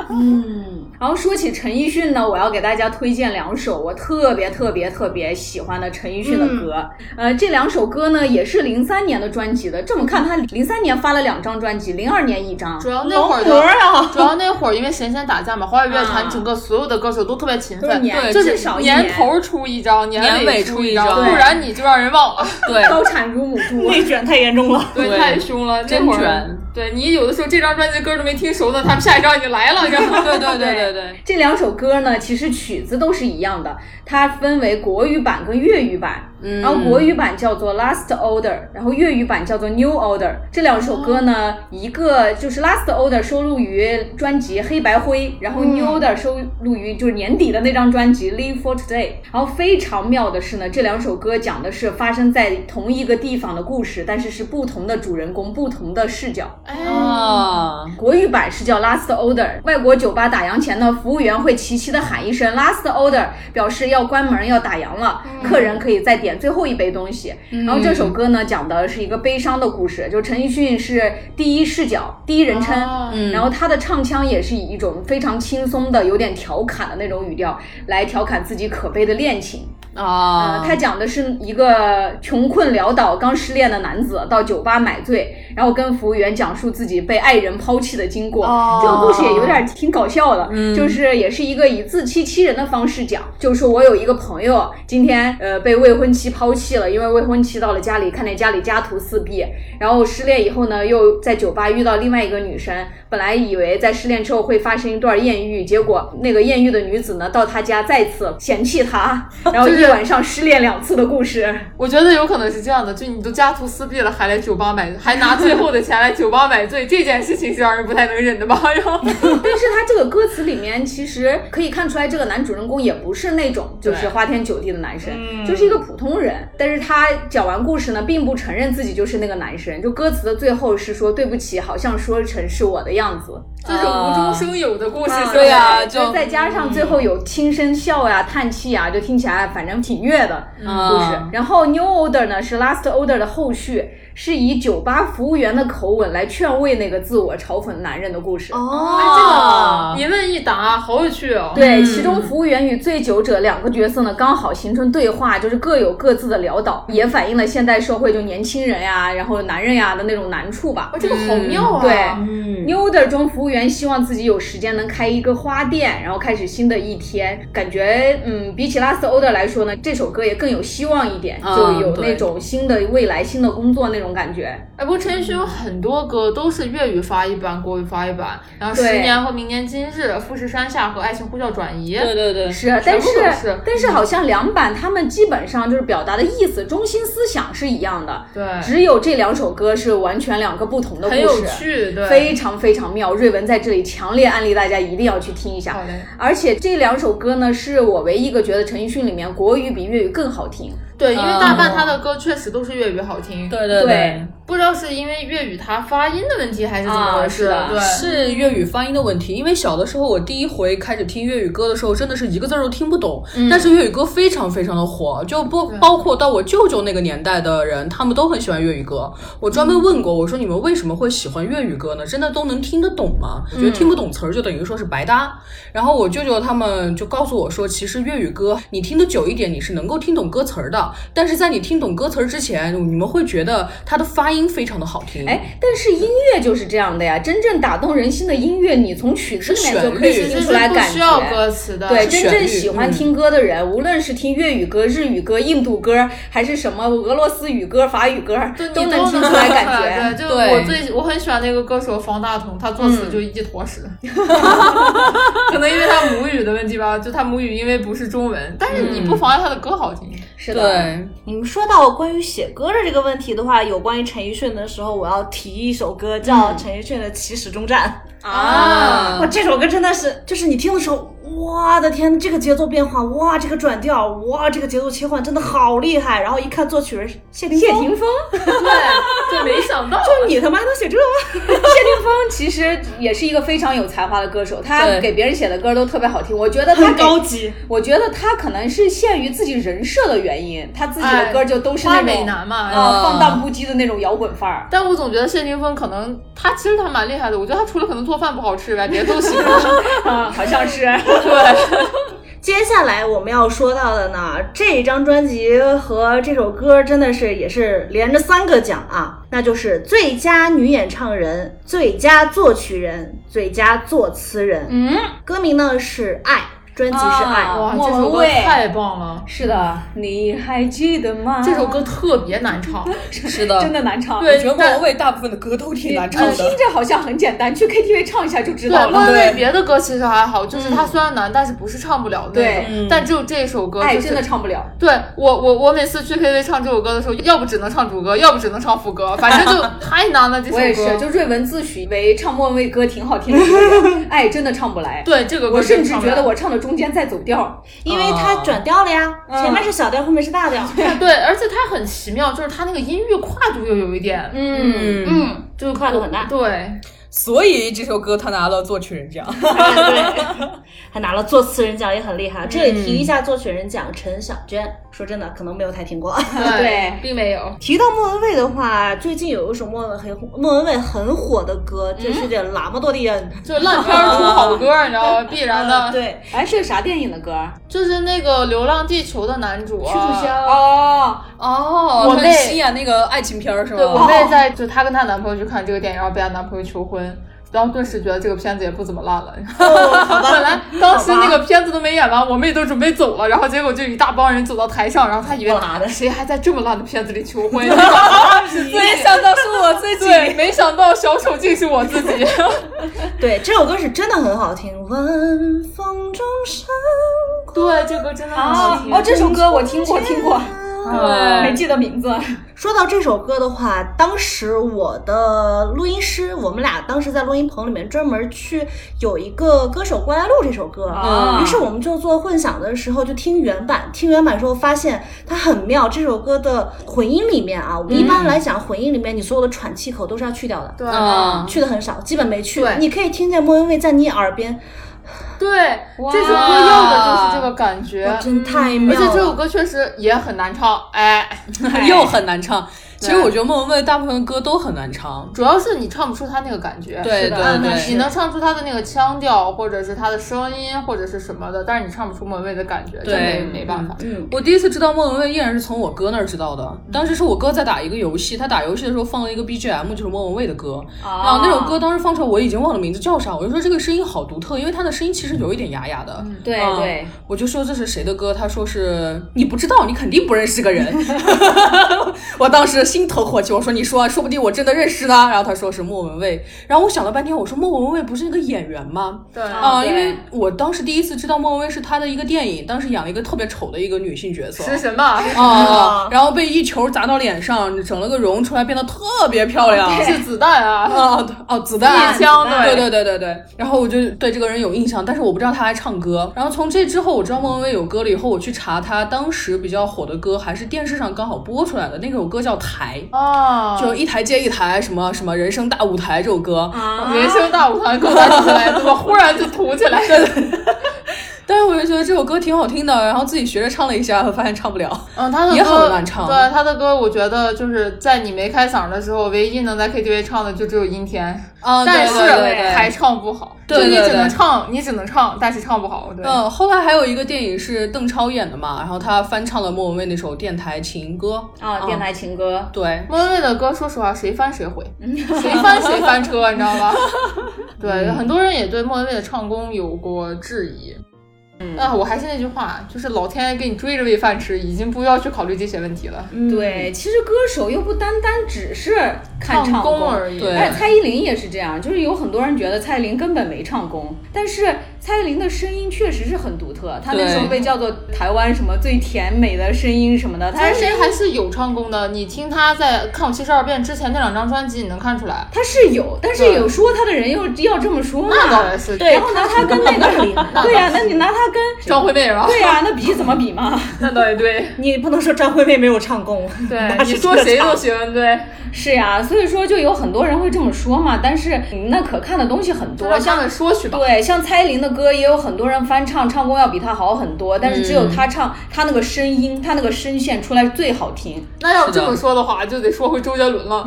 [SPEAKER 2] 嗯，然后说起陈奕迅呢，我要给大家推荐两首我特别特别特别喜欢的陈奕迅的歌。呃，这两首歌呢也是零三年的专辑的。这么看，他零三年发了两张专辑，零二年一张。
[SPEAKER 3] 主要那会儿
[SPEAKER 1] 活
[SPEAKER 3] 的，
[SPEAKER 1] 儿啊，
[SPEAKER 3] *laughs* 主要那会儿因为神仙打架嘛，华语乐坛
[SPEAKER 2] 啊
[SPEAKER 3] 整个所有的歌手都特别勤
[SPEAKER 2] 都是
[SPEAKER 3] 奋，
[SPEAKER 2] 年
[SPEAKER 3] 就
[SPEAKER 2] 至
[SPEAKER 3] 是
[SPEAKER 2] 少一
[SPEAKER 3] 年
[SPEAKER 2] 年
[SPEAKER 3] 头出一张，
[SPEAKER 4] 年
[SPEAKER 3] 尾
[SPEAKER 4] 尾
[SPEAKER 3] 出
[SPEAKER 4] 出一
[SPEAKER 3] 张，
[SPEAKER 4] 张
[SPEAKER 3] 不然你就让人忘了。
[SPEAKER 4] 对
[SPEAKER 2] 高产如母猪，
[SPEAKER 1] 内卷太严重了。
[SPEAKER 3] *laughs* 对，
[SPEAKER 4] 对
[SPEAKER 3] 太凶了，那
[SPEAKER 4] 真
[SPEAKER 3] 会儿
[SPEAKER 4] 卷。
[SPEAKER 3] 对你有的时候这张专辑的歌都没听熟呢，他们下一张已经 *laughs* 来了，然后
[SPEAKER 4] 对对对对对，
[SPEAKER 2] 这两首歌呢，其实曲子都是一样的，它分为国语版跟粤语版。嗯，然后国语版叫做 Last Order，然后粤语版叫做 New Order。这两首歌呢，一个就是 Last Order 收录于专辑《黑白灰》，然后 New Order 收录于就是年底的那张专辑《Live for Today》。然后非常妙的是呢，这两首歌讲的是发生在同一个地方的故事，但是是不同的主人公、不同的视角。
[SPEAKER 3] 哎
[SPEAKER 4] 啊，
[SPEAKER 2] 国语版是叫 Last Order，外国酒吧打烊前呢，服务员会齐齐的喊一声 Last Order，表示要关门要打烊了，客人可以再点最后一杯东西。然后这首歌呢，讲的是一个悲伤的故事，就陈奕迅是第一视角、第一人称，
[SPEAKER 3] 哦
[SPEAKER 2] 然后他的唱腔也是以一种非常轻松的、有点调侃的那种语调来调侃自己可悲的恋情。
[SPEAKER 4] 啊，
[SPEAKER 2] 呃，他讲的是一个穷困潦倒、刚失恋的男子到酒吧买醉，然后跟服务员讲述自己被爱人抛弃的经过。
[SPEAKER 1] 哦
[SPEAKER 2] 这个故事也有点挺搞笑的，就是也是一个以自欺欺人的方式讲，就是说我有一个朋友今天呃被未婚妻抛弃了，因为未婚妻到了家里，看见家里家徒四壁，然后失恋以后呢，又在酒吧遇到另外一个女生，本来以为在失恋之后会发生一段艳遇，结果那个艳遇的女子呢到他家再次嫌弃他， *laughs* 然后一晚上失恋两次的故事。
[SPEAKER 3] 我觉得有可能是这样的，就你都家徒四壁了，还来酒吧买， *laughs* 还拿最后的钱来酒吧买醉， *laughs* 这件事情是让人不太能忍的吧？ *laughs* 然后，
[SPEAKER 2] *laughs* 但是他这个歌词里面，其实可以看出来，这个男主人公也不是那种就是花天酒地的男生，就是一个普通人。但是他讲完故事呢，并不承认自己就是那个男生。就歌词的最后是说对不起，好像说成是我的样子。
[SPEAKER 4] 啊
[SPEAKER 3] 就是无中生有的故事，
[SPEAKER 2] 啊
[SPEAKER 3] 是吧
[SPEAKER 4] 对呀
[SPEAKER 2] 就
[SPEAKER 4] 就
[SPEAKER 2] 再加上最后有轻声笑呀、叹气呀，就听起来反正挺悦的故事。
[SPEAKER 4] 嗯
[SPEAKER 2] 然后 New Order 呢是 Last Order 的后续，是以酒吧服务员的口吻来劝慰那个自我嘲讽男人的故事。
[SPEAKER 4] 哦啊，
[SPEAKER 3] 一问一答，好有趣哦。
[SPEAKER 2] 对，其中服务员与醉酒者两个角色呢，刚好形成对话，就是各有各自的潦倒，也反映了现代社会就年轻人呀，然后男人呀的那种难处吧
[SPEAKER 3] 哦，。这个好妙啊！
[SPEAKER 2] 对
[SPEAKER 1] 嗯，
[SPEAKER 2] New Order 中，服务员希望自己有时间能开一个花店，然后开始新的一天。感觉，嗯，比起 Last Order 来说呢，这首歌也更有希望一点，
[SPEAKER 4] 啊
[SPEAKER 2] 就有那
[SPEAKER 4] 对
[SPEAKER 2] 种新的未来、新的工作那种感觉。
[SPEAKER 3] 哎，不过陈奕迅有很多歌都是粤语发一版，国语发一版，然后《
[SPEAKER 2] 对
[SPEAKER 3] 十年》和《明年今日》、《富士山下》和《爱情呼叫转移》。
[SPEAKER 4] 对对对，
[SPEAKER 2] 是，啊但是
[SPEAKER 3] 全部都是嗯
[SPEAKER 2] 但是好像两版他们基本上就是表达的意思、中心思想是一样的，
[SPEAKER 3] 对，
[SPEAKER 2] 只有这两首歌是完全两个不同的故
[SPEAKER 3] 很
[SPEAKER 2] 事，
[SPEAKER 3] 有趣，对，
[SPEAKER 2] 非常非常妙。瑞文在这里强烈安利大家一定要去听一下。
[SPEAKER 3] 好嘞。
[SPEAKER 2] 而且这两首歌呢，是我唯一一个觉得陈奕迅里面国语比粤语更好听。
[SPEAKER 3] 对，因为
[SPEAKER 4] 嗯
[SPEAKER 3] 大半他的歌确实都是粤语好听，
[SPEAKER 4] 对对
[SPEAKER 2] 对
[SPEAKER 4] 对，
[SPEAKER 3] 不知道是因为粤语他发音的问题还是怎么回事，
[SPEAKER 2] 啊是
[SPEAKER 3] 对。
[SPEAKER 4] 呃是粤语发音的问题，因为小的时候我第一回开始听粤语歌的时候，真的是一个字儿都听不懂。
[SPEAKER 2] 嗯
[SPEAKER 4] 但是粤语歌非常非常的火，就不包括到我舅舅那个年代的人，他们都很喜欢粤语歌。我专
[SPEAKER 2] 嗯
[SPEAKER 4] 门问过，我说你们为什么会喜欢粤语歌呢？真的都能听得懂吗？觉得听
[SPEAKER 2] 嗯
[SPEAKER 4] 不懂词儿就等于说是白搭。然后我舅舅他们就告诉我说，其实粤语歌你听得久一点，你是能够听懂歌词儿的，但是在你听懂歌词儿之前，你们会觉得它的发音非常的好听。
[SPEAKER 2] 哎，但是音乐就是这样的呀，真正打动人心的音乐，你从曲子里面就可以
[SPEAKER 4] 是
[SPEAKER 2] 听
[SPEAKER 4] 旋律
[SPEAKER 3] 其
[SPEAKER 2] 出
[SPEAKER 3] 实
[SPEAKER 2] 来
[SPEAKER 3] 不
[SPEAKER 2] 感
[SPEAKER 3] 需要
[SPEAKER 2] 觉。
[SPEAKER 3] 歌词的，
[SPEAKER 2] 对，
[SPEAKER 4] 是
[SPEAKER 2] 真正
[SPEAKER 4] 旋律
[SPEAKER 2] 喜欢
[SPEAKER 4] 嗯
[SPEAKER 2] 听歌的人，无论是听粤语歌、日语歌、印度歌，还是什么俄罗斯语歌、法语歌，
[SPEAKER 3] 就你
[SPEAKER 2] 都能
[SPEAKER 3] 能
[SPEAKER 2] 听
[SPEAKER 3] 听
[SPEAKER 2] 出来感
[SPEAKER 3] 觉。对，就
[SPEAKER 4] 对
[SPEAKER 3] 我最我很喜欢那个歌手方大同，他作词就一坨屎， *laughs* 可能因为他母语的问题吧，就他母语因为不是中文，但是你不妨碍他的歌好听。
[SPEAKER 2] 觉。是的，
[SPEAKER 4] 对，
[SPEAKER 1] 你们说到关于写歌的这个问题的话，有关于陈奕迅的时候，我要提一首歌叫陈奕迅的《起始终站》。
[SPEAKER 2] 啊
[SPEAKER 1] 哇，这首歌真的是，就是你听的时候，我的天，这个节奏变化，哇，这个转调，哇，这个节奏切换真的好厉害。然后一看作曲人是谢霆
[SPEAKER 2] 谢
[SPEAKER 1] 锋，
[SPEAKER 2] 霆锋，
[SPEAKER 3] 对，就没想到，
[SPEAKER 1] *laughs* 就你他妈能写这吗？
[SPEAKER 2] 谢霆锋其实也是一个非常有才华的歌手，他
[SPEAKER 4] 对
[SPEAKER 2] 给别人写的歌都特别好听。我觉得他
[SPEAKER 1] 很
[SPEAKER 2] 给
[SPEAKER 1] 高级，
[SPEAKER 2] 我觉得他可能是限于自己人设的原因，他自己的歌就都是
[SPEAKER 3] 花
[SPEAKER 2] 那
[SPEAKER 3] 美
[SPEAKER 2] 种
[SPEAKER 3] 男嘛。
[SPEAKER 2] 呃放荡不羁的那种摇滚范儿。
[SPEAKER 3] *laughs* 但我总觉得谢霆锋可能他其实他蛮厉害的，我觉得他除了可能做饭不好吃以外，别的都行。
[SPEAKER 2] 啊，好像是。 *laughs*
[SPEAKER 1] 接下来我们要说到的呢，这张专辑和这首歌真的是也是连着三个奖啊，那就是最佳女演唱人、最佳作曲人、最佳作词人。嗯，歌名呢是《爱》，专辑是爱。
[SPEAKER 2] 啊
[SPEAKER 3] 哇，
[SPEAKER 2] 莫
[SPEAKER 3] 这
[SPEAKER 2] 文
[SPEAKER 3] 首歌
[SPEAKER 2] 蔚
[SPEAKER 3] 太棒了，
[SPEAKER 2] 是的，你还记得吗？
[SPEAKER 3] 这首歌特别难唱，
[SPEAKER 4] 是的，
[SPEAKER 2] 真的难唱，
[SPEAKER 4] 我
[SPEAKER 3] 对
[SPEAKER 4] 觉得莫文蔚大部分的歌都挺难唱
[SPEAKER 2] 听
[SPEAKER 4] 的。
[SPEAKER 2] 着好像很简单，去 KTV 唱一下就知
[SPEAKER 3] 对，
[SPEAKER 2] 道
[SPEAKER 3] 莫
[SPEAKER 2] 了。
[SPEAKER 3] 文蔚别的歌其实还好，就是它虽然难，但是不是唱不了
[SPEAKER 2] 嗯
[SPEAKER 3] 的那
[SPEAKER 2] 对哎
[SPEAKER 3] 种，但只有这首歌
[SPEAKER 2] 爱
[SPEAKER 3] 就
[SPEAKER 2] 真的
[SPEAKER 3] 是。
[SPEAKER 2] 唱不了，
[SPEAKER 3] 对我我我每次去 KTV 唱这首歌的时候，要不只能唱主
[SPEAKER 2] *laughs*
[SPEAKER 3] 歌，要不只能唱副歌，反正就太难了这首
[SPEAKER 2] 我也
[SPEAKER 3] 歌。
[SPEAKER 2] 是，就瑞文自诩为唱莫文蔚歌挺好听的， *laughs* 爱真的唱不来。
[SPEAKER 3] 对这个歌
[SPEAKER 2] 我甚
[SPEAKER 3] 真
[SPEAKER 2] 至
[SPEAKER 3] 唱不
[SPEAKER 2] 觉
[SPEAKER 3] 了，
[SPEAKER 2] 得我唱的中间在走调，
[SPEAKER 1] 因为它转调了呀，前面是小调，后面是大调。
[SPEAKER 3] 对，而且它很奇妙，就是它那个音域跨度又有一点，
[SPEAKER 2] 嗯，
[SPEAKER 1] 嗯，就是跨度很大，
[SPEAKER 3] 对，
[SPEAKER 4] 所以这首歌他拿了作曲人奖。
[SPEAKER 1] 嗯对， *laughs* 还拿了作词人奖，也很厉害。这里提一下作曲人奖，陈小娟。说真的，可能没有太听过。
[SPEAKER 2] *laughs* 对
[SPEAKER 3] 并没有。
[SPEAKER 1] 提到莫文蔚的话，最近有一首莫文蔚很莫文蔚很火的歌，
[SPEAKER 3] 嗯
[SPEAKER 1] 就是这喇嘛多的人。
[SPEAKER 3] 就是烂片儿出好歌儿，你知
[SPEAKER 2] *laughs*
[SPEAKER 3] 道吗？必然的，
[SPEAKER 1] 对，
[SPEAKER 2] 哎，是个啥电影的歌？啊
[SPEAKER 3] 就是那个《流浪地球》的男主啊，
[SPEAKER 1] 楚萧
[SPEAKER 2] 哦，
[SPEAKER 3] 哦，
[SPEAKER 4] 我
[SPEAKER 3] 我
[SPEAKER 4] 妹
[SPEAKER 3] 妹
[SPEAKER 4] 新演那个爱情片儿是吗？
[SPEAKER 3] 对我妹在，就她跟她男朋友去看这个电影，然后被她男朋友求婚。然后顿时觉得这个片子也不怎么烂了。
[SPEAKER 4] 哦
[SPEAKER 3] *laughs* 本来当时那个片子都没演完，我妹都准备走了，然后结果就一大帮人走到台上，然后她以为
[SPEAKER 1] 妈的
[SPEAKER 3] 谁还在这么烂的片子里求
[SPEAKER 4] *laughs*
[SPEAKER 3] 婚？ *laughs*
[SPEAKER 4] 没想到是我自己。
[SPEAKER 3] 对，没想到小丑竟是我自
[SPEAKER 4] *laughs*
[SPEAKER 3] 己。
[SPEAKER 1] 对，这首歌是真的很好听。晚风中闪过，
[SPEAKER 3] 对，这歌真的很好
[SPEAKER 2] 哦
[SPEAKER 3] 听。
[SPEAKER 2] 哦，这首歌我听过，听过，没
[SPEAKER 3] 啊对，
[SPEAKER 2] 记得名字。
[SPEAKER 1] 说到这首歌的话，当时我的录音师，我们俩当时在录音棚里面专门去有一个歌手过来录这首歌，
[SPEAKER 2] 啊
[SPEAKER 1] 于是我们就做混响的时候就听原版，听原版之后发现它很妙。这首歌的混音里面啊，一般来讲混音里面你所有的喘气口都是要去掉的，
[SPEAKER 3] 嗯对
[SPEAKER 4] 啊，
[SPEAKER 1] 去的很少，基本没去
[SPEAKER 3] 对。
[SPEAKER 1] 你可以听见莫文蔚在你耳边，
[SPEAKER 3] 对，这首歌要的就是这个感觉。
[SPEAKER 1] 真太
[SPEAKER 3] 嗯而
[SPEAKER 1] 妙
[SPEAKER 3] 且这首
[SPEAKER 1] 了。
[SPEAKER 3] 歌确实也很难唱，哎，
[SPEAKER 4] *laughs* 又很难唱。其实我觉得莫文蔚大部分歌都很难唱。
[SPEAKER 3] 主要是你唱不出他那个感觉。
[SPEAKER 4] 对对
[SPEAKER 1] 嗯那
[SPEAKER 3] 你
[SPEAKER 4] 对，
[SPEAKER 3] 能唱出他的那个腔调，或者是他的声音，或者是什么的，但是你唱不出莫文蔚的感觉，就没
[SPEAKER 4] 对
[SPEAKER 3] 没办法。
[SPEAKER 1] 嗯，
[SPEAKER 4] 我第一次知道莫文蔚依然是从我哥那儿知道的。当时是我哥在打一个游戏，他打游戏的时候放了一个 BGM，就是莫文蔚的歌。然后那首歌当时放出来，我已经忘了名字叫啥，我就说这个声音好独特，因为他的声音其实有一点哑哑的。
[SPEAKER 2] 对
[SPEAKER 4] 嗯
[SPEAKER 2] 哎对，
[SPEAKER 4] 我就说这是谁的歌，他说是你不知道，你肯定不认识
[SPEAKER 2] *laughs*
[SPEAKER 4] 个人。 *laughs* 我当时心头火气，我说你说，说不定我真的认识呢。然后他说是莫文蔚，然后我想了半天，我说莫文蔚不是那个演员吗？
[SPEAKER 3] 对
[SPEAKER 4] 啊、
[SPEAKER 2] 对
[SPEAKER 4] 因为我当时第一次知道莫文蔚是他的一个电影，当时演了一个特别丑的一个女性角色。
[SPEAKER 3] 食神吧，
[SPEAKER 2] *laughs*
[SPEAKER 4] 啊、然后被一球砸到脸上，整了个容出来，变得特别漂亮。
[SPEAKER 3] *laughs* 是子弹啊，
[SPEAKER 4] 啊对 *laughs* 哦，子弹
[SPEAKER 3] 一枪
[SPEAKER 4] 对
[SPEAKER 3] 对
[SPEAKER 4] 对对对对。然后我就对这个人有印象，但是我不知道他还唱歌。然后从这之后，我知道莫文蔚有歌了以后，我去查他当时比较火的歌，还是电视上刚好播出来的那首歌叫《台》。
[SPEAKER 3] 啊，
[SPEAKER 4] 就一台接一台，什么什么人生大舞台这首歌，
[SPEAKER 3] 人生大舞台刚站起来，怎么忽然就突起来？
[SPEAKER 4] *laughs* 但是我就觉得这首歌挺好听的，然后自己学着唱了一下，发现唱不了。
[SPEAKER 3] *laughs* 嗯，他的歌
[SPEAKER 4] 也很难唱
[SPEAKER 3] 对他的歌，我觉得就是在你没开嗓的时候，唯一能在 KTV 唱的就只有阴天，
[SPEAKER 4] 啊，
[SPEAKER 3] 但
[SPEAKER 4] 对
[SPEAKER 3] 是
[SPEAKER 4] 对对对
[SPEAKER 3] 还唱不好，
[SPEAKER 4] 对对
[SPEAKER 3] 就你
[SPEAKER 4] 对
[SPEAKER 3] 只能唱，你只能唱，但是唱不好，对。
[SPEAKER 4] 嗯，后来还有一个电影是邓超演的嘛，然后他翻唱了莫文蔚那首《电台情歌》嗯
[SPEAKER 2] 啊，电台情歌。
[SPEAKER 4] 对，
[SPEAKER 3] 莫文蔚的歌，说实话，谁翻谁毁，谁翻谁翻车，你知道吧？对，很多人也对莫文蔚的唱功有过质疑。那我还是那句话，就是老天爷给你追着喂饭吃，已经不要去考虑这些问题了。
[SPEAKER 2] 嗯对，其实歌手又不单单只是看唱哎
[SPEAKER 3] 功而已。
[SPEAKER 4] 对
[SPEAKER 2] 而且蔡依林也是这样，就是有很多人觉得蔡依林根本没唱功，但是蔡依林的声音确实是很独特，她那时候
[SPEAKER 4] 对
[SPEAKER 2] 被叫做台湾什么最甜美的声音什么的，她
[SPEAKER 3] 但
[SPEAKER 2] 是
[SPEAKER 3] 是还是有唱功的，你听他在《看我七十二变》之前那两张专辑，你能看出来。
[SPEAKER 2] 她是有，但是有说她的人又要这么说嘛？
[SPEAKER 3] 那当然是
[SPEAKER 1] 对
[SPEAKER 2] 然后拿她跟那个，对啊呀、那你拿她跟
[SPEAKER 3] 张惠妹吧？
[SPEAKER 2] 对呀、那比怎么比嘛？
[SPEAKER 3] 那倒也对。
[SPEAKER 1] 你不能说张惠妹没有唱功，
[SPEAKER 3] 对，
[SPEAKER 1] 那
[SPEAKER 3] 你
[SPEAKER 1] 是
[SPEAKER 3] 说
[SPEAKER 1] 真的
[SPEAKER 3] 谁
[SPEAKER 1] 唱
[SPEAKER 3] 都行，对。
[SPEAKER 2] 是呀、所以说就有很多人会这么说嘛，但是嗯那可看的东西很多，
[SPEAKER 3] 我
[SPEAKER 2] 像
[SPEAKER 3] 向你说去吧。
[SPEAKER 2] 对，像蔡依林的歌也有很多人翻唱，唱功要比她好很多，但是
[SPEAKER 3] 嗯
[SPEAKER 2] 只有她唱，她那个声音，她那个声线出来最好听。
[SPEAKER 3] 那要这么说的话，就得说回周杰伦了。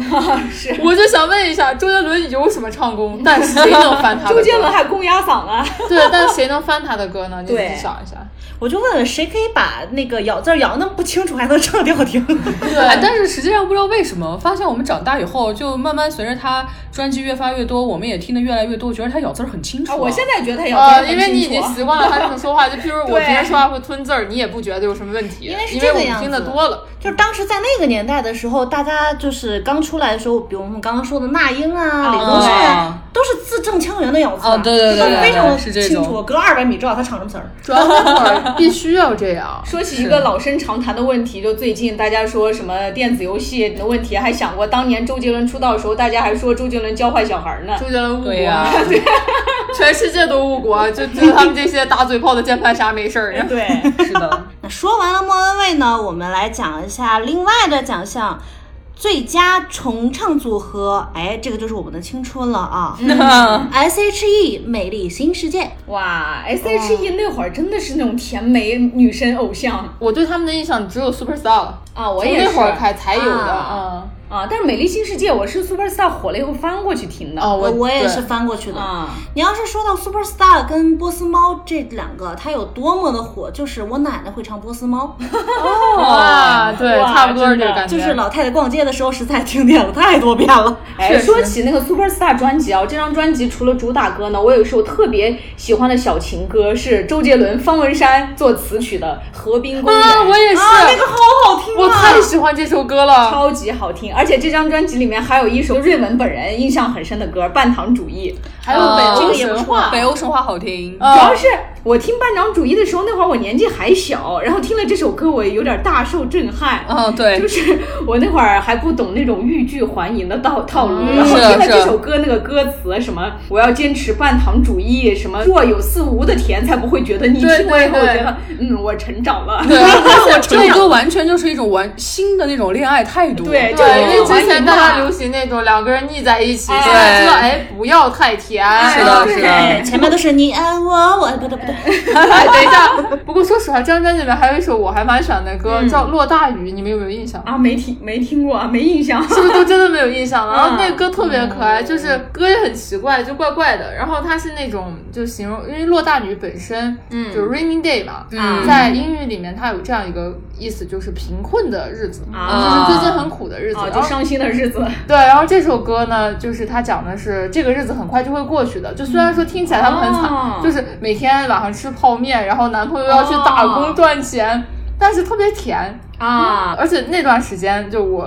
[SPEAKER 2] 是，
[SPEAKER 3] 我就想问一下，周杰伦有什么唱
[SPEAKER 4] *laughs*
[SPEAKER 3] 功？但谁能翻他的歌？
[SPEAKER 2] 周杰伦还公鸭嗓啊。
[SPEAKER 3] 对，但谁能翻他的歌呢？你自
[SPEAKER 2] 对
[SPEAKER 3] 己想一下。
[SPEAKER 1] 我就问问谁可以把那个咬字儿咬那么不清楚，还能唱的好听？ *laughs*
[SPEAKER 4] 哎，
[SPEAKER 3] 对，
[SPEAKER 4] 但是实际上不知道为什么，发现我们长大以后，就慢慢随着他专辑越发越多，我们也听得越来越多，觉得他咬字儿很清
[SPEAKER 2] *laughs*
[SPEAKER 4] 楚、
[SPEAKER 2] 啊，我现在觉得她咬
[SPEAKER 3] 啊啊，
[SPEAKER 2] 很
[SPEAKER 3] 因为你已
[SPEAKER 2] 清
[SPEAKER 3] 经
[SPEAKER 2] 楚
[SPEAKER 3] 习惯了他这种说话，就譬如我
[SPEAKER 2] 对
[SPEAKER 3] 平时说话会吞字儿，你也不觉得有什么问题，因
[SPEAKER 2] 因为是
[SPEAKER 3] 为
[SPEAKER 2] 这
[SPEAKER 3] 我
[SPEAKER 2] 个
[SPEAKER 3] 们
[SPEAKER 2] 样
[SPEAKER 3] 听得
[SPEAKER 2] 子
[SPEAKER 3] 多了。
[SPEAKER 1] 就是当时在那个年代的时候，大家就是刚出来的时候，比如我们刚刚说的那英啊、李宗盛啊，都是字正腔圆的咬字嘛，
[SPEAKER 4] 哦对对对
[SPEAKER 2] 对。
[SPEAKER 1] 都非常
[SPEAKER 4] 是这
[SPEAKER 1] 清
[SPEAKER 4] 种
[SPEAKER 1] 楚，隔二百米知道他唱什么词儿。
[SPEAKER 3] 主要那会儿必须要这样
[SPEAKER 2] 说起一个老生常谈的问题，就最近大家说什么电子游戏的问题，还想过当年周杰伦出道的时候，大家还说周杰伦教坏小孩儿呢。
[SPEAKER 3] 周杰伦误国，
[SPEAKER 4] 对呀
[SPEAKER 3] *laughs* 全世界都误国，就就他们这些打嘴炮的键盘侠没
[SPEAKER 4] *laughs*
[SPEAKER 3] 事儿。 *laughs*
[SPEAKER 2] 对，
[SPEAKER 4] 是 *laughs* 的，
[SPEAKER 1] 那说完了莫文蔚呢，我们来讲一下另外的奖项。最佳重唱组合，哎，这个就是我们的青春了
[SPEAKER 3] *laughs*
[SPEAKER 1] 啊
[SPEAKER 3] 嗯
[SPEAKER 1] ！S.H.E《美丽新世界》，
[SPEAKER 2] 哇，S.H.E 那会儿真的是那种甜美女神偶像
[SPEAKER 3] 我对他们的印象只有 Superstar 了，
[SPEAKER 2] 啊，我
[SPEAKER 3] 从
[SPEAKER 2] 也是
[SPEAKER 3] 那会儿开才有的
[SPEAKER 2] 啊。啊，但是《美丽新世界》我是 Superstar 火了以后翻过去听的
[SPEAKER 3] 哦，我
[SPEAKER 1] 我也
[SPEAKER 3] 对
[SPEAKER 1] 是翻过去的。
[SPEAKER 2] 啊，
[SPEAKER 1] 你要是说到 Superstar 跟波斯猫这两个，它有多么的火，就是我奶奶会唱波斯猫，
[SPEAKER 3] 啊哇，对，
[SPEAKER 2] 哇
[SPEAKER 3] 差不多是这个感觉。
[SPEAKER 1] 就是老太太逛街的时候实在听见了太多遍
[SPEAKER 3] *laughs*
[SPEAKER 1] 了。
[SPEAKER 2] 哎，说起那个 Superstar 专辑啊，这张专辑除了主打歌呢，我有一首特别喜欢的小情歌，是周杰伦、方文山作词曲的《河滨公园》，
[SPEAKER 3] 啊，我也是，
[SPEAKER 1] 好好听
[SPEAKER 3] 我太喜欢这首歌了。
[SPEAKER 2] 超级好听。而且这张专辑里面还有一首瑞文本人印象很深的歌《半糖主义》，
[SPEAKER 3] 还有北
[SPEAKER 4] 这
[SPEAKER 3] 欧
[SPEAKER 4] 个也
[SPEAKER 3] 神
[SPEAKER 4] 不
[SPEAKER 3] 话，
[SPEAKER 4] 哦北欧神话哦好听，
[SPEAKER 2] 主
[SPEAKER 3] 啊
[SPEAKER 2] 要，是我听《半糖主义》的时候，那会儿我年纪还小，然后听了这首歌，我也有点大受震撼。
[SPEAKER 4] 嗯，对
[SPEAKER 2] 就，是我那会儿还不懂那种欲拒还迎的套套路，
[SPEAKER 4] 嗯
[SPEAKER 2] 然后
[SPEAKER 4] 是啊
[SPEAKER 2] 听了
[SPEAKER 4] 是
[SPEAKER 2] 这
[SPEAKER 4] 啊
[SPEAKER 2] 首歌那个歌词，什么我要坚持半糖主义，什么若有似无的甜才不会觉得腻。
[SPEAKER 3] 对
[SPEAKER 2] 听了以后，*laughs*
[SPEAKER 3] 对
[SPEAKER 2] 我
[SPEAKER 3] 对
[SPEAKER 2] 觉得嗯，我成长了。 *laughs*
[SPEAKER 4] 对，我这首歌完全就是一种玩新的那种恋爱态度，
[SPEAKER 2] 对就
[SPEAKER 3] 对，因为
[SPEAKER 2] 是
[SPEAKER 3] 之前
[SPEAKER 2] 玩
[SPEAKER 3] 大家
[SPEAKER 2] 赢了
[SPEAKER 3] 流行那种两个人腻在一起，
[SPEAKER 2] 哎
[SPEAKER 3] 现在知道哎不要太甜。
[SPEAKER 2] 啊
[SPEAKER 4] 是的，是的，
[SPEAKER 1] 哎前面都是你爱我，我爱不对不对，
[SPEAKER 3] 哎，等一下，不过说实话，这张专辑里面还有一首我还蛮喜欢的歌，叫《落大雨》，你们有没有印象？
[SPEAKER 2] 啊，没听没听过，啊没印象。
[SPEAKER 3] 是不是都真的没有印
[SPEAKER 2] 嗯
[SPEAKER 3] 象了？然后那歌特别可爱，就是歌也很奇怪，就怪怪的。然后它是那种就形容，因为落大雨本身，嗯，就是 raining day 嘛，
[SPEAKER 4] 嗯
[SPEAKER 3] 在英语里面它有这样一个意思，就是贫困的日子，
[SPEAKER 2] 啊
[SPEAKER 3] 就是最近很苦的日子。
[SPEAKER 2] 啊，
[SPEAKER 3] 然
[SPEAKER 2] 就
[SPEAKER 3] 后
[SPEAKER 2] 伤心的日子，
[SPEAKER 3] 对，然后这首歌呢，就是它讲的是这个日子很快就会过去的，就虽然说听起来他们很惨，
[SPEAKER 2] 哦
[SPEAKER 3] 就是每天晚上吃泡面，然后男朋友要去打工
[SPEAKER 2] 哦
[SPEAKER 3] 赚钱，但是特别甜。
[SPEAKER 2] 啊，
[SPEAKER 3] 而且那段时间，就我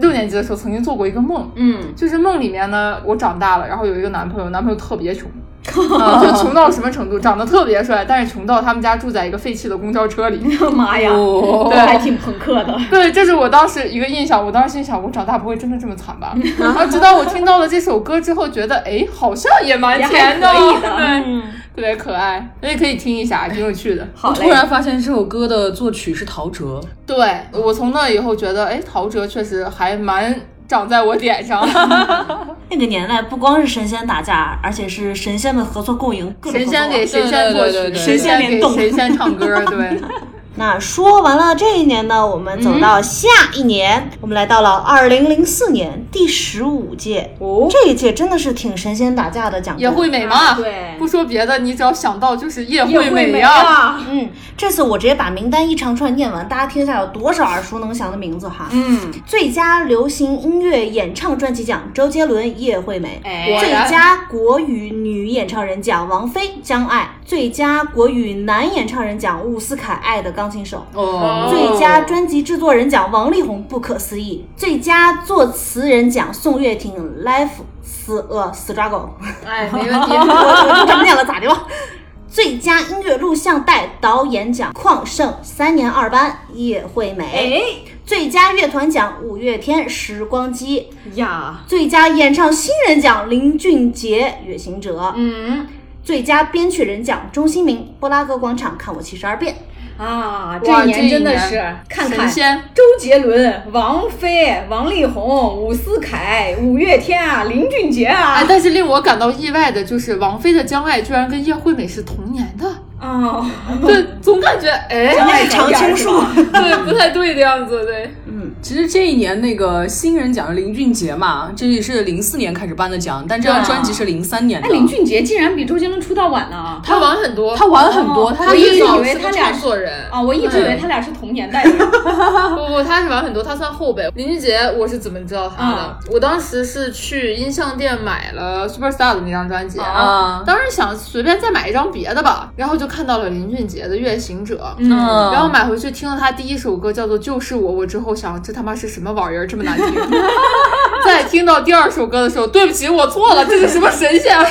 [SPEAKER 3] 六年级的时候，曾经做过一个梦，
[SPEAKER 2] *laughs*
[SPEAKER 3] *laughs*
[SPEAKER 2] 嗯，
[SPEAKER 3] 就是梦里面呢，我长大了，然后有一个男朋友，男朋友特别穷，啊就穷到什么程度，长得特别帅，但是穷到他们家住在一个废弃的公交车里。
[SPEAKER 2] 妈呀， *laughs*
[SPEAKER 4] 哦
[SPEAKER 2] 对，还挺朋克的。
[SPEAKER 3] 对，这是我当时一个印象。我当时心想，我长大不会真的这么惨
[SPEAKER 2] *laughs*
[SPEAKER 3] 吧？然后直到我听到了这首歌之后，觉得哎，好像也蛮甜的
[SPEAKER 2] 也
[SPEAKER 3] 哦，
[SPEAKER 2] 还可以的
[SPEAKER 3] 对，特别可爱，所以可以听一下，挺有趣的。
[SPEAKER 2] 好
[SPEAKER 4] 我突
[SPEAKER 2] 嘞，
[SPEAKER 4] 然发现这首歌的作曲是陶喆，
[SPEAKER 3] 对我从那以后觉得，哎，陶喆确实还蛮长在我点上。
[SPEAKER 1] 那个年代不光是神仙打架，而且是神仙们合作共赢，各种
[SPEAKER 3] *laughs* 神仙
[SPEAKER 1] 合作啊
[SPEAKER 3] 给神仙作
[SPEAKER 4] 对对
[SPEAKER 3] 曲，
[SPEAKER 4] 对对
[SPEAKER 1] 对
[SPEAKER 3] 仙
[SPEAKER 1] 神仙
[SPEAKER 3] 给
[SPEAKER 1] 联动
[SPEAKER 3] 神仙唱歌， *laughs* 对。
[SPEAKER 1] 那说完了这一年呢，我们
[SPEAKER 3] 嗯
[SPEAKER 1] 走到下一年，我们来到了二零零四年第十五届。
[SPEAKER 2] 哦
[SPEAKER 1] 这一届真的是挺神仙打架的奖，
[SPEAKER 3] 也会。美嘛？
[SPEAKER 2] 啊对
[SPEAKER 3] 不说别的，你只要想到就是叶
[SPEAKER 2] 叶惠
[SPEAKER 3] 美
[SPEAKER 2] 美
[SPEAKER 3] 啊。
[SPEAKER 2] 啊，
[SPEAKER 1] 嗯，这次我直接把名单一长串念完，大家听一下有多少耳熟能详的名字哈。
[SPEAKER 2] 嗯，
[SPEAKER 1] 最佳流行音乐演唱专辑奖，周杰伦、叶惠美；
[SPEAKER 2] 哎
[SPEAKER 1] 最佳国语女演唱人奖，王菲、江爱；最佳国语男演唱人奖，伍思凯《爱的钢琴手》
[SPEAKER 4] 哦，
[SPEAKER 1] 最佳专辑制作人奖王力宏《不可思议》，最佳作词人奖宋岳庭《Life》死呃 struggle， *laughs*
[SPEAKER 3] 哎，没问题。
[SPEAKER 1] 我就这么念了咋的吧？最佳音乐录像带导演奖旷盛三年二班叶惠美，
[SPEAKER 2] 哎
[SPEAKER 1] 最佳乐团奖五月天《时光机
[SPEAKER 2] 呀》，，
[SPEAKER 1] 最佳演唱新人奖林俊杰《旅行者》，
[SPEAKER 2] 嗯
[SPEAKER 1] 最佳编曲人奖钟兴民《布拉格广场看我七十二变》。
[SPEAKER 2] 啊，
[SPEAKER 3] 哇
[SPEAKER 2] 这一
[SPEAKER 3] 这一
[SPEAKER 2] 年真的
[SPEAKER 3] 年
[SPEAKER 2] 是看
[SPEAKER 3] *laughs* 神
[SPEAKER 2] 看
[SPEAKER 3] *laughs* 仙
[SPEAKER 2] 周杰伦、王菲、王力宏、伍思凯、五月天啊，林俊杰
[SPEAKER 3] 哎，
[SPEAKER 2] 啊，
[SPEAKER 3] 但是令我感到意外的就是，王菲的《将爱》居然跟叶惠美是同年的，
[SPEAKER 2] 啊
[SPEAKER 5] 哦，
[SPEAKER 3] 就总感觉哎， *laughs*
[SPEAKER 1] 那是常青树，
[SPEAKER 3] 对，不太对的样子，对。
[SPEAKER 4] 其实这一年那个新人奖是林俊杰嘛，这也是零四年开始颁的奖，但这张专辑是零三年的。
[SPEAKER 2] 哎
[SPEAKER 5] 那哎林俊杰竟然比周杰伦出道晚呢？
[SPEAKER 3] 他玩很多，
[SPEAKER 4] 他玩很多，他
[SPEAKER 5] 我
[SPEAKER 3] 我
[SPEAKER 5] 一直
[SPEAKER 3] 一
[SPEAKER 5] 以
[SPEAKER 3] 直以
[SPEAKER 5] 为
[SPEAKER 3] 为
[SPEAKER 5] 他
[SPEAKER 3] 他
[SPEAKER 5] 俩
[SPEAKER 3] 俩作人
[SPEAKER 5] 啊，我一直以为他俩是同年代的人。
[SPEAKER 3] 不不，他是玩很多，他算后辈。林俊杰，我是怎么知道他的？
[SPEAKER 5] 啊
[SPEAKER 3] 我当时是去音像店买了 Superstar 的那张专辑
[SPEAKER 4] 啊
[SPEAKER 3] 当时想随便再买一张别的吧，然后就看到了林俊杰的《月行者》。
[SPEAKER 4] 嗯，
[SPEAKER 3] 然后买回去听了他第一首歌叫做《就是我》，我之后想这他妈是什么玩意儿，这么难听。 *laughs* 在听到第二首歌的时候，对不起，我错了，这是什么神仙？啊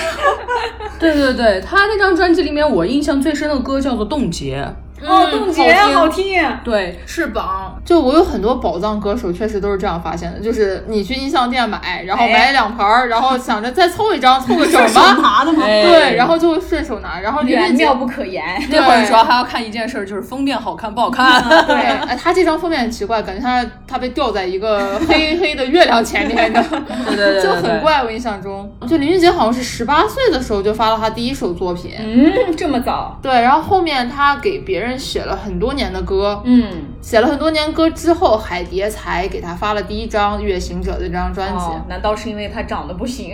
[SPEAKER 4] 对对对，他那张专辑里面我印象最深的歌叫做《冻结》。
[SPEAKER 5] 哦，冻结
[SPEAKER 3] 好
[SPEAKER 5] 好听，
[SPEAKER 4] 对，
[SPEAKER 5] 翅膀。
[SPEAKER 3] *laughs* 就我有很多宝藏歌手，确实都是这样发现的，就是你去音像店买，然后
[SPEAKER 5] 哎
[SPEAKER 3] 买两盘儿，然后想着再凑一张，凑个整
[SPEAKER 1] 手
[SPEAKER 3] 吧。
[SPEAKER 1] 拿的吗？
[SPEAKER 4] 哎
[SPEAKER 3] 对，然后就顺手拿，然后林
[SPEAKER 5] 远
[SPEAKER 3] 俊杰
[SPEAKER 5] 哎妙不可言。
[SPEAKER 4] 那会儿主要还要看一件事儿，就是封面好看不好看。
[SPEAKER 3] 对，哎，他这张封面很奇怪，感觉他他被吊在
[SPEAKER 5] *laughs*
[SPEAKER 3] 一个黑黑的月亮前面的，
[SPEAKER 4] 对 *laughs* 对对
[SPEAKER 3] 就很怪。我印象中，就林俊杰好像是十八岁的时候就发了他第一首作品，
[SPEAKER 5] 嗯，这么早？
[SPEAKER 3] 对，然后后面他给别人写了很多年的歌，
[SPEAKER 5] 嗯，
[SPEAKER 3] 写了很多年歌之后，海蝶才给他发了第一张《月行者》的这张专辑
[SPEAKER 5] 哦，难道是因为他长得不行？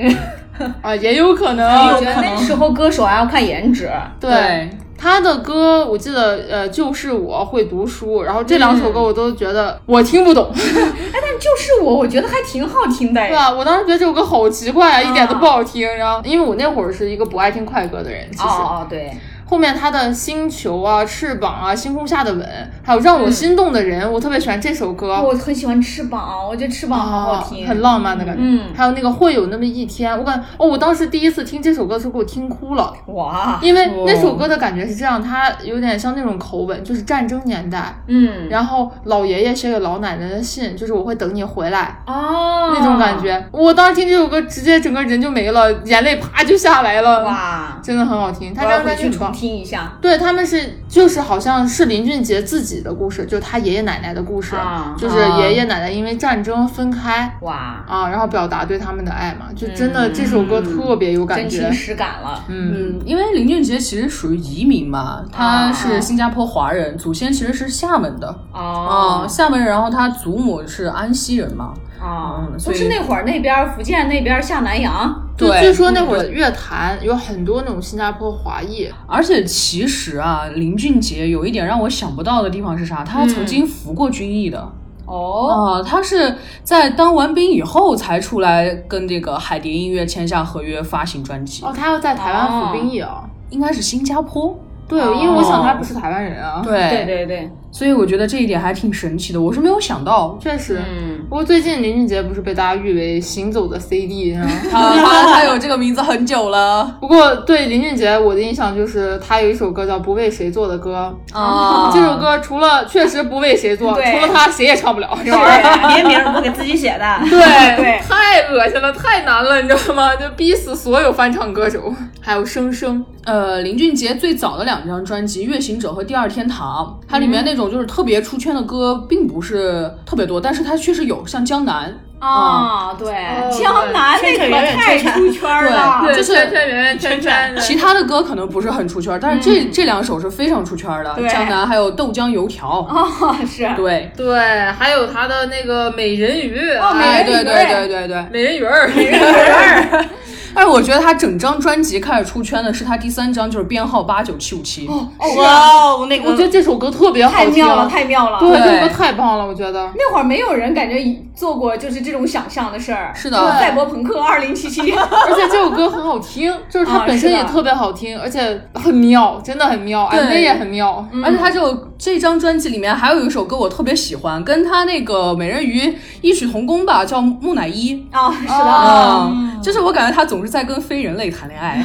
[SPEAKER 3] 啊，也有可
[SPEAKER 5] 哎我
[SPEAKER 3] 能
[SPEAKER 5] 觉。得那时候歌手还要看颜值。
[SPEAKER 3] 对他的歌，我记得，呃，就是我会读书，然后这两
[SPEAKER 5] 嗯
[SPEAKER 3] 首歌我都觉得我听不懂，
[SPEAKER 5] 哎，但就是我，我觉得还挺好听的
[SPEAKER 3] 对啊
[SPEAKER 5] 呀。
[SPEAKER 3] 吧？我当时觉得这首歌好奇怪啊，一点都不好听。然后，因为我那会儿是一个不爱听快歌的人，其
[SPEAKER 5] 哦
[SPEAKER 3] 实
[SPEAKER 5] 哦，对，
[SPEAKER 3] 后面他的《星球》啊、《翅膀》啊、《星空下的吻》，还有《让我心动的人》，我特别喜欢这首歌。
[SPEAKER 5] 嗯我很喜欢翅膀，我觉得翅膀好好听，
[SPEAKER 3] 啊很浪漫的感觉。
[SPEAKER 5] 嗯
[SPEAKER 3] 还有那个会有那么一天，我感觉哦，我当时第一次听这首歌的时候，给我听哭了。
[SPEAKER 5] 哇，
[SPEAKER 3] 因为那首歌的感觉是这样，它有点像那种口吻，就是战争年代，
[SPEAKER 5] 嗯，
[SPEAKER 3] 然后老爷爷写给老奶奶的信，就是我会等你回来
[SPEAKER 5] 哦，
[SPEAKER 3] 那种感，觉。我当时听这首歌，直接整个人就没了，眼泪啪就下来了，，
[SPEAKER 5] 哇，
[SPEAKER 3] 真的很好听。他
[SPEAKER 5] 我
[SPEAKER 3] 这
[SPEAKER 5] 要
[SPEAKER 3] 张
[SPEAKER 5] 回
[SPEAKER 3] 专辑
[SPEAKER 5] 去
[SPEAKER 3] 很
[SPEAKER 5] 重
[SPEAKER 3] 棒。
[SPEAKER 5] 听一下。
[SPEAKER 3] 对，他们是就是好像是林俊杰自己的故事，就是他爷爷奶奶的故事，
[SPEAKER 5] 啊
[SPEAKER 3] 就是爷爷奶奶因为战争分开，
[SPEAKER 5] 哇，
[SPEAKER 3] 啊，然后表达对他们的爱嘛，就真的这首歌特别有感
[SPEAKER 5] 真
[SPEAKER 3] 觉
[SPEAKER 5] 情。实感了，
[SPEAKER 4] 嗯，因为林俊杰其实属于移民嘛，他是新加坡华人，祖先其实是厦门的啊、
[SPEAKER 5] 哦
[SPEAKER 4] 厦门人，然后他祖母是安溪人嘛，
[SPEAKER 5] 哦
[SPEAKER 4] 嗯，
[SPEAKER 5] 不
[SPEAKER 4] 所以
[SPEAKER 5] 是那会儿那边儿福建那边儿下南洋，
[SPEAKER 3] 就
[SPEAKER 4] 对嗯
[SPEAKER 3] 据说那会儿乐坛有很多那种新加坡华裔，
[SPEAKER 4] 而且其实啊，林俊杰有一点让我想不到的地方是啥？他曾经服过军役的。
[SPEAKER 5] 哦，
[SPEAKER 4] 哦、他是在当完兵以后才出来跟这个海蝶音乐签下合约发行专辑，
[SPEAKER 3] 哦，他要在台湾服兵役哦。
[SPEAKER 4] 应该是新加坡。
[SPEAKER 3] 对，因为我想他不是台湾人啊。，
[SPEAKER 4] 对
[SPEAKER 5] 哦对对对，
[SPEAKER 4] 所以我觉得这一点还挺神奇的，我是没有想到。
[SPEAKER 3] *laughs* 确实。
[SPEAKER 5] 嗯，
[SPEAKER 3] 不过最近林俊杰不是被大家誉为“行走的 CD” 啊？
[SPEAKER 4] 他他他有这个名字很久了
[SPEAKER 3] 不过对林俊杰我的印象就是他有一首歌叫《不为谁做的歌》，
[SPEAKER 5] 嗯
[SPEAKER 4] 啊
[SPEAKER 3] 这首歌除了确实不为谁做，
[SPEAKER 5] 哦对
[SPEAKER 3] 除了他谁也唱不了，
[SPEAKER 4] *laughs*
[SPEAKER 3] 是吧？
[SPEAKER 1] 别名儿不给自己写的。
[SPEAKER 3] 对
[SPEAKER 5] 对
[SPEAKER 3] 太恶心了，太难了，你知道吗？就 *laughs* 逼死所有翻唱歌手，还有生生。
[SPEAKER 4] 呃，林俊杰最早的两张专辑《月行者》和《第二天堂》，它里面那种就是特别出圈的歌并不是特别多，但是它确实有，像《江南》
[SPEAKER 3] 嗯
[SPEAKER 5] 啊，对，
[SPEAKER 3] 哦
[SPEAKER 5] 江南那个
[SPEAKER 1] 圈圈圆圆
[SPEAKER 5] 太
[SPEAKER 1] 圈圈
[SPEAKER 5] 出圈儿了，
[SPEAKER 3] 啊
[SPEAKER 4] 对就是
[SPEAKER 3] 圈圆圆圈圈
[SPEAKER 4] 其他的歌可能不是很出圈，但
[SPEAKER 3] 嗯
[SPEAKER 4] 是这、这两首是非常出圈的，
[SPEAKER 5] 对
[SPEAKER 4] 《江南》还有《豆浆油条》
[SPEAKER 5] 哦，是，
[SPEAKER 4] 对，
[SPEAKER 3] 对，还有他的那个美人鱼，啊
[SPEAKER 5] 哦美
[SPEAKER 4] 哎，
[SPEAKER 5] 人鱼
[SPEAKER 4] 对对对对对。
[SPEAKER 3] 美人鱼儿，美 *laughs* 人
[SPEAKER 4] 但哎是我觉得他整张专辑开始出圈的是他第三张，就是编号八九七五七。
[SPEAKER 1] 哇哦，那
[SPEAKER 3] 我觉得这首歌特别啊好
[SPEAKER 5] 太
[SPEAKER 3] 听，
[SPEAKER 5] 妙了，太妙了。
[SPEAKER 3] 对，
[SPEAKER 4] 对
[SPEAKER 3] 这首歌太棒了，我觉得。
[SPEAKER 5] 那会儿没有人感觉做过就是这种想象的事儿，
[SPEAKER 4] 是的
[SPEAKER 5] 什么赛博朋克二零七
[SPEAKER 3] *laughs*
[SPEAKER 5] 七，
[SPEAKER 3] 而且这首歌很好听，就是它
[SPEAKER 5] 啊
[SPEAKER 3] 本身
[SPEAKER 5] 是
[SPEAKER 3] 也
[SPEAKER 5] 的
[SPEAKER 3] 特别好听，而且很妙，真的很妙
[SPEAKER 4] 对
[SPEAKER 3] ，MV 也很妙。
[SPEAKER 5] 嗯
[SPEAKER 4] 而且他这首这张专辑里面还有一首歌我特别喜欢，跟他那个美人鱼异曲同工吧，叫《木乃伊》。
[SPEAKER 5] 啊，是的，
[SPEAKER 3] 哦
[SPEAKER 4] 啊，就是我感觉他总是在跟非人类谈恋爱，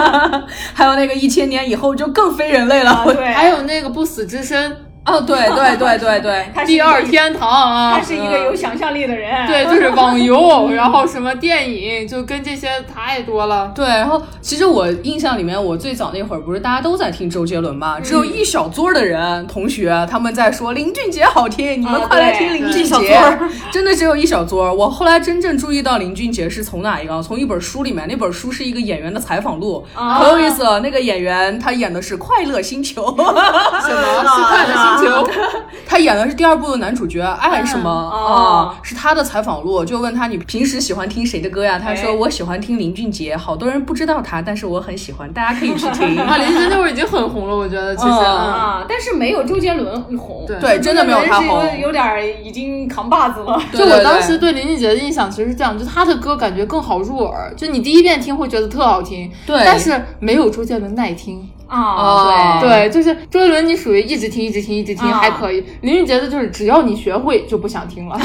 [SPEAKER 4] *laughs* 还有那个一千年以后就更非人类了。
[SPEAKER 2] 啊
[SPEAKER 5] 啊对，
[SPEAKER 3] 还有那个不死之身，
[SPEAKER 4] *laughs* 哦，对对对对对，
[SPEAKER 5] 他是一
[SPEAKER 3] 第
[SPEAKER 5] 个
[SPEAKER 3] 二，天堂啊
[SPEAKER 5] 他，是一个有想象力的人。
[SPEAKER 3] 对，就是网游，然后什么电影，就跟这些太多了。
[SPEAKER 4] 对，然后其实我印象里面，我最早那会儿不是大家都在听周杰伦嘛，只
[SPEAKER 5] 嗯
[SPEAKER 4] 有一小撮儿的人同学他们在说林俊杰好听，你们
[SPEAKER 5] 啊
[SPEAKER 4] 快来
[SPEAKER 5] 对
[SPEAKER 4] 听林
[SPEAKER 5] 对
[SPEAKER 4] 俊
[SPEAKER 5] 一小
[SPEAKER 4] 杰
[SPEAKER 5] 撮儿。
[SPEAKER 4] 真的只有一小撮儿。我后来真正注意到林俊杰是从哪一个？从一本书里面，那本书是一个演员的采访录，
[SPEAKER 5] 啊
[SPEAKER 4] 很有意思。啊那个演员他演的是《快乐星球》，
[SPEAKER 5] *laughs*
[SPEAKER 1] 什
[SPEAKER 5] 嗯
[SPEAKER 3] 是快乐星球，
[SPEAKER 4] *laughs* 他演的是第二部的男主角爱什么
[SPEAKER 5] 哦
[SPEAKER 4] 啊？是他的采访录，就问他你平时喜欢听谁的歌呀？他
[SPEAKER 5] 哎
[SPEAKER 4] 说我喜欢听林俊杰，好多人不知道他，但是我很喜欢，大家可以去听。
[SPEAKER 3] 啊，林俊杰那会儿已经很红了，我觉得其实。
[SPEAKER 4] 嗯
[SPEAKER 5] 啊，但是没有周杰伦红。
[SPEAKER 3] 对
[SPEAKER 4] 对，真的没有
[SPEAKER 5] 周
[SPEAKER 4] 他
[SPEAKER 5] 杰伦是
[SPEAKER 4] 红
[SPEAKER 5] 有。有点儿已经扛把子了。
[SPEAKER 4] 对
[SPEAKER 3] 就
[SPEAKER 4] 对
[SPEAKER 3] 我
[SPEAKER 4] 对
[SPEAKER 3] 当时对林俊杰的印象其实是这样，就他的歌感觉更好入耳，就你第一遍听会觉得特好听，
[SPEAKER 4] 对
[SPEAKER 3] 但是没有周杰伦耐听。
[SPEAKER 2] 哦
[SPEAKER 3] 哦
[SPEAKER 5] 啊，对。
[SPEAKER 3] 对，就是周杰伦，你属于一直听、一直听、一直听
[SPEAKER 5] 啊
[SPEAKER 3] 还可以。林俊杰的就是只要你学会就不想听
[SPEAKER 4] *laughs*
[SPEAKER 3] 了，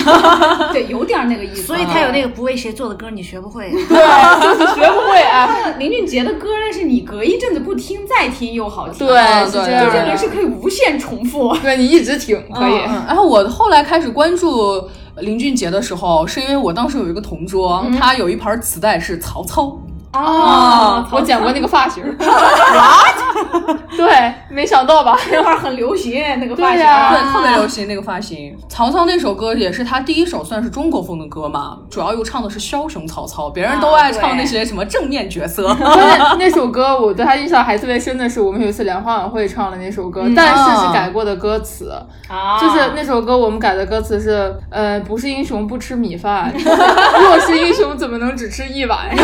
[SPEAKER 5] 对，有点儿那个意思。
[SPEAKER 1] 所以
[SPEAKER 3] 嗯
[SPEAKER 1] 他有那个不为谁做的歌，你学不会。
[SPEAKER 3] 对，就是学不会啊。
[SPEAKER 5] 那林俊杰的歌，但是你隔一阵子不听，再听又好听。啊
[SPEAKER 3] 对，是
[SPEAKER 4] 对
[SPEAKER 3] 这
[SPEAKER 5] 周杰
[SPEAKER 3] 样
[SPEAKER 5] 伦是
[SPEAKER 3] 的。
[SPEAKER 5] 可以无限重复。 *laughs*
[SPEAKER 3] 对你一直听可以。
[SPEAKER 4] 嗯，然后我后来开始关注林俊杰的时候，是因为我当时有一个同桌，他有一盘磁带是曹操，
[SPEAKER 5] 哦
[SPEAKER 3] 啊
[SPEAKER 4] 啊
[SPEAKER 3] 我剪过那个发型。
[SPEAKER 4] *laughs*
[SPEAKER 3] 对，没想到吧？
[SPEAKER 5] 那会儿很流行那个发型。
[SPEAKER 3] 对啊呀
[SPEAKER 4] 对，特别流行那个发型。曹操那首歌也是他第一首算是中国风的歌嘛，主要又唱的是枭雄曹操，别人都爱唱那些什么正面角色。
[SPEAKER 3] 关键哦那首歌我对他印象还特别深的是，我们有一次联欢晚会唱了那首
[SPEAKER 5] 嗯
[SPEAKER 3] 歌，但
[SPEAKER 5] 哦
[SPEAKER 3] 是是改过的歌词，
[SPEAKER 5] 啊
[SPEAKER 3] 就是那首歌我们改的歌词是，呃，不是英雄不吃米饭，若是英雄怎么能只吃一碗？ *laughs*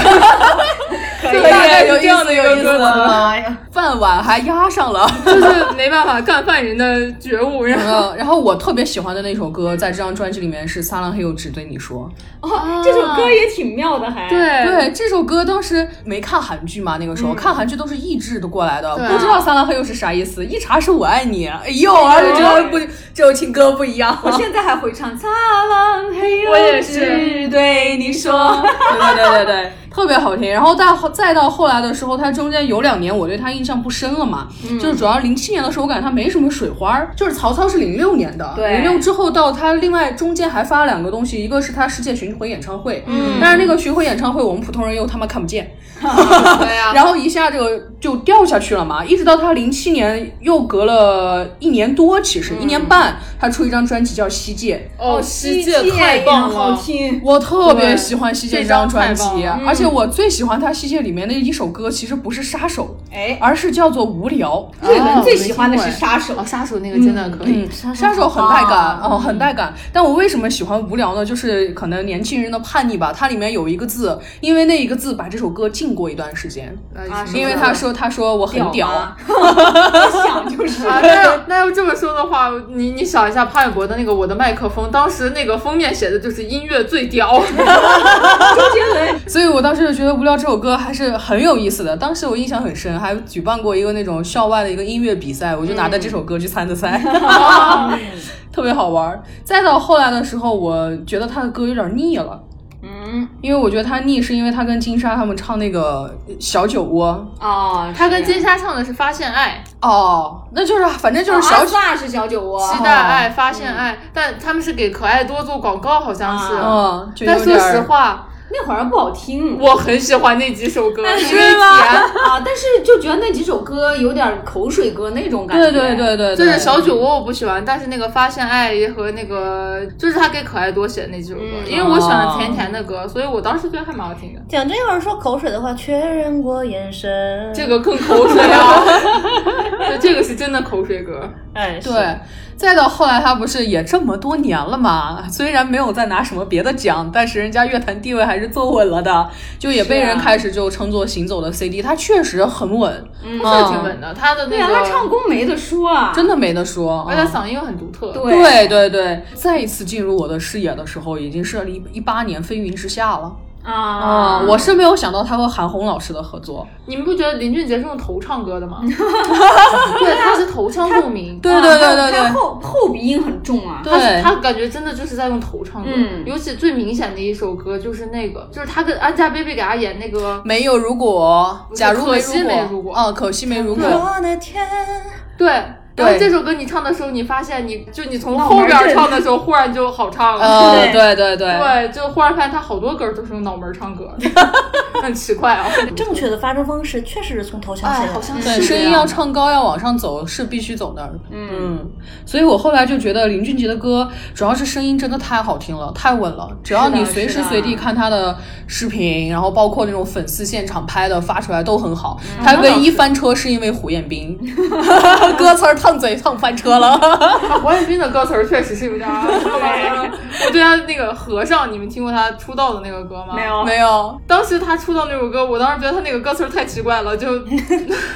[SPEAKER 4] 对
[SPEAKER 3] 就
[SPEAKER 4] *laughs*
[SPEAKER 3] 大概
[SPEAKER 4] 有
[SPEAKER 3] 是这样的一个
[SPEAKER 4] 意
[SPEAKER 3] 歌词，
[SPEAKER 4] 思。哎 *laughs* 饭碗还压上了。 *laughs*
[SPEAKER 3] 就是没办法干饭人的觉悟。然后
[SPEAKER 4] 嗯，然后我特别喜欢的那首歌，在这张专辑里面是《撒浪嘿yo 只对你说
[SPEAKER 5] 哦， *laughs* 这首歌也挺妙的，还。》。
[SPEAKER 4] 对，这首歌当时没看韩剧嘛，那个时候、看韩剧都是译制的过来的，
[SPEAKER 3] 对
[SPEAKER 4] 不知道《撒浪嘿yo 是啥意思，一查是我爱你，哎呦，然后就觉得不，这首情歌不一样。
[SPEAKER 5] 我现在还会唱《擦浪嘿哟》，
[SPEAKER 3] 我也是
[SPEAKER 5] 只对你说。
[SPEAKER 4] 对对对对对，特别好听。然后再后再到后来的时候，他中间有两年我对他印象不深了嘛，
[SPEAKER 5] 嗯
[SPEAKER 4] 就是主要零七年的时候，我感觉他没什么水花儿。就是曹操是零六年的，
[SPEAKER 5] 对
[SPEAKER 4] 零六之后到他另外中间还发了两个东西，一个是他世界巡回演唱会，嗯，但是那个巡回演唱会我们普通人又他妈看不见， *laughs*
[SPEAKER 3] 对
[SPEAKER 5] 啊
[SPEAKER 3] 呀、
[SPEAKER 4] 然后一下这个就掉下去了嘛，一直到他零七年又隔了一年多，其
[SPEAKER 5] 嗯
[SPEAKER 4] 实、一年半，他出一张专辑叫《西界》，
[SPEAKER 3] 哦，世界
[SPEAKER 5] 西界
[SPEAKER 3] 太棒
[SPEAKER 5] 也好
[SPEAKER 3] 了。
[SPEAKER 5] 听。
[SPEAKER 4] *laughs* 我特别喜欢《西界》
[SPEAKER 3] 这
[SPEAKER 4] 张
[SPEAKER 3] 张
[SPEAKER 4] 专
[SPEAKER 3] 太
[SPEAKER 4] 辑
[SPEAKER 3] 棒，了
[SPEAKER 4] 而且我最喜欢他《西界》里面的一首歌，其实不是《杀手》，
[SPEAKER 2] 嗯
[SPEAKER 5] 哎，
[SPEAKER 4] 而是叫做《无聊》。
[SPEAKER 5] 瑞文最喜欢的
[SPEAKER 4] 哎
[SPEAKER 5] 是杀手
[SPEAKER 3] 哦，。
[SPEAKER 4] 啊
[SPEAKER 3] 杀手那个真的可以。
[SPEAKER 4] 嗯，杀手很带感，哦，很带感。但我为什么喜欢无聊呢？就是可能年轻人的叛逆吧。它里面有一个字，因为那一个字把这首歌禁过一段时间，
[SPEAKER 3] 嗯
[SPEAKER 5] 啊
[SPEAKER 4] 因为他说他说我很屌，啊
[SPEAKER 5] 吗 *laughs* 我想就是。
[SPEAKER 3] *laughs* 啊，那要那要这么说的话，你你想一下潘玮柏的那个《我的麦克风》，当时那个封面写的就是音乐最屌， *laughs*
[SPEAKER 5] *laughs*
[SPEAKER 4] 所以我当时就觉得《无聊》这首歌还是很有意思的。当时我印象很深，还举办过一个那种校外的一个音乐比赛，我就拿着这首歌去参的赛， *laughs* 特别好玩儿。再到后来的时候，我觉得他的歌有点腻了。嗯，因为我觉得他腻，是因为他跟金莎他们唱那个《小酒窝
[SPEAKER 5] 哦，
[SPEAKER 3] 他跟金莎唱的是《发现爱》，》
[SPEAKER 4] 哦，那就是反正就是小
[SPEAKER 5] 小
[SPEAKER 4] 酒，
[SPEAKER 5] 萨是小酒窝。
[SPEAKER 3] 期待
[SPEAKER 4] 哦
[SPEAKER 3] 爱，发现爱，但他们是给可爱多做广告，好像是。
[SPEAKER 4] 嗯，就
[SPEAKER 3] 但
[SPEAKER 4] 有
[SPEAKER 3] 说
[SPEAKER 4] 点
[SPEAKER 3] 实
[SPEAKER 4] 儿。
[SPEAKER 3] 话，
[SPEAKER 5] 那会儿不好听。
[SPEAKER 3] 我很喜欢那几首歌，
[SPEAKER 4] 哎
[SPEAKER 3] 因为
[SPEAKER 4] *laughs*
[SPEAKER 3] 甜，
[SPEAKER 5] 啊，但是就觉得那几首歌有点口水歌那种感觉。
[SPEAKER 4] 对对对对，
[SPEAKER 3] 就
[SPEAKER 4] 对
[SPEAKER 3] 是小酒窝我不喜欢，但是那个发现爱和那个就是他给可爱多写的那几首歌，
[SPEAKER 5] 嗯
[SPEAKER 3] 因为我喜
[SPEAKER 4] 哦
[SPEAKER 3] 欢甜甜的歌，所以我当时觉得还蛮好听
[SPEAKER 4] 嗯
[SPEAKER 3] 的。
[SPEAKER 1] 讲真，有人说口水的话，确认过眼神。
[SPEAKER 3] 这个更口水啊！ *laughs* 这这个是真的口水歌，
[SPEAKER 1] 哎，是
[SPEAKER 4] 对，再到后来，他不是也这么多年了嘛？虽然没有再拿什么别的奖，但是人家乐坛地位还是坐稳了的，就也被
[SPEAKER 3] 啊
[SPEAKER 4] 人开始就称作行走的 CD。他确实很稳，嗯，
[SPEAKER 3] 他是挺稳的，他的
[SPEAKER 5] 哦对
[SPEAKER 3] 那
[SPEAKER 5] 啊，
[SPEAKER 3] 个
[SPEAKER 5] 他唱功没得说啊。
[SPEAKER 4] 真的没得说。嗯
[SPEAKER 3] 而且嗓音又很独特。
[SPEAKER 5] 对
[SPEAKER 4] 对对对，再一次进入我的视野的时候，已经是二零一八年《飞云之下》了
[SPEAKER 5] 啊，
[SPEAKER 4] 哦我是没有想到他和韩红老师的合作。
[SPEAKER 3] 你们不觉得林俊杰是用头唱歌
[SPEAKER 5] *laughs*
[SPEAKER 3] 的吗？对，他是头腔共鸣。
[SPEAKER 4] 对对对对
[SPEAKER 5] 啊他
[SPEAKER 4] 对
[SPEAKER 5] 后后鼻音很重啊。
[SPEAKER 3] 他是
[SPEAKER 4] 对，
[SPEAKER 3] 他感觉真的就是在用头唱歌，
[SPEAKER 5] 嗯
[SPEAKER 3] 尤其最明显的一首歌就是那个，就是他跟 Angelababy 给他演
[SPEAKER 5] *laughs*
[SPEAKER 3] 那个，
[SPEAKER 4] 没有如果，
[SPEAKER 3] 不是
[SPEAKER 4] 假如嗯
[SPEAKER 3] 可惜没
[SPEAKER 4] 没
[SPEAKER 3] 如果
[SPEAKER 4] 啊，可惜没如果。
[SPEAKER 1] 我的天，
[SPEAKER 3] 对，然后
[SPEAKER 2] 对
[SPEAKER 3] 这首歌你唱的时候，你发现你就你从后边
[SPEAKER 5] *laughs*
[SPEAKER 3] 唱的时候，忽然就好唱
[SPEAKER 5] 哦
[SPEAKER 3] 了。
[SPEAKER 4] 呃，对对对，
[SPEAKER 3] 对，就忽然发现他好多歌都是用脑门唱歌，
[SPEAKER 5] *laughs*
[SPEAKER 3] 很奇怪啊。
[SPEAKER 1] 正确的发声方式确实是从头腔
[SPEAKER 3] 哎，
[SPEAKER 1] 先
[SPEAKER 3] 好
[SPEAKER 1] 来。
[SPEAKER 3] 像
[SPEAKER 4] 对，
[SPEAKER 3] 是
[SPEAKER 4] 声
[SPEAKER 3] 这
[SPEAKER 4] 音
[SPEAKER 3] 样
[SPEAKER 4] 要唱高，要往上走，是必须走那儿的。嗯，所以我后来就觉得林俊杰的歌，主要是声音真的太好听了，太稳了。只要
[SPEAKER 5] 是的
[SPEAKER 4] 你随时
[SPEAKER 5] 是的
[SPEAKER 4] 随地看他的视频，然后包括那种粉丝现场拍的发出来都很好。他唯一翻车嗯是因为胡彦斌， *laughs* 歌词儿烫嘴烫翻车 *laughs* 了。
[SPEAKER 3] *laughs* 黄彦斌的歌词儿确实是有点儿。我对他那个和尚，你们听过他出道的那个歌吗？
[SPEAKER 5] 没。有，
[SPEAKER 4] 没有，
[SPEAKER 3] 当时他出道那首歌，我当时觉得他那个歌词儿太奇怪了，就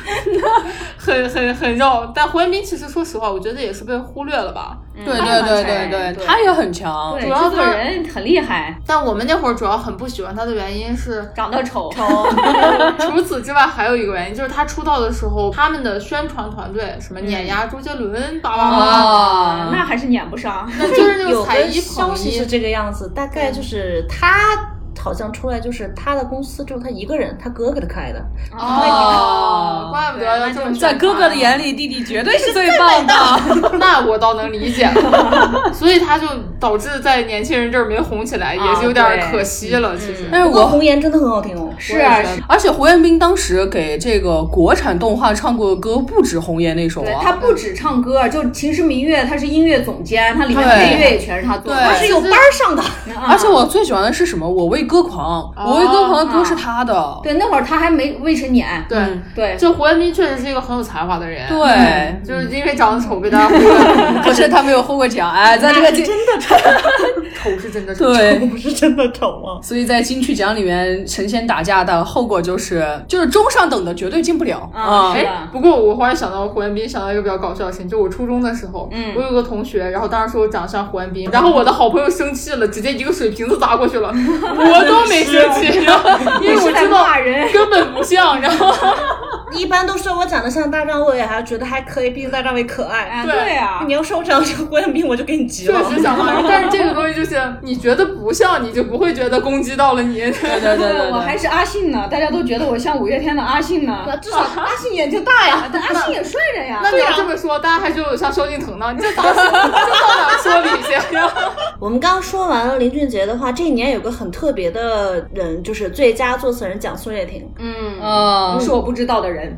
[SPEAKER 3] *laughs* 很很很绕。但黄彦斌其实说实话，我觉得也是被忽略了吧。
[SPEAKER 4] 对对对对
[SPEAKER 5] 对
[SPEAKER 4] 他也很强。
[SPEAKER 5] 对，
[SPEAKER 3] 主要
[SPEAKER 5] 制
[SPEAKER 3] 是
[SPEAKER 5] 作人很厉害，，
[SPEAKER 3] 但我们那会儿主要很不喜欢他的原因是
[SPEAKER 5] 长得丑，
[SPEAKER 3] 除此之外还有一个原因就是他出道的时候，他们的宣传团队什么碾压周杰伦，叭叭叭，
[SPEAKER 4] 啊，
[SPEAKER 5] *laughs* 那还是撵不上。
[SPEAKER 3] 那就是那
[SPEAKER 1] 有
[SPEAKER 3] 种才
[SPEAKER 1] 个
[SPEAKER 3] 艺
[SPEAKER 1] 消
[SPEAKER 3] 捧
[SPEAKER 1] 息是
[SPEAKER 3] 一。
[SPEAKER 1] 这个样子，大概就是他好像出来就是他的公司只有他一个人，他哥给他开的。
[SPEAKER 3] 哦，怪不得要这么
[SPEAKER 4] 在哥哥的眼里，弟弟绝对啊是最棒的。
[SPEAKER 3] *laughs* 那我倒能理解了，所以他就导致在年轻人这儿没红起来，也是有点可惜了。其实，
[SPEAKER 4] *laughs* 但是
[SPEAKER 1] 不过
[SPEAKER 4] *laughs* 我
[SPEAKER 1] 红颜真的很好听哦。
[SPEAKER 5] 是啊，是
[SPEAKER 4] 而且胡彦斌当时给这个国产动画唱过的歌不止《红颜》那首
[SPEAKER 5] 对
[SPEAKER 4] 啊，
[SPEAKER 5] 他不止唱歌，就《秦时明月》，他是音乐总监，他里面的
[SPEAKER 4] 对
[SPEAKER 5] 配乐也全是他做的。
[SPEAKER 4] 对
[SPEAKER 5] 他是
[SPEAKER 1] 他
[SPEAKER 5] 啊
[SPEAKER 1] 是有班儿上的，
[SPEAKER 5] 嗯
[SPEAKER 4] 而且我最喜欢的是什么？我为歌
[SPEAKER 5] 哦
[SPEAKER 4] 狂，我为歌狂的歌是他的，
[SPEAKER 5] 对，那会儿他还没未成年。
[SPEAKER 3] 对，
[SPEAKER 5] 对，
[SPEAKER 3] 就胡彦斌确实是一个很有才华的人，，
[SPEAKER 4] 对，
[SPEAKER 3] 就是因为长得丑被大家
[SPEAKER 5] 嗯
[SPEAKER 3] 忽略了，
[SPEAKER 4] 可是他没有获过
[SPEAKER 5] *laughs*
[SPEAKER 4] 奖，哎，在这个金
[SPEAKER 3] 丑是真的丑。
[SPEAKER 4] 对。
[SPEAKER 1] 是真的丑啊！
[SPEAKER 4] 所以在金曲奖里面，神仙打架的后果就是，就是中上等的绝对进不了
[SPEAKER 5] 啊
[SPEAKER 4] 啊
[SPEAKER 5] 是。
[SPEAKER 3] 哎，不过我忽然想到胡彦斌，想到一个比较搞笑的事情，就我初中的时候，嗯，我有个同学，然后当时说我长得像胡彦斌，然后我的好朋友生气了，直接一个水瓶子砸过去了，我都没生
[SPEAKER 5] *laughs*
[SPEAKER 3] 气，然后因为我
[SPEAKER 5] 哎是在
[SPEAKER 3] 知道
[SPEAKER 5] 骂人。
[SPEAKER 3] 根本不像，然后
[SPEAKER 1] *laughs* 一般都说我长得像大张伟，还觉得还可以，毕竟大张伟可
[SPEAKER 5] 哎
[SPEAKER 1] 爱。
[SPEAKER 5] 对啊
[SPEAKER 1] 你，要说我长得像郭彦斌，我就给你急
[SPEAKER 3] 确
[SPEAKER 1] 了。
[SPEAKER 3] 实想骂人，但是这个东西就是你觉得不像，你就不会觉得攻击到了你。 *laughs*
[SPEAKER 4] 对对对对
[SPEAKER 5] 我还
[SPEAKER 4] 对，
[SPEAKER 5] 是阿信呢，大家都觉得我像五月天的阿信呢。至少阿信眼睛大呀，但阿信也帅着呀
[SPEAKER 3] 那。你要这么说，大家还觉得我像萧敬腾呢，你这到底这到哪儿说理
[SPEAKER 4] *laughs*
[SPEAKER 3] 去？然后
[SPEAKER 1] 我们刚刚说完了林俊杰的话，这一年有个很特别的人，就是最佳作词人奖宋岳庭。
[SPEAKER 4] 嗯，
[SPEAKER 5] 是我不知道的人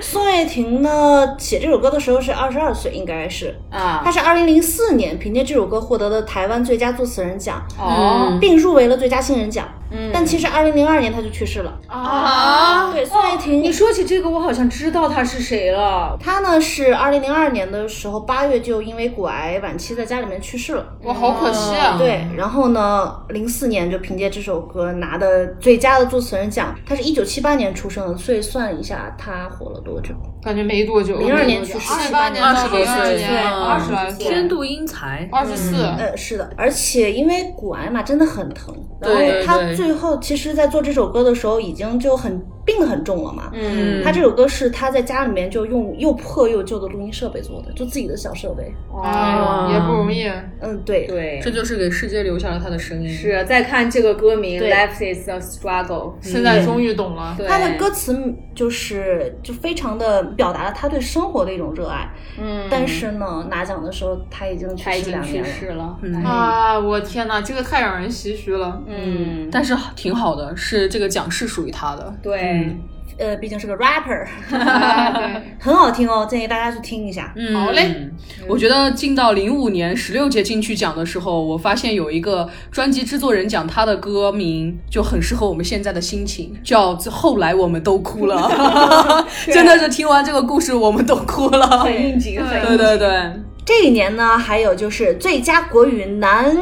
[SPEAKER 1] 宋岳庭呢，写这首歌的时候是二十二岁，应该是。
[SPEAKER 5] 啊
[SPEAKER 1] 他。是二零零四年凭借这首歌获得的台湾最佳作词人奖，
[SPEAKER 5] 哦，
[SPEAKER 1] 并入围了最佳新人奖。嗯，但其实二零零二年他就去世了。
[SPEAKER 3] 啊，
[SPEAKER 1] 对，宋岳庭
[SPEAKER 5] 你说起这个，我好像知道他是谁了。
[SPEAKER 1] 他呢是二零零二年的时候八月就因为骨癌晚期在家里面去世了。
[SPEAKER 3] 我好可惜啊。
[SPEAKER 1] 对，然后呢，零四年就凭借这首歌拿的最佳的作词人奖。他是一九七八年出生的，所以算一下他活了多久？
[SPEAKER 3] 感觉没多久，
[SPEAKER 1] 02年去世
[SPEAKER 3] 二八年到
[SPEAKER 4] 28
[SPEAKER 3] 零二
[SPEAKER 4] 岁
[SPEAKER 3] 年，
[SPEAKER 4] 嗯
[SPEAKER 3] 二十来岁
[SPEAKER 4] 天，妒英才，
[SPEAKER 3] 二十四。
[SPEAKER 1] 呃，是的，而且因为骨癌嘛，真的很疼。然后
[SPEAKER 4] 对
[SPEAKER 1] 他
[SPEAKER 4] 对
[SPEAKER 1] 最后其实，在做这首歌的时候，已经就很病得很重了嘛。
[SPEAKER 5] 嗯
[SPEAKER 1] 他这首歌是他在家里面就用又破又旧的录音设备做的，就自己的小设备。
[SPEAKER 3] 哎
[SPEAKER 4] 嗯
[SPEAKER 3] 呦，也不容易。
[SPEAKER 1] 嗯，对，
[SPEAKER 5] 对，
[SPEAKER 4] 这就是给世界留下了他的声音。
[SPEAKER 5] 是再看这个歌名《
[SPEAKER 1] 对
[SPEAKER 5] Life Is a Struggle》，
[SPEAKER 3] 现在终于懂了，
[SPEAKER 5] 对
[SPEAKER 1] 他的歌词就是就非常的表达了他对生活的一种热爱。嗯，但是呢，拿奖的时候他已经去
[SPEAKER 5] 他已
[SPEAKER 1] 世
[SPEAKER 5] 经
[SPEAKER 1] 两
[SPEAKER 5] 去
[SPEAKER 1] 年了。
[SPEAKER 5] 世了。
[SPEAKER 3] 啊！我天哪，这个太让人唏嘘了。
[SPEAKER 5] 嗯，
[SPEAKER 4] 但是挺好的，是这个奖是属于他的。
[SPEAKER 5] 对，
[SPEAKER 1] 呃，毕竟是个 rapper， *laughs*
[SPEAKER 3] 哎对，
[SPEAKER 1] 很好听哦，建议大家去听一下。
[SPEAKER 4] 嗯
[SPEAKER 3] 好嘞。
[SPEAKER 4] 我觉得进到零五年十六届金曲奖的时候，我发现有一个专辑制作人奖，他的歌名就很适合我们现在的心情，叫《后来我们都哭了》， *laughs* 真的是听完这个故事我们都哭了。
[SPEAKER 5] 很应景，很
[SPEAKER 4] 对
[SPEAKER 5] 应景。
[SPEAKER 4] 对对，
[SPEAKER 1] 这一年呢，还有就是最佳国语男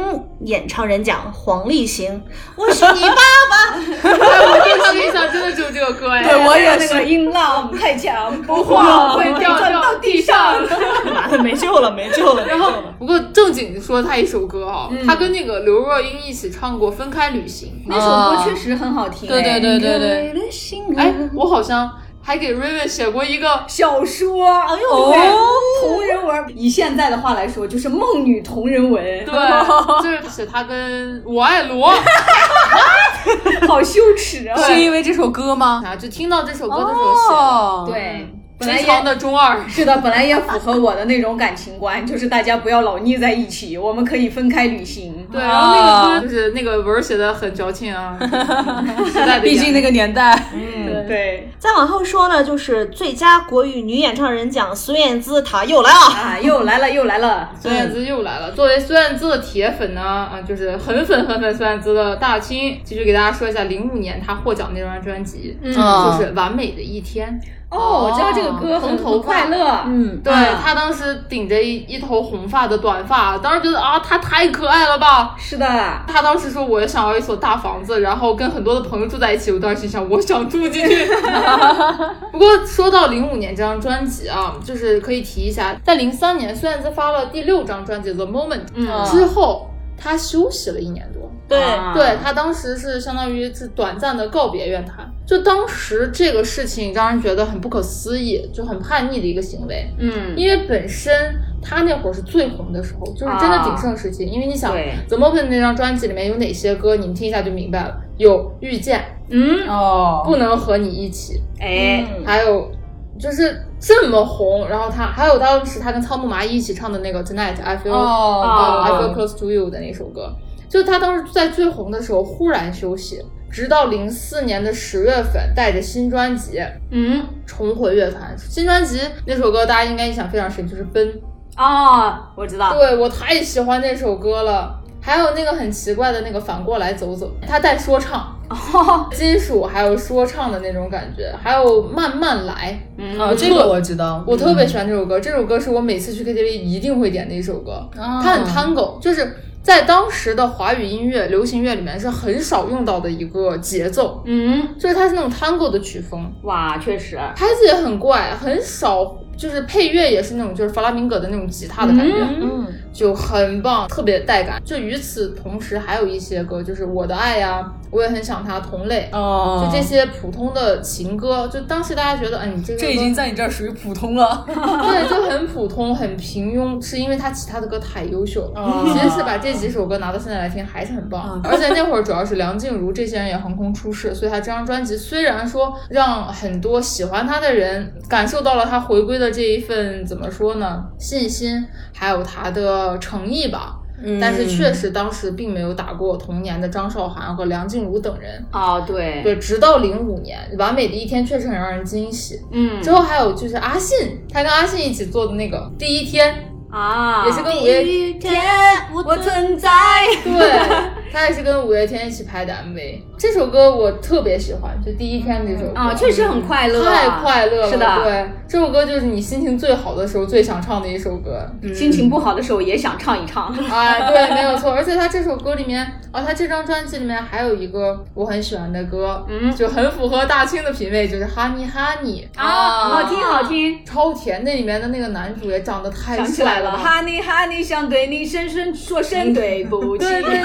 [SPEAKER 1] 演唱人奖，黄立行，我是你爸爸。
[SPEAKER 3] 哎我第一印象真的只有这个歌哎，
[SPEAKER 4] 对我也
[SPEAKER 5] 那个
[SPEAKER 4] 是。
[SPEAKER 5] 音浪太强，不
[SPEAKER 3] 晃
[SPEAKER 5] 晃
[SPEAKER 3] 会
[SPEAKER 5] 会
[SPEAKER 3] 掉
[SPEAKER 5] 掉
[SPEAKER 3] 到
[SPEAKER 5] 到
[SPEAKER 3] 地
[SPEAKER 5] 地
[SPEAKER 3] 上
[SPEAKER 5] 上。
[SPEAKER 1] 妈的，没救了，没救 *laughs* 了。
[SPEAKER 3] 然后，不过正经说他一首歌啊、他跟那个刘若英一起唱过《分开旅行
[SPEAKER 5] *laughs* 那首歌确实很好听，哎
[SPEAKER 4] 对对对对对，
[SPEAKER 1] 对，行》。
[SPEAKER 3] 哎
[SPEAKER 1] 哎，，
[SPEAKER 3] 我好像还给瑞瑞写过一个，
[SPEAKER 5] 小说，哎呦，
[SPEAKER 4] 哦
[SPEAKER 5] 同人文，以现在的话来说，就是梦女同人文，
[SPEAKER 3] 对，就是写他跟我爱罗。
[SPEAKER 5] 好羞耻啊！
[SPEAKER 4] 是因为这首歌
[SPEAKER 3] 啊
[SPEAKER 4] 吗？哦
[SPEAKER 3] 啊，就听到这首歌的时候写的。
[SPEAKER 5] 对，
[SPEAKER 2] 本来
[SPEAKER 3] 职
[SPEAKER 2] 也
[SPEAKER 3] 场的中二。
[SPEAKER 2] 是的，本来也符合我的那种感情观，就是大家不要老腻在一起，我们可以分开旅行。
[SPEAKER 3] 对，然后那个歌就是那个文儿写的很矫情啊，时代的眼泪
[SPEAKER 4] 毕竟那个年代，
[SPEAKER 3] 嗯
[SPEAKER 2] 对
[SPEAKER 1] 再往后说呢，就是最佳国语女演唱人奖，孙燕姿她又来了。
[SPEAKER 2] 啊，又来了又来了，
[SPEAKER 3] 孙燕姿又来了。作为孙燕姿的铁粉呢，啊，就是很粉很粉孙燕姿的大青，继续给大家说一下零五年她获奖那张专辑，嗯就是《完美的一天》。
[SPEAKER 2] 哦，我知道这个歌
[SPEAKER 3] 红
[SPEAKER 2] 很
[SPEAKER 3] 头
[SPEAKER 2] 很快乐，
[SPEAKER 1] 嗯，
[SPEAKER 3] 对
[SPEAKER 2] 啊
[SPEAKER 3] 她当时顶着一一头红发的短发，当时觉得啊，她太可爱了吧。
[SPEAKER 2] 是的，
[SPEAKER 3] 她当时说我想要一所大房子，然后跟很多的朋友住在一起。我当时心想我想住进去。不过说到零五年这张专辑啊，就是可以提一下，在零三年孙燕姿发了第六张专辑《The Moment》之后，她休息了一年多。
[SPEAKER 1] 对，
[SPEAKER 2] 啊
[SPEAKER 3] 对她当时是相当于是短暂的告别乐坛，就当时这个事情让人觉得很不可思议，就很叛逆的一个行为。
[SPEAKER 2] 嗯，
[SPEAKER 3] 因为本身他那会儿是最红的时候，就是真的鼎盛时期。因为你想，
[SPEAKER 2] 啊对
[SPEAKER 3] 《The Moment》那张专辑里面有哪些歌，你们听一下就明白了。有《遇见》，
[SPEAKER 2] 嗯，
[SPEAKER 4] 哦，
[SPEAKER 3] 不能和你一起，
[SPEAKER 2] 哎，
[SPEAKER 3] 还有就是这么红，然后他还有当时他跟仓木麻衣一起唱的那个《Tonight I Feel、
[SPEAKER 4] 哦
[SPEAKER 3] 啊 I Feel Close to You》的那首歌，就他当时在最红的时候忽然休息，直到零四年的十月份，带着新专辑
[SPEAKER 2] 嗯，
[SPEAKER 3] 重回乐坛。新专辑那首歌大家应该印象非常深，就是《奔》。
[SPEAKER 2] 哦，我知道，
[SPEAKER 3] 对我太喜欢那首歌了。还有那个很奇怪的那个反过来走走，它带说唱，金属还有说唱的那种感觉，还有慢慢来，
[SPEAKER 2] 嗯，
[SPEAKER 4] 啊，这个我知道，
[SPEAKER 3] 我特别喜欢这首歌。这首歌是我每次去 KTV 一定会点的一首歌，
[SPEAKER 4] 啊
[SPEAKER 3] 它很 tango，就是在当时的华语音乐、流行乐里面是很少用到的一个节奏，
[SPEAKER 2] 嗯，
[SPEAKER 3] 就是它是那种 tango 的曲风，
[SPEAKER 2] 哇，确实，
[SPEAKER 3] 拍子也很怪，很少，就是配乐也是那种就是弗拉明戈的那种吉他的感觉，
[SPEAKER 1] 嗯，
[SPEAKER 3] 就很棒，特别带感。就与此同时，还有一些歌，就是《我的爱》呀，我也很想他同类。
[SPEAKER 4] 哦
[SPEAKER 3] 就这些普通的情歌，就当时大家觉得，嗯，你这个歌
[SPEAKER 4] 这已经在你这儿属于普通
[SPEAKER 3] *laughs*
[SPEAKER 4] 了。
[SPEAKER 3] 对，就很普通、很平庸，是因为他其他的歌太优秀了。 *laughs* 其实是把这几首歌拿到现在来听还是很棒。而且那会儿主要是梁静茹这些人也横空出世，所以她这张专辑虽然说让很多喜欢她的人感受到了她回归的这一份怎么说呢，信心，还有她的诚意吧。但是确实当时并没有打过同年的张韶涵和梁静茹等人。
[SPEAKER 2] 哦，对，
[SPEAKER 3] 对，直到零五年，《完美的一天》确实很让人惊喜。
[SPEAKER 2] 嗯，
[SPEAKER 3] 之后还有就是阿信，他跟阿信一起做的那个第一天，
[SPEAKER 2] *laughs* 啊，
[SPEAKER 3] 也是跟五月、
[SPEAKER 1] 雨天
[SPEAKER 2] 我
[SPEAKER 1] 我
[SPEAKER 2] 存在，
[SPEAKER 3] 对，他也是跟五月天一起拍的 MV。这首歌我特别喜欢，就第一天这首歌
[SPEAKER 2] 啊，确实很快乐，
[SPEAKER 3] 太快乐了，
[SPEAKER 2] 是的，
[SPEAKER 3] 对，这首歌就是你心情最好的时候最想唱的一首歌。
[SPEAKER 2] 心情不好的时候也想唱一唱，
[SPEAKER 3] 哎，对，没有错。而且他这首歌里面，啊，他这张专辑里面还有一个我很喜欢的歌，嗯，就很符合大清的品味，就是《Honey Honey》
[SPEAKER 2] 啊，好听好听。
[SPEAKER 3] 超甜。那里面的那个男主也长得太
[SPEAKER 2] 想起
[SPEAKER 3] 帅
[SPEAKER 2] 来了
[SPEAKER 3] 吧
[SPEAKER 2] ，Honey Honey，想对你深深说声对不起。
[SPEAKER 3] 嗯对对，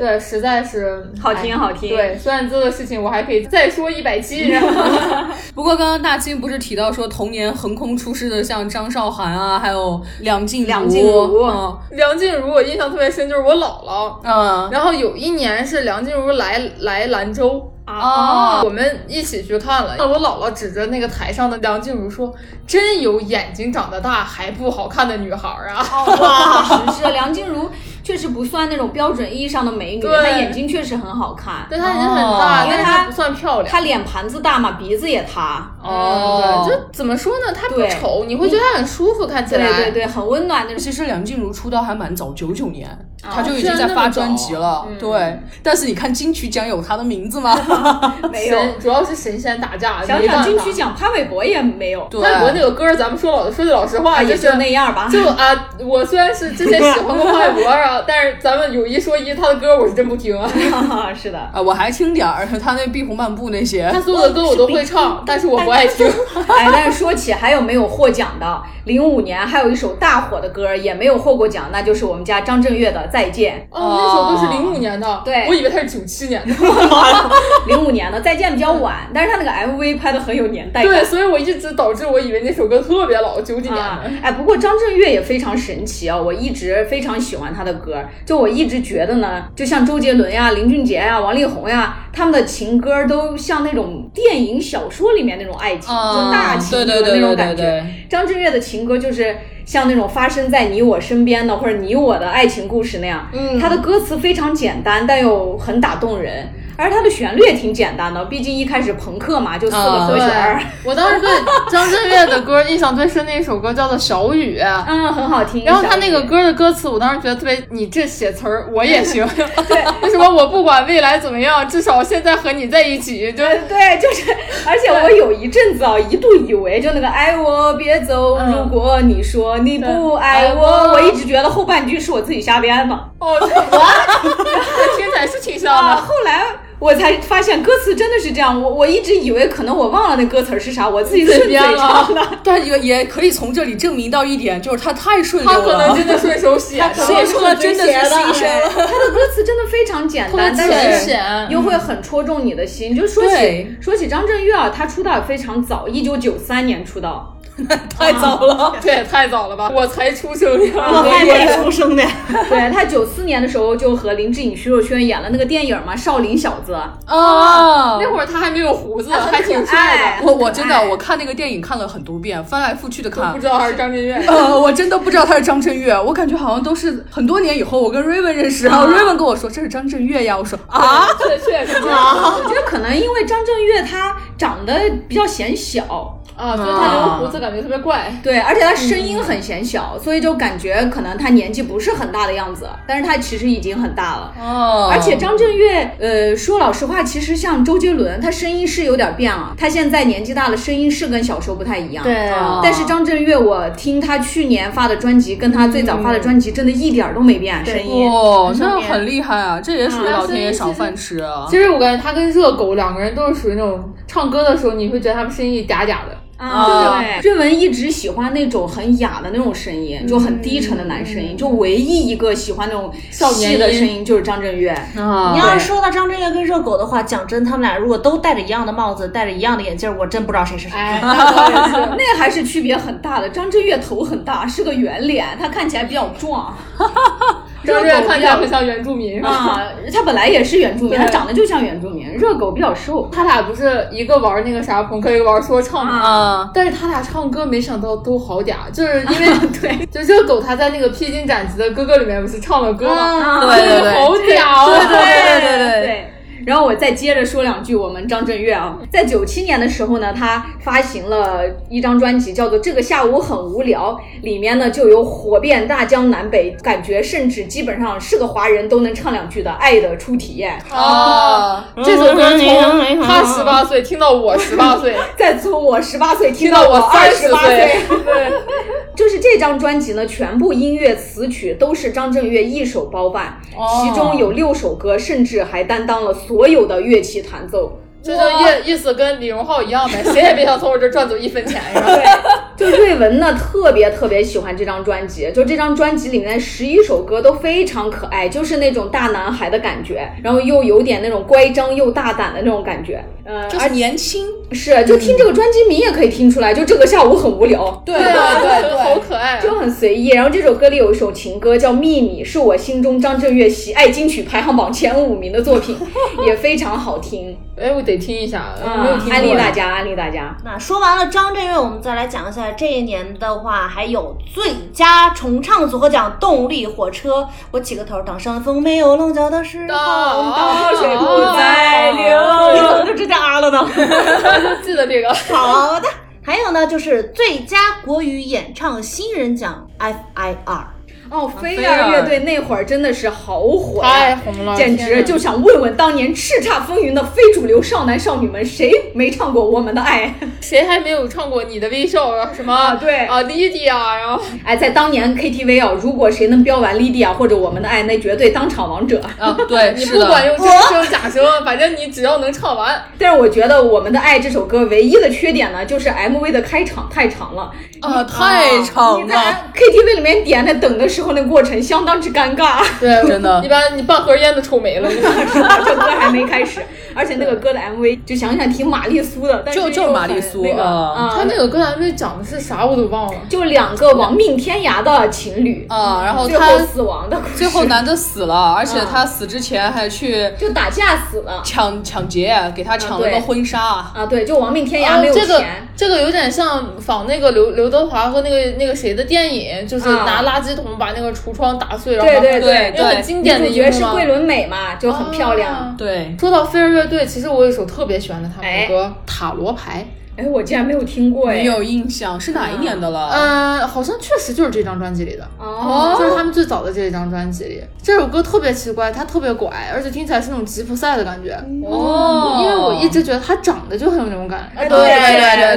[SPEAKER 3] 对， *laughs* 实在是
[SPEAKER 2] 好听
[SPEAKER 3] 哎
[SPEAKER 2] 好听
[SPEAKER 3] 对，孙燕姿的事情我还可以再说一
[SPEAKER 2] *laughs*
[SPEAKER 3] 百期。
[SPEAKER 4] 不过刚刚大清不是提到说童年横空出世的像张韶涵啊，还有梁静茹，
[SPEAKER 2] 梁静茹
[SPEAKER 4] 嗯
[SPEAKER 3] 梁静茹我印象特别深，就是我姥姥。
[SPEAKER 4] 嗯
[SPEAKER 3] 然后有一年是梁静茹来来兰州。哦
[SPEAKER 2] 啊
[SPEAKER 3] 我们一起去看了。我姥姥指着那个台上的梁静茹说：“真有眼睛长得大还不好看的女孩儿啊！” *laughs*
[SPEAKER 2] 哦哇，实是梁静茹确实不算那种标准意义上的美女，
[SPEAKER 3] 对
[SPEAKER 2] 她眼睛确实很好看，
[SPEAKER 3] 对，她眼睛很大，
[SPEAKER 2] 哦
[SPEAKER 3] 但是
[SPEAKER 2] 因为她
[SPEAKER 3] 她不算漂亮。
[SPEAKER 2] 她脸盘子大嘛，鼻子也塌，
[SPEAKER 3] 哦，
[SPEAKER 4] 哦
[SPEAKER 3] 对，就怎么说呢？她不
[SPEAKER 2] 对
[SPEAKER 3] 丑，你会觉得她很舒服，看起
[SPEAKER 2] 对
[SPEAKER 3] 来。
[SPEAKER 2] 对对，很温
[SPEAKER 4] *laughs*
[SPEAKER 2] 暖那种。
[SPEAKER 4] 呃其实梁静茹出道还蛮早，九九年她就已
[SPEAKER 3] 居
[SPEAKER 4] 经
[SPEAKER 3] 然
[SPEAKER 4] 在
[SPEAKER 3] 那
[SPEAKER 4] 发
[SPEAKER 3] 么早
[SPEAKER 4] 专辑了。
[SPEAKER 2] 嗯
[SPEAKER 4] 对，但是你看金曲奖有她的名
[SPEAKER 2] *laughs*
[SPEAKER 4] 字吗？
[SPEAKER 2] 没有，
[SPEAKER 3] 神主要是神仙打架，
[SPEAKER 2] 哎想
[SPEAKER 3] 没办
[SPEAKER 2] 想
[SPEAKER 3] 法
[SPEAKER 2] 金曲奖潘玮柏也没有，
[SPEAKER 4] 对，
[SPEAKER 3] 潘玮柏那个歌，咱们说老说句老实话，
[SPEAKER 2] 啊，也
[SPEAKER 3] 就是
[SPEAKER 2] 就那样吧。
[SPEAKER 3] 就啊，我虽然是之前喜欢过潘玮柏啊，但是咱们有一说一，他的歌我是真不听
[SPEAKER 2] *laughs*
[SPEAKER 3] 啊。
[SPEAKER 2] *laughs* 是的，
[SPEAKER 4] 啊，我还听点儿她那《壁虎漫步》那些
[SPEAKER 3] 他所有的歌我都会唱，但是我不爱听。
[SPEAKER 2] 哎，但是说起还有没有获奖的？零五年还有一首大火的歌也没有获过奖，那就是我们家张震岳的《再见
[SPEAKER 3] 哦，那首歌是零五年的，
[SPEAKER 2] 对
[SPEAKER 3] 我以为他是九七年的。》。
[SPEAKER 2] 零五年的《再见》比较晚，但是他那个 MV 拍的很有年代感。
[SPEAKER 3] 对，所以我一直导致我以为那首歌特别老，九几年
[SPEAKER 2] 啊
[SPEAKER 3] 的。，
[SPEAKER 2] 哎，不过张震岳也非常神奇啊、我一直非常喜欢他的歌。就我一直觉得呢，就像周杰伦呀、林俊杰呀、王力宏呀，他们的情歌都像那种电影、小说里面那种爱情，
[SPEAKER 4] 嗯
[SPEAKER 2] *laughs* 就大情
[SPEAKER 4] 对对
[SPEAKER 2] 歌
[SPEAKER 4] 对
[SPEAKER 2] 那种
[SPEAKER 4] 对
[SPEAKER 2] 感觉。
[SPEAKER 4] 对对
[SPEAKER 2] 张震岳的情歌就是像那种发生在你我身边的，或者你我的爱情故事那样。嗯，他的歌词非常简单，但又很打动人，而他的旋律也挺简单的，毕竟一开始朋克嘛，就四个
[SPEAKER 4] 啊
[SPEAKER 2] 和弦儿。
[SPEAKER 3] 我当哦时对张震岳的歌印象最深的一首歌叫做《小雨》，啊
[SPEAKER 2] 嗯，很好听。
[SPEAKER 3] 然后他
[SPEAKER 2] 小
[SPEAKER 3] 那
[SPEAKER 2] 雨
[SPEAKER 3] 个歌的歌词，我当时觉得特别，你这写词儿我也行。对，为什么我不管未来怎么样，至少现在和你在一起，就
[SPEAKER 2] *laughs* 对，就是，而且我有一阵子啊，一度以为就那个爱我别走，
[SPEAKER 3] 嗯
[SPEAKER 2] 如果你说你不爱我，我一直觉得后半句是我自己瞎编的
[SPEAKER 3] 哦，我听起来是挺像
[SPEAKER 2] 啊。
[SPEAKER 3] *laughs* 的。
[SPEAKER 2] 后来我才发现歌词真的是这样，我我一直以为可能我忘了那歌词儿是啥，我自己顺嘴唱的。
[SPEAKER 4] 但也也可以从这里证明到一点，就是他太顺溜
[SPEAKER 3] 他可
[SPEAKER 2] *laughs*
[SPEAKER 3] 能
[SPEAKER 4] 了，
[SPEAKER 3] 真的顺手写的，
[SPEAKER 4] *laughs* 说出了真的是心声。
[SPEAKER 2] 他的歌词真的非常简单，
[SPEAKER 3] 特别
[SPEAKER 2] 但
[SPEAKER 3] 浅
[SPEAKER 2] 是又会很戳中你的心。就说起
[SPEAKER 4] 嗯对
[SPEAKER 2] 说起张震岳啊，他出道也非常早，一九九三年出道，
[SPEAKER 4] *laughs* 太早
[SPEAKER 2] *laughs*
[SPEAKER 4] 了。
[SPEAKER 3] 这也太早了吧！我才出生
[SPEAKER 1] 我
[SPEAKER 3] 呀。
[SPEAKER 1] 还没出生呢。
[SPEAKER 2] *laughs* 对他九四年的时候就和林志颖、徐若瑄演了那个电影嘛，《少林小子》，啊
[SPEAKER 4] 哦
[SPEAKER 3] 那会儿他还没有胡子，还挺帅
[SPEAKER 2] 哎，
[SPEAKER 4] 我我真的我看那个电影看了很多遍，翻来覆去的
[SPEAKER 3] 的，
[SPEAKER 4] 看
[SPEAKER 3] 不。知道他是张震岳。
[SPEAKER 4] *laughs* 呃，我真的不知道他是张震岳，我感觉好像都是很多年以后，我跟 Raven 认识，然后 Raven 跟我说这是张震岳呀，我说啊，
[SPEAKER 3] *laughs* 确确实
[SPEAKER 2] 我觉得可能因为张震岳他长得比较显小，
[SPEAKER 3] 啊，所以他留胡子感觉特别怪。
[SPEAKER 2] 对，而且他声音很显小，所以就感觉可能他年纪不是很大的样子，但是他其实已经很大了。
[SPEAKER 4] 哦
[SPEAKER 2] 而且张震岳，呃，说老实话，其实像周杰伦，他声音是有点变啊。他现在年纪大了，声音是跟小时候不太一样。
[SPEAKER 1] 对
[SPEAKER 2] 啊但是张震岳，我听他去年发的专辑，跟他最早发的专辑，真的一点儿都没变声音。
[SPEAKER 4] 哦，
[SPEAKER 3] 上
[SPEAKER 4] 那
[SPEAKER 3] 面
[SPEAKER 4] 很厉害啊，这也属于
[SPEAKER 3] 嗯
[SPEAKER 4] 老天爷
[SPEAKER 3] 但是
[SPEAKER 4] 赏饭吃啊。
[SPEAKER 3] 其实我感觉他跟热狗两个人都是属于那种唱歌的时候，你会觉得他们声音嗲嗲的。
[SPEAKER 2] 啊，
[SPEAKER 4] 啊
[SPEAKER 2] 瑞文一直喜欢那种很哑的那种声音，就很低沉的男声音，就唯一一个喜欢那种
[SPEAKER 3] 少年
[SPEAKER 2] 细的
[SPEAKER 3] 音
[SPEAKER 2] 声音就是张震岳。
[SPEAKER 1] 你
[SPEAKER 4] 啊，
[SPEAKER 1] 要是说到张震岳跟热狗的话，讲真，他们俩如果都戴着一样的帽子，戴着一样的眼镜，我真不知道谁是谁。
[SPEAKER 3] *laughs* 哎，
[SPEAKER 2] *laughs* 那还是区别很大的。张震岳头很大，是个圆脸，他看起来比较壮
[SPEAKER 3] 张震岳看起来很
[SPEAKER 2] 热狗
[SPEAKER 3] 像原住民。 *laughs*
[SPEAKER 2] 啊，他本来也是原住民，
[SPEAKER 3] 对
[SPEAKER 2] 他长得就像原住民。热狗比较瘦，
[SPEAKER 3] 他俩不是一个玩那个啥朋克，一个玩说唱吗？
[SPEAKER 4] 啊，
[SPEAKER 3] 但是他俩唱歌没想到都好嗲，就是因为、对，就热狗他在那个披荆斩棘的哥哥里面不是唱了歌吗？
[SPEAKER 4] 对对对
[SPEAKER 3] 好嗲哦，
[SPEAKER 4] 对对对对
[SPEAKER 2] 对。然后我再接着说两句我们张震岳啊，在九七年的时候呢，他发行了一张专辑，叫做《这个下午很无聊》，里面呢就有火遍大江南北，感觉甚至基本上是个华人都能唱两句的《爱的初体验》，
[SPEAKER 4] 啊
[SPEAKER 3] 哦，这首歌从他十八岁听到我十八岁，
[SPEAKER 2] 再从我十八岁听
[SPEAKER 3] 听到
[SPEAKER 2] 我
[SPEAKER 3] 我
[SPEAKER 2] 二
[SPEAKER 3] 三
[SPEAKER 2] 十
[SPEAKER 3] 十
[SPEAKER 2] 八岁
[SPEAKER 3] 岁，，
[SPEAKER 2] *laughs*
[SPEAKER 3] 对，
[SPEAKER 2] 就是这张专辑呢，全部音乐词曲都是张震岳一手包办，其中有六首歌，甚至还担当了所有的乐器弹奏。
[SPEAKER 3] 这就意意思跟李荣浩一样呗，谁也别想从我这赚走一分钱，是吧？
[SPEAKER 2] 就瑞文呢，特别特别喜欢这张专辑，就这张专辑里面的十一首歌都非常可爱，就是那种大男孩的感觉，然后又有点那种乖张又大胆的那种感觉。嗯，
[SPEAKER 4] 就是啊年轻，
[SPEAKER 2] 是，就听这个专辑名也可以听出来，就这个下午很无聊。
[SPEAKER 4] 对
[SPEAKER 3] 啊
[SPEAKER 4] 对对
[SPEAKER 3] 好
[SPEAKER 4] 对，
[SPEAKER 3] 可爱啊。
[SPEAKER 2] 就很随意，然后这首歌里有一首情歌叫《秘密》，是我心中张震岳喜爱金曲排行榜前五名的作
[SPEAKER 3] *laughs*
[SPEAKER 2] 品，也非常好听，
[SPEAKER 3] 哎， *laughs* 我得听一下，
[SPEAKER 2] 嗯
[SPEAKER 3] 没有听过。哎
[SPEAKER 2] 安利大家，安利大家。
[SPEAKER 1] 那说完了张震岳，我们再来讲一下这一年的话，还有最佳重唱组合奖《动力火车》。我起个头，当山峰没有棱角的时候，
[SPEAKER 3] 哦
[SPEAKER 1] 当水不
[SPEAKER 3] 哎
[SPEAKER 1] 再
[SPEAKER 4] 啊
[SPEAKER 1] 流。你怎么就直接啊了呢？
[SPEAKER 3] 就记得这个。
[SPEAKER 1] *laughs* 好的。还有呢，就是最佳国语演唱新人奖 FIR。
[SPEAKER 2] 哦，飞
[SPEAKER 4] 飞儿
[SPEAKER 2] 儿乐队那会儿真的是好火
[SPEAKER 3] 太
[SPEAKER 2] 呀，
[SPEAKER 3] 红了
[SPEAKER 4] 啊
[SPEAKER 2] 简
[SPEAKER 3] 天
[SPEAKER 2] 直
[SPEAKER 3] 哪
[SPEAKER 2] 就想问问当年叱咤风云的非主流少男少女们，谁没唱过《我们的爱》？ *laughs*
[SPEAKER 3] 谁还没有唱过《你的微笑》啊？什么啊
[SPEAKER 2] 对
[SPEAKER 3] 啊弟弟啊，然后
[SPEAKER 2] 哎，在当年 KTV 啊，如果谁能标完 Lydia 或者《我们的爱》，那绝对当场王者。 *laughs*
[SPEAKER 4] 啊对，
[SPEAKER 3] 你
[SPEAKER 4] 是
[SPEAKER 3] 不管
[SPEAKER 4] 的，
[SPEAKER 3] 用真声假声，反正你只要能唱完，
[SPEAKER 2] 但是我觉得《我们的爱》这首歌唯一的缺点呢，就是 MV 的开场太长了。
[SPEAKER 4] 啊太长
[SPEAKER 2] 你
[SPEAKER 4] 了
[SPEAKER 2] 在。KTV 里面点的等的时候那过程相当之尴尬， *laughs*
[SPEAKER 3] 对，
[SPEAKER 4] 真的
[SPEAKER 3] 你把你半盒烟都抽没了。
[SPEAKER 2] 是吧？这歌还没开始，而且那个歌的 MV 就想想挺玛丽苏的，但是
[SPEAKER 4] 就就
[SPEAKER 2] 又很
[SPEAKER 4] 玛丽苏
[SPEAKER 2] 那个
[SPEAKER 4] 啊
[SPEAKER 2] 啊
[SPEAKER 3] *laughs* 他，那个歌单位讲的是啥我都忘了。
[SPEAKER 2] 就两个亡命天涯的情侣，
[SPEAKER 4] 啊，然后
[SPEAKER 2] 最
[SPEAKER 4] 他
[SPEAKER 2] 后死亡的故事，
[SPEAKER 4] 最后男的死了，而且他死之前还去
[SPEAKER 2] 就打架死了
[SPEAKER 4] 抢抢劫，给他抢了
[SPEAKER 2] 啊
[SPEAKER 4] 个
[SPEAKER 2] 对
[SPEAKER 4] 婚纱。
[SPEAKER 2] 啊，对，就亡命天
[SPEAKER 3] 然
[SPEAKER 2] 涯
[SPEAKER 3] 后
[SPEAKER 2] 没有
[SPEAKER 3] 哦这个
[SPEAKER 2] 钱，
[SPEAKER 3] 这个有点像仿那个刘刘德华和那个那个谁的电影，就是
[SPEAKER 2] 啊
[SPEAKER 3] 拿垃圾桶把那个橱窗打碎，然后
[SPEAKER 2] 对对
[SPEAKER 3] 把
[SPEAKER 4] 对
[SPEAKER 3] 因为很经典的
[SPEAKER 2] 女主
[SPEAKER 3] 一
[SPEAKER 2] 角哦
[SPEAKER 3] 幕
[SPEAKER 2] 是
[SPEAKER 3] 嘛
[SPEAKER 2] 桂纶镁嘛，就很漂亮。
[SPEAKER 3] 啊
[SPEAKER 4] 对，
[SPEAKER 3] 说到飞儿乐队，其实我有一首特别喜欢的他们的
[SPEAKER 2] 哎
[SPEAKER 3] 歌《塔罗牌
[SPEAKER 2] 哎，我竟然没有听过哎
[SPEAKER 4] 没。有印象是哪一年的》，了？
[SPEAKER 3] 嗯，好像确实就是这张专辑里的。
[SPEAKER 2] 哦，
[SPEAKER 3] 就是他们最早的这一张专辑里，这首歌特别奇怪，它特别拐，而且听起来是那种吉普赛的感觉。
[SPEAKER 4] 哦
[SPEAKER 3] 因为我一直觉得她长得就很有那种感觉，
[SPEAKER 2] 哎
[SPEAKER 3] 对
[SPEAKER 2] 对
[SPEAKER 3] 对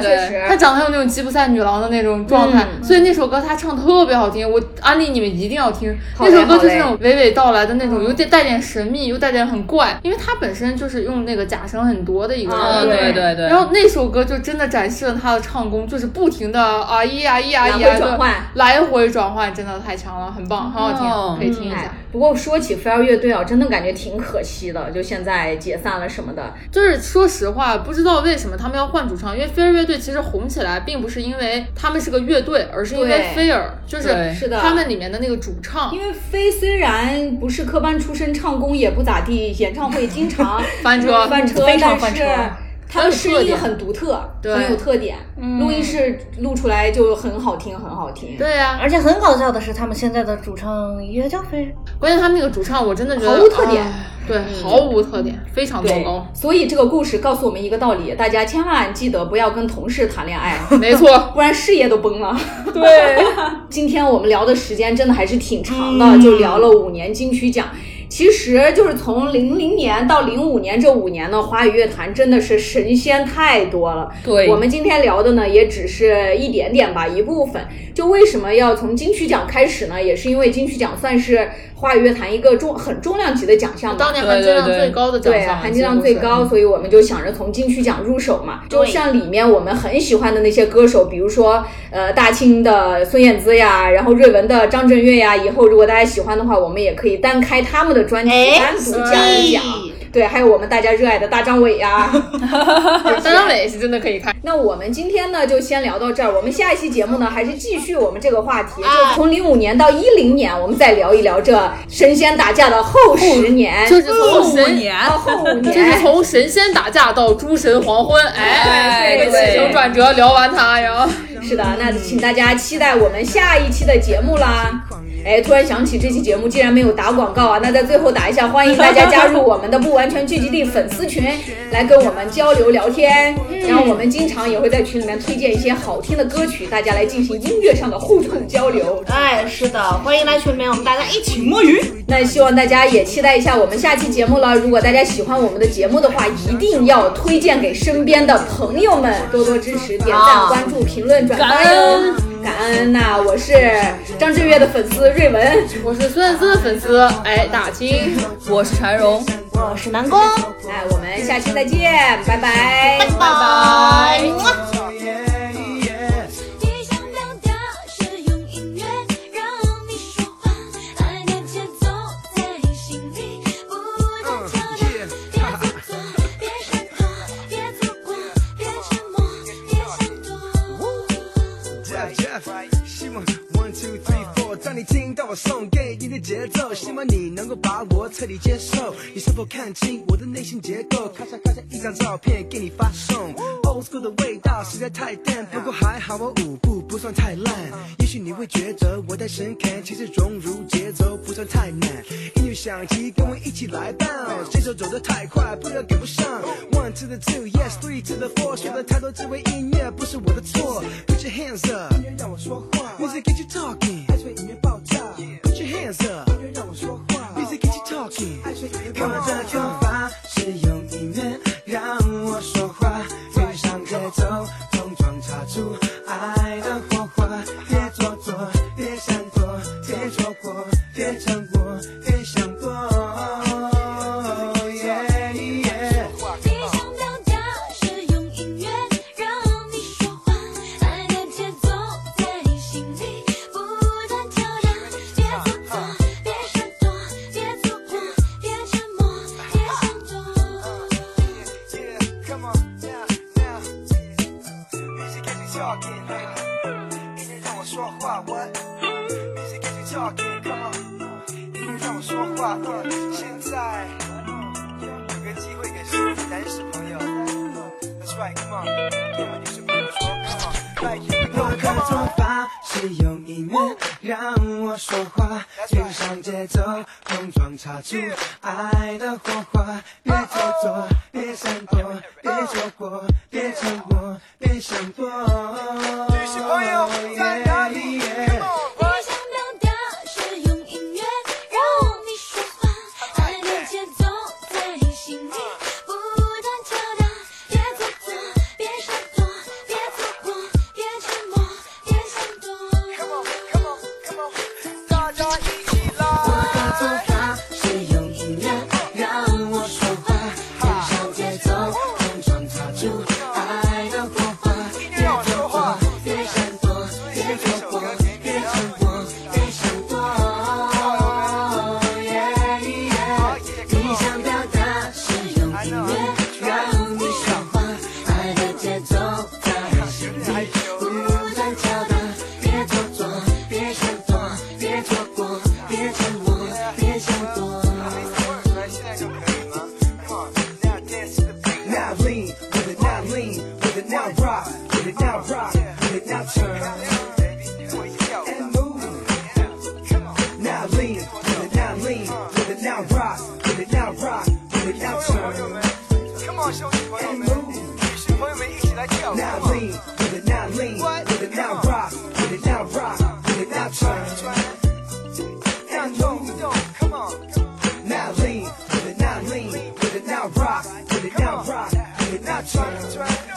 [SPEAKER 2] 对
[SPEAKER 3] 对
[SPEAKER 2] 确实嗯
[SPEAKER 3] 她长得很有那种吉普赛女郎的那种状态，所以那首歌她唱得特别好听，我安利你们一定要听。
[SPEAKER 2] 好
[SPEAKER 3] 那
[SPEAKER 2] 嘞
[SPEAKER 3] 首歌就是那种娓娓道来的那种，有点带点神秘，又带点很怪，因为她本身就是用那个假声很多的一个人。
[SPEAKER 2] 啊
[SPEAKER 4] 嗯，对对对。
[SPEAKER 3] 然后那首歌就真的展示了她的唱功，就是不停的啊咿呀咿呀
[SPEAKER 2] 来
[SPEAKER 3] 咿呀
[SPEAKER 2] 回转
[SPEAKER 3] 的
[SPEAKER 2] 换
[SPEAKER 3] 来回转换，真的太强了，很棒，很好听，
[SPEAKER 4] 哦
[SPEAKER 3] 可以听一下
[SPEAKER 2] 哎。，不过说起 Fair 乐队啊，真的感觉挺可惜的，就现在解散了什么的。
[SPEAKER 3] 就是说实话，不知道为什么他们要换主唱，因为飞儿乐队其实红起来，并不是因为他们是个乐队，而是因为
[SPEAKER 2] 对
[SPEAKER 3] 菲儿，就是
[SPEAKER 4] 对
[SPEAKER 2] 是的
[SPEAKER 3] 他们里面的那个主唱
[SPEAKER 2] 因为飞虽然不是科班出身，唱功也不咋地，演唱会经常
[SPEAKER 3] 翻车
[SPEAKER 2] 翻车，
[SPEAKER 6] 非常翻车
[SPEAKER 2] 但是他的声音很独特，
[SPEAKER 3] 对
[SPEAKER 2] 很有特点，录音室录出来就很好听，很好听。
[SPEAKER 3] 对呀、
[SPEAKER 7] 而且很搞笑的是，他们现在的主唱也叫飞，
[SPEAKER 3] 关键他们那个主唱，我真的觉得
[SPEAKER 2] 毫无特点嗯
[SPEAKER 3] 哎对，毫无特点，非常糟
[SPEAKER 2] 对
[SPEAKER 3] 糕，，
[SPEAKER 2] 所以这个故事告诉我们一个道理：大家千万记得不要跟同事谈恋爱，啊
[SPEAKER 3] 没错，
[SPEAKER 2] 哦不然事业都崩了。
[SPEAKER 3] 对，
[SPEAKER 2] *laughs* 今天我们聊的时间真的还是挺长的，
[SPEAKER 3] 嗯
[SPEAKER 2] 就聊了五年金曲奖。其实就是从零零年到零五年这五年呢，华语乐坛真的是神仙太多了。
[SPEAKER 4] 对
[SPEAKER 2] 我们今天聊的呢，也只是一点点吧，一部分。就为什么要从金曲奖开始呢？也是因为金曲奖算是华语乐坛一个重很重量级的奖项吧。
[SPEAKER 3] 当年含金量最高的奖
[SPEAKER 2] 对，啊
[SPEAKER 3] 项，
[SPEAKER 2] 含金量最高，
[SPEAKER 3] 嗯
[SPEAKER 2] 所以我们就想着从金曲奖入手嘛。就像里面我们很喜欢的那些歌手，比如说呃大庆的孙燕姿呀，然后瑞文的张震岳呀，以后如果大家喜欢的话，我们也可以单开他们的专辑，单独讲一讲。对，还有我们大家热爱的大张伟呀。
[SPEAKER 3] 几乎是。张张伟是真的可以看，
[SPEAKER 2] 那我们今天呢，就先聊到这儿。我们下一期节目呢，还是继续我们这个话题，就从零五年到一零年，我们再聊一聊这神仙打架的后十年，
[SPEAKER 3] 就是从
[SPEAKER 4] 五
[SPEAKER 3] 神。
[SPEAKER 4] 年，
[SPEAKER 2] 啊后五
[SPEAKER 3] 就
[SPEAKER 2] 年，
[SPEAKER 3] 是从神仙打架到诸神黄昏，哎，
[SPEAKER 2] 对
[SPEAKER 3] 这个
[SPEAKER 2] 对
[SPEAKER 3] 起承转折聊完它，然后
[SPEAKER 2] 是的，那请大家期待我们下一期的节目啦。哎，突然想起这期节目竟然没有打广告啊！那在最后打一下，欢迎大家加入我们的不完全聚集地粉丝群，来跟我们交流聊天。然后我们经常也会在群里面推荐一些好听的歌曲，大家来进行音乐上的互动交流。
[SPEAKER 7] 哎，是的，欢迎来群里面，我们大家一起摸鱼。
[SPEAKER 2] 那希望大家也期待一下我们下期节目了。如果大家喜欢我们的节目的话，一定要推荐给身边的朋友们，多多支持、点赞、
[SPEAKER 7] 啊
[SPEAKER 2] 关注、评论、转发哟。感恩呐、我是张震岳的粉丝瑞文，
[SPEAKER 3] *laughs* 我是孙燕姿的粉丝，哎，大清。
[SPEAKER 4] 我是柴荣，
[SPEAKER 7] 我是南宫，
[SPEAKER 2] 哎，我们下期再见，拜拜
[SPEAKER 7] 拜拜。么
[SPEAKER 1] 你想表达是用音乐让你说话，爱的节奏在心里不断跳动。别做作，别闪躲，别走过，别沉默，别想躲。
[SPEAKER 8] Jeff Jeff，希望 One Two Three Four，当你听到我送给你的节奏，希望你能够把我彻底接受。你是否看清我的内心结构？咔嚓咔嚓一张照片给你发送，Old School 的味道实在太淡，不过还好我舞步不算太烂。也许你会觉得我太神侃，其实融入节奏不算太难。音乐响起，跟我一起来 bounce，节奏走得太快，不要赶不上。One to the two, yes three to the four，学了太多智慧音乐不是我的错。Put your hands up，音乐让我说话。Music get you talking，爱吹音乐爆炸。Put your hands up，音乐让我说话。Music get you talking，爱吹音乐爆炸。我的头发是用音乐让我说话，遇上节奏，冲撞擦出爱的火花。别做作，别闪躲，别错过，别沉默，别想多。Yeah, yeah
[SPEAKER 1] 你想表达是用音乐让你说话，爱的节奏在心里不断跳跃，别
[SPEAKER 9] 靠，音乐让我说话。现在有个机会给所有的男士朋友，That's right，come on，对我女士朋友说，come on，拜
[SPEAKER 8] 我的做法是用音乐让我说话，
[SPEAKER 9] right
[SPEAKER 8] 跟上节奏，碰撞擦出爱的火花。别做作，别闪躲，别错过，别沉默，别闪躲。
[SPEAKER 9] 女士朋友在哪里
[SPEAKER 8] Yeah,
[SPEAKER 9] ？Come
[SPEAKER 8] yeah.
[SPEAKER 9] on。
[SPEAKER 1] 我想表达是用音乐让你说话，爱的节奏在你心里不断跳荡，别做作，别闪躲，别错过，别沉默，别闪躲。
[SPEAKER 9] Come on, come on，大家一起
[SPEAKER 8] 我的做
[SPEAKER 9] 来。
[SPEAKER 8] 法是用音乐让我说话，跟上节奏，碰撞擦出爱的火花。
[SPEAKER 9] 音乐让我说话。
[SPEAKER 8] 别闪躲，别错过，别沉默，别闪躲。Yeah, yeah 你想表达是用音乐让你说话，爱的节奏在心里不断跳荡。别做作，别闪躲，别错过，别沉默，别闪躲。
[SPEAKER 9] Now
[SPEAKER 8] Now lean with it, now lean with it, now rock with it, now rock with it, now turn. and move. Now lean, with it now lean, with it now rock, with it now rock, with it now turn. Now lean, with it now lean, with it now rock, with it now rock, with it now turn. And move. Now lean, with it now lean, with it now rock, with it now rock, with it now turn.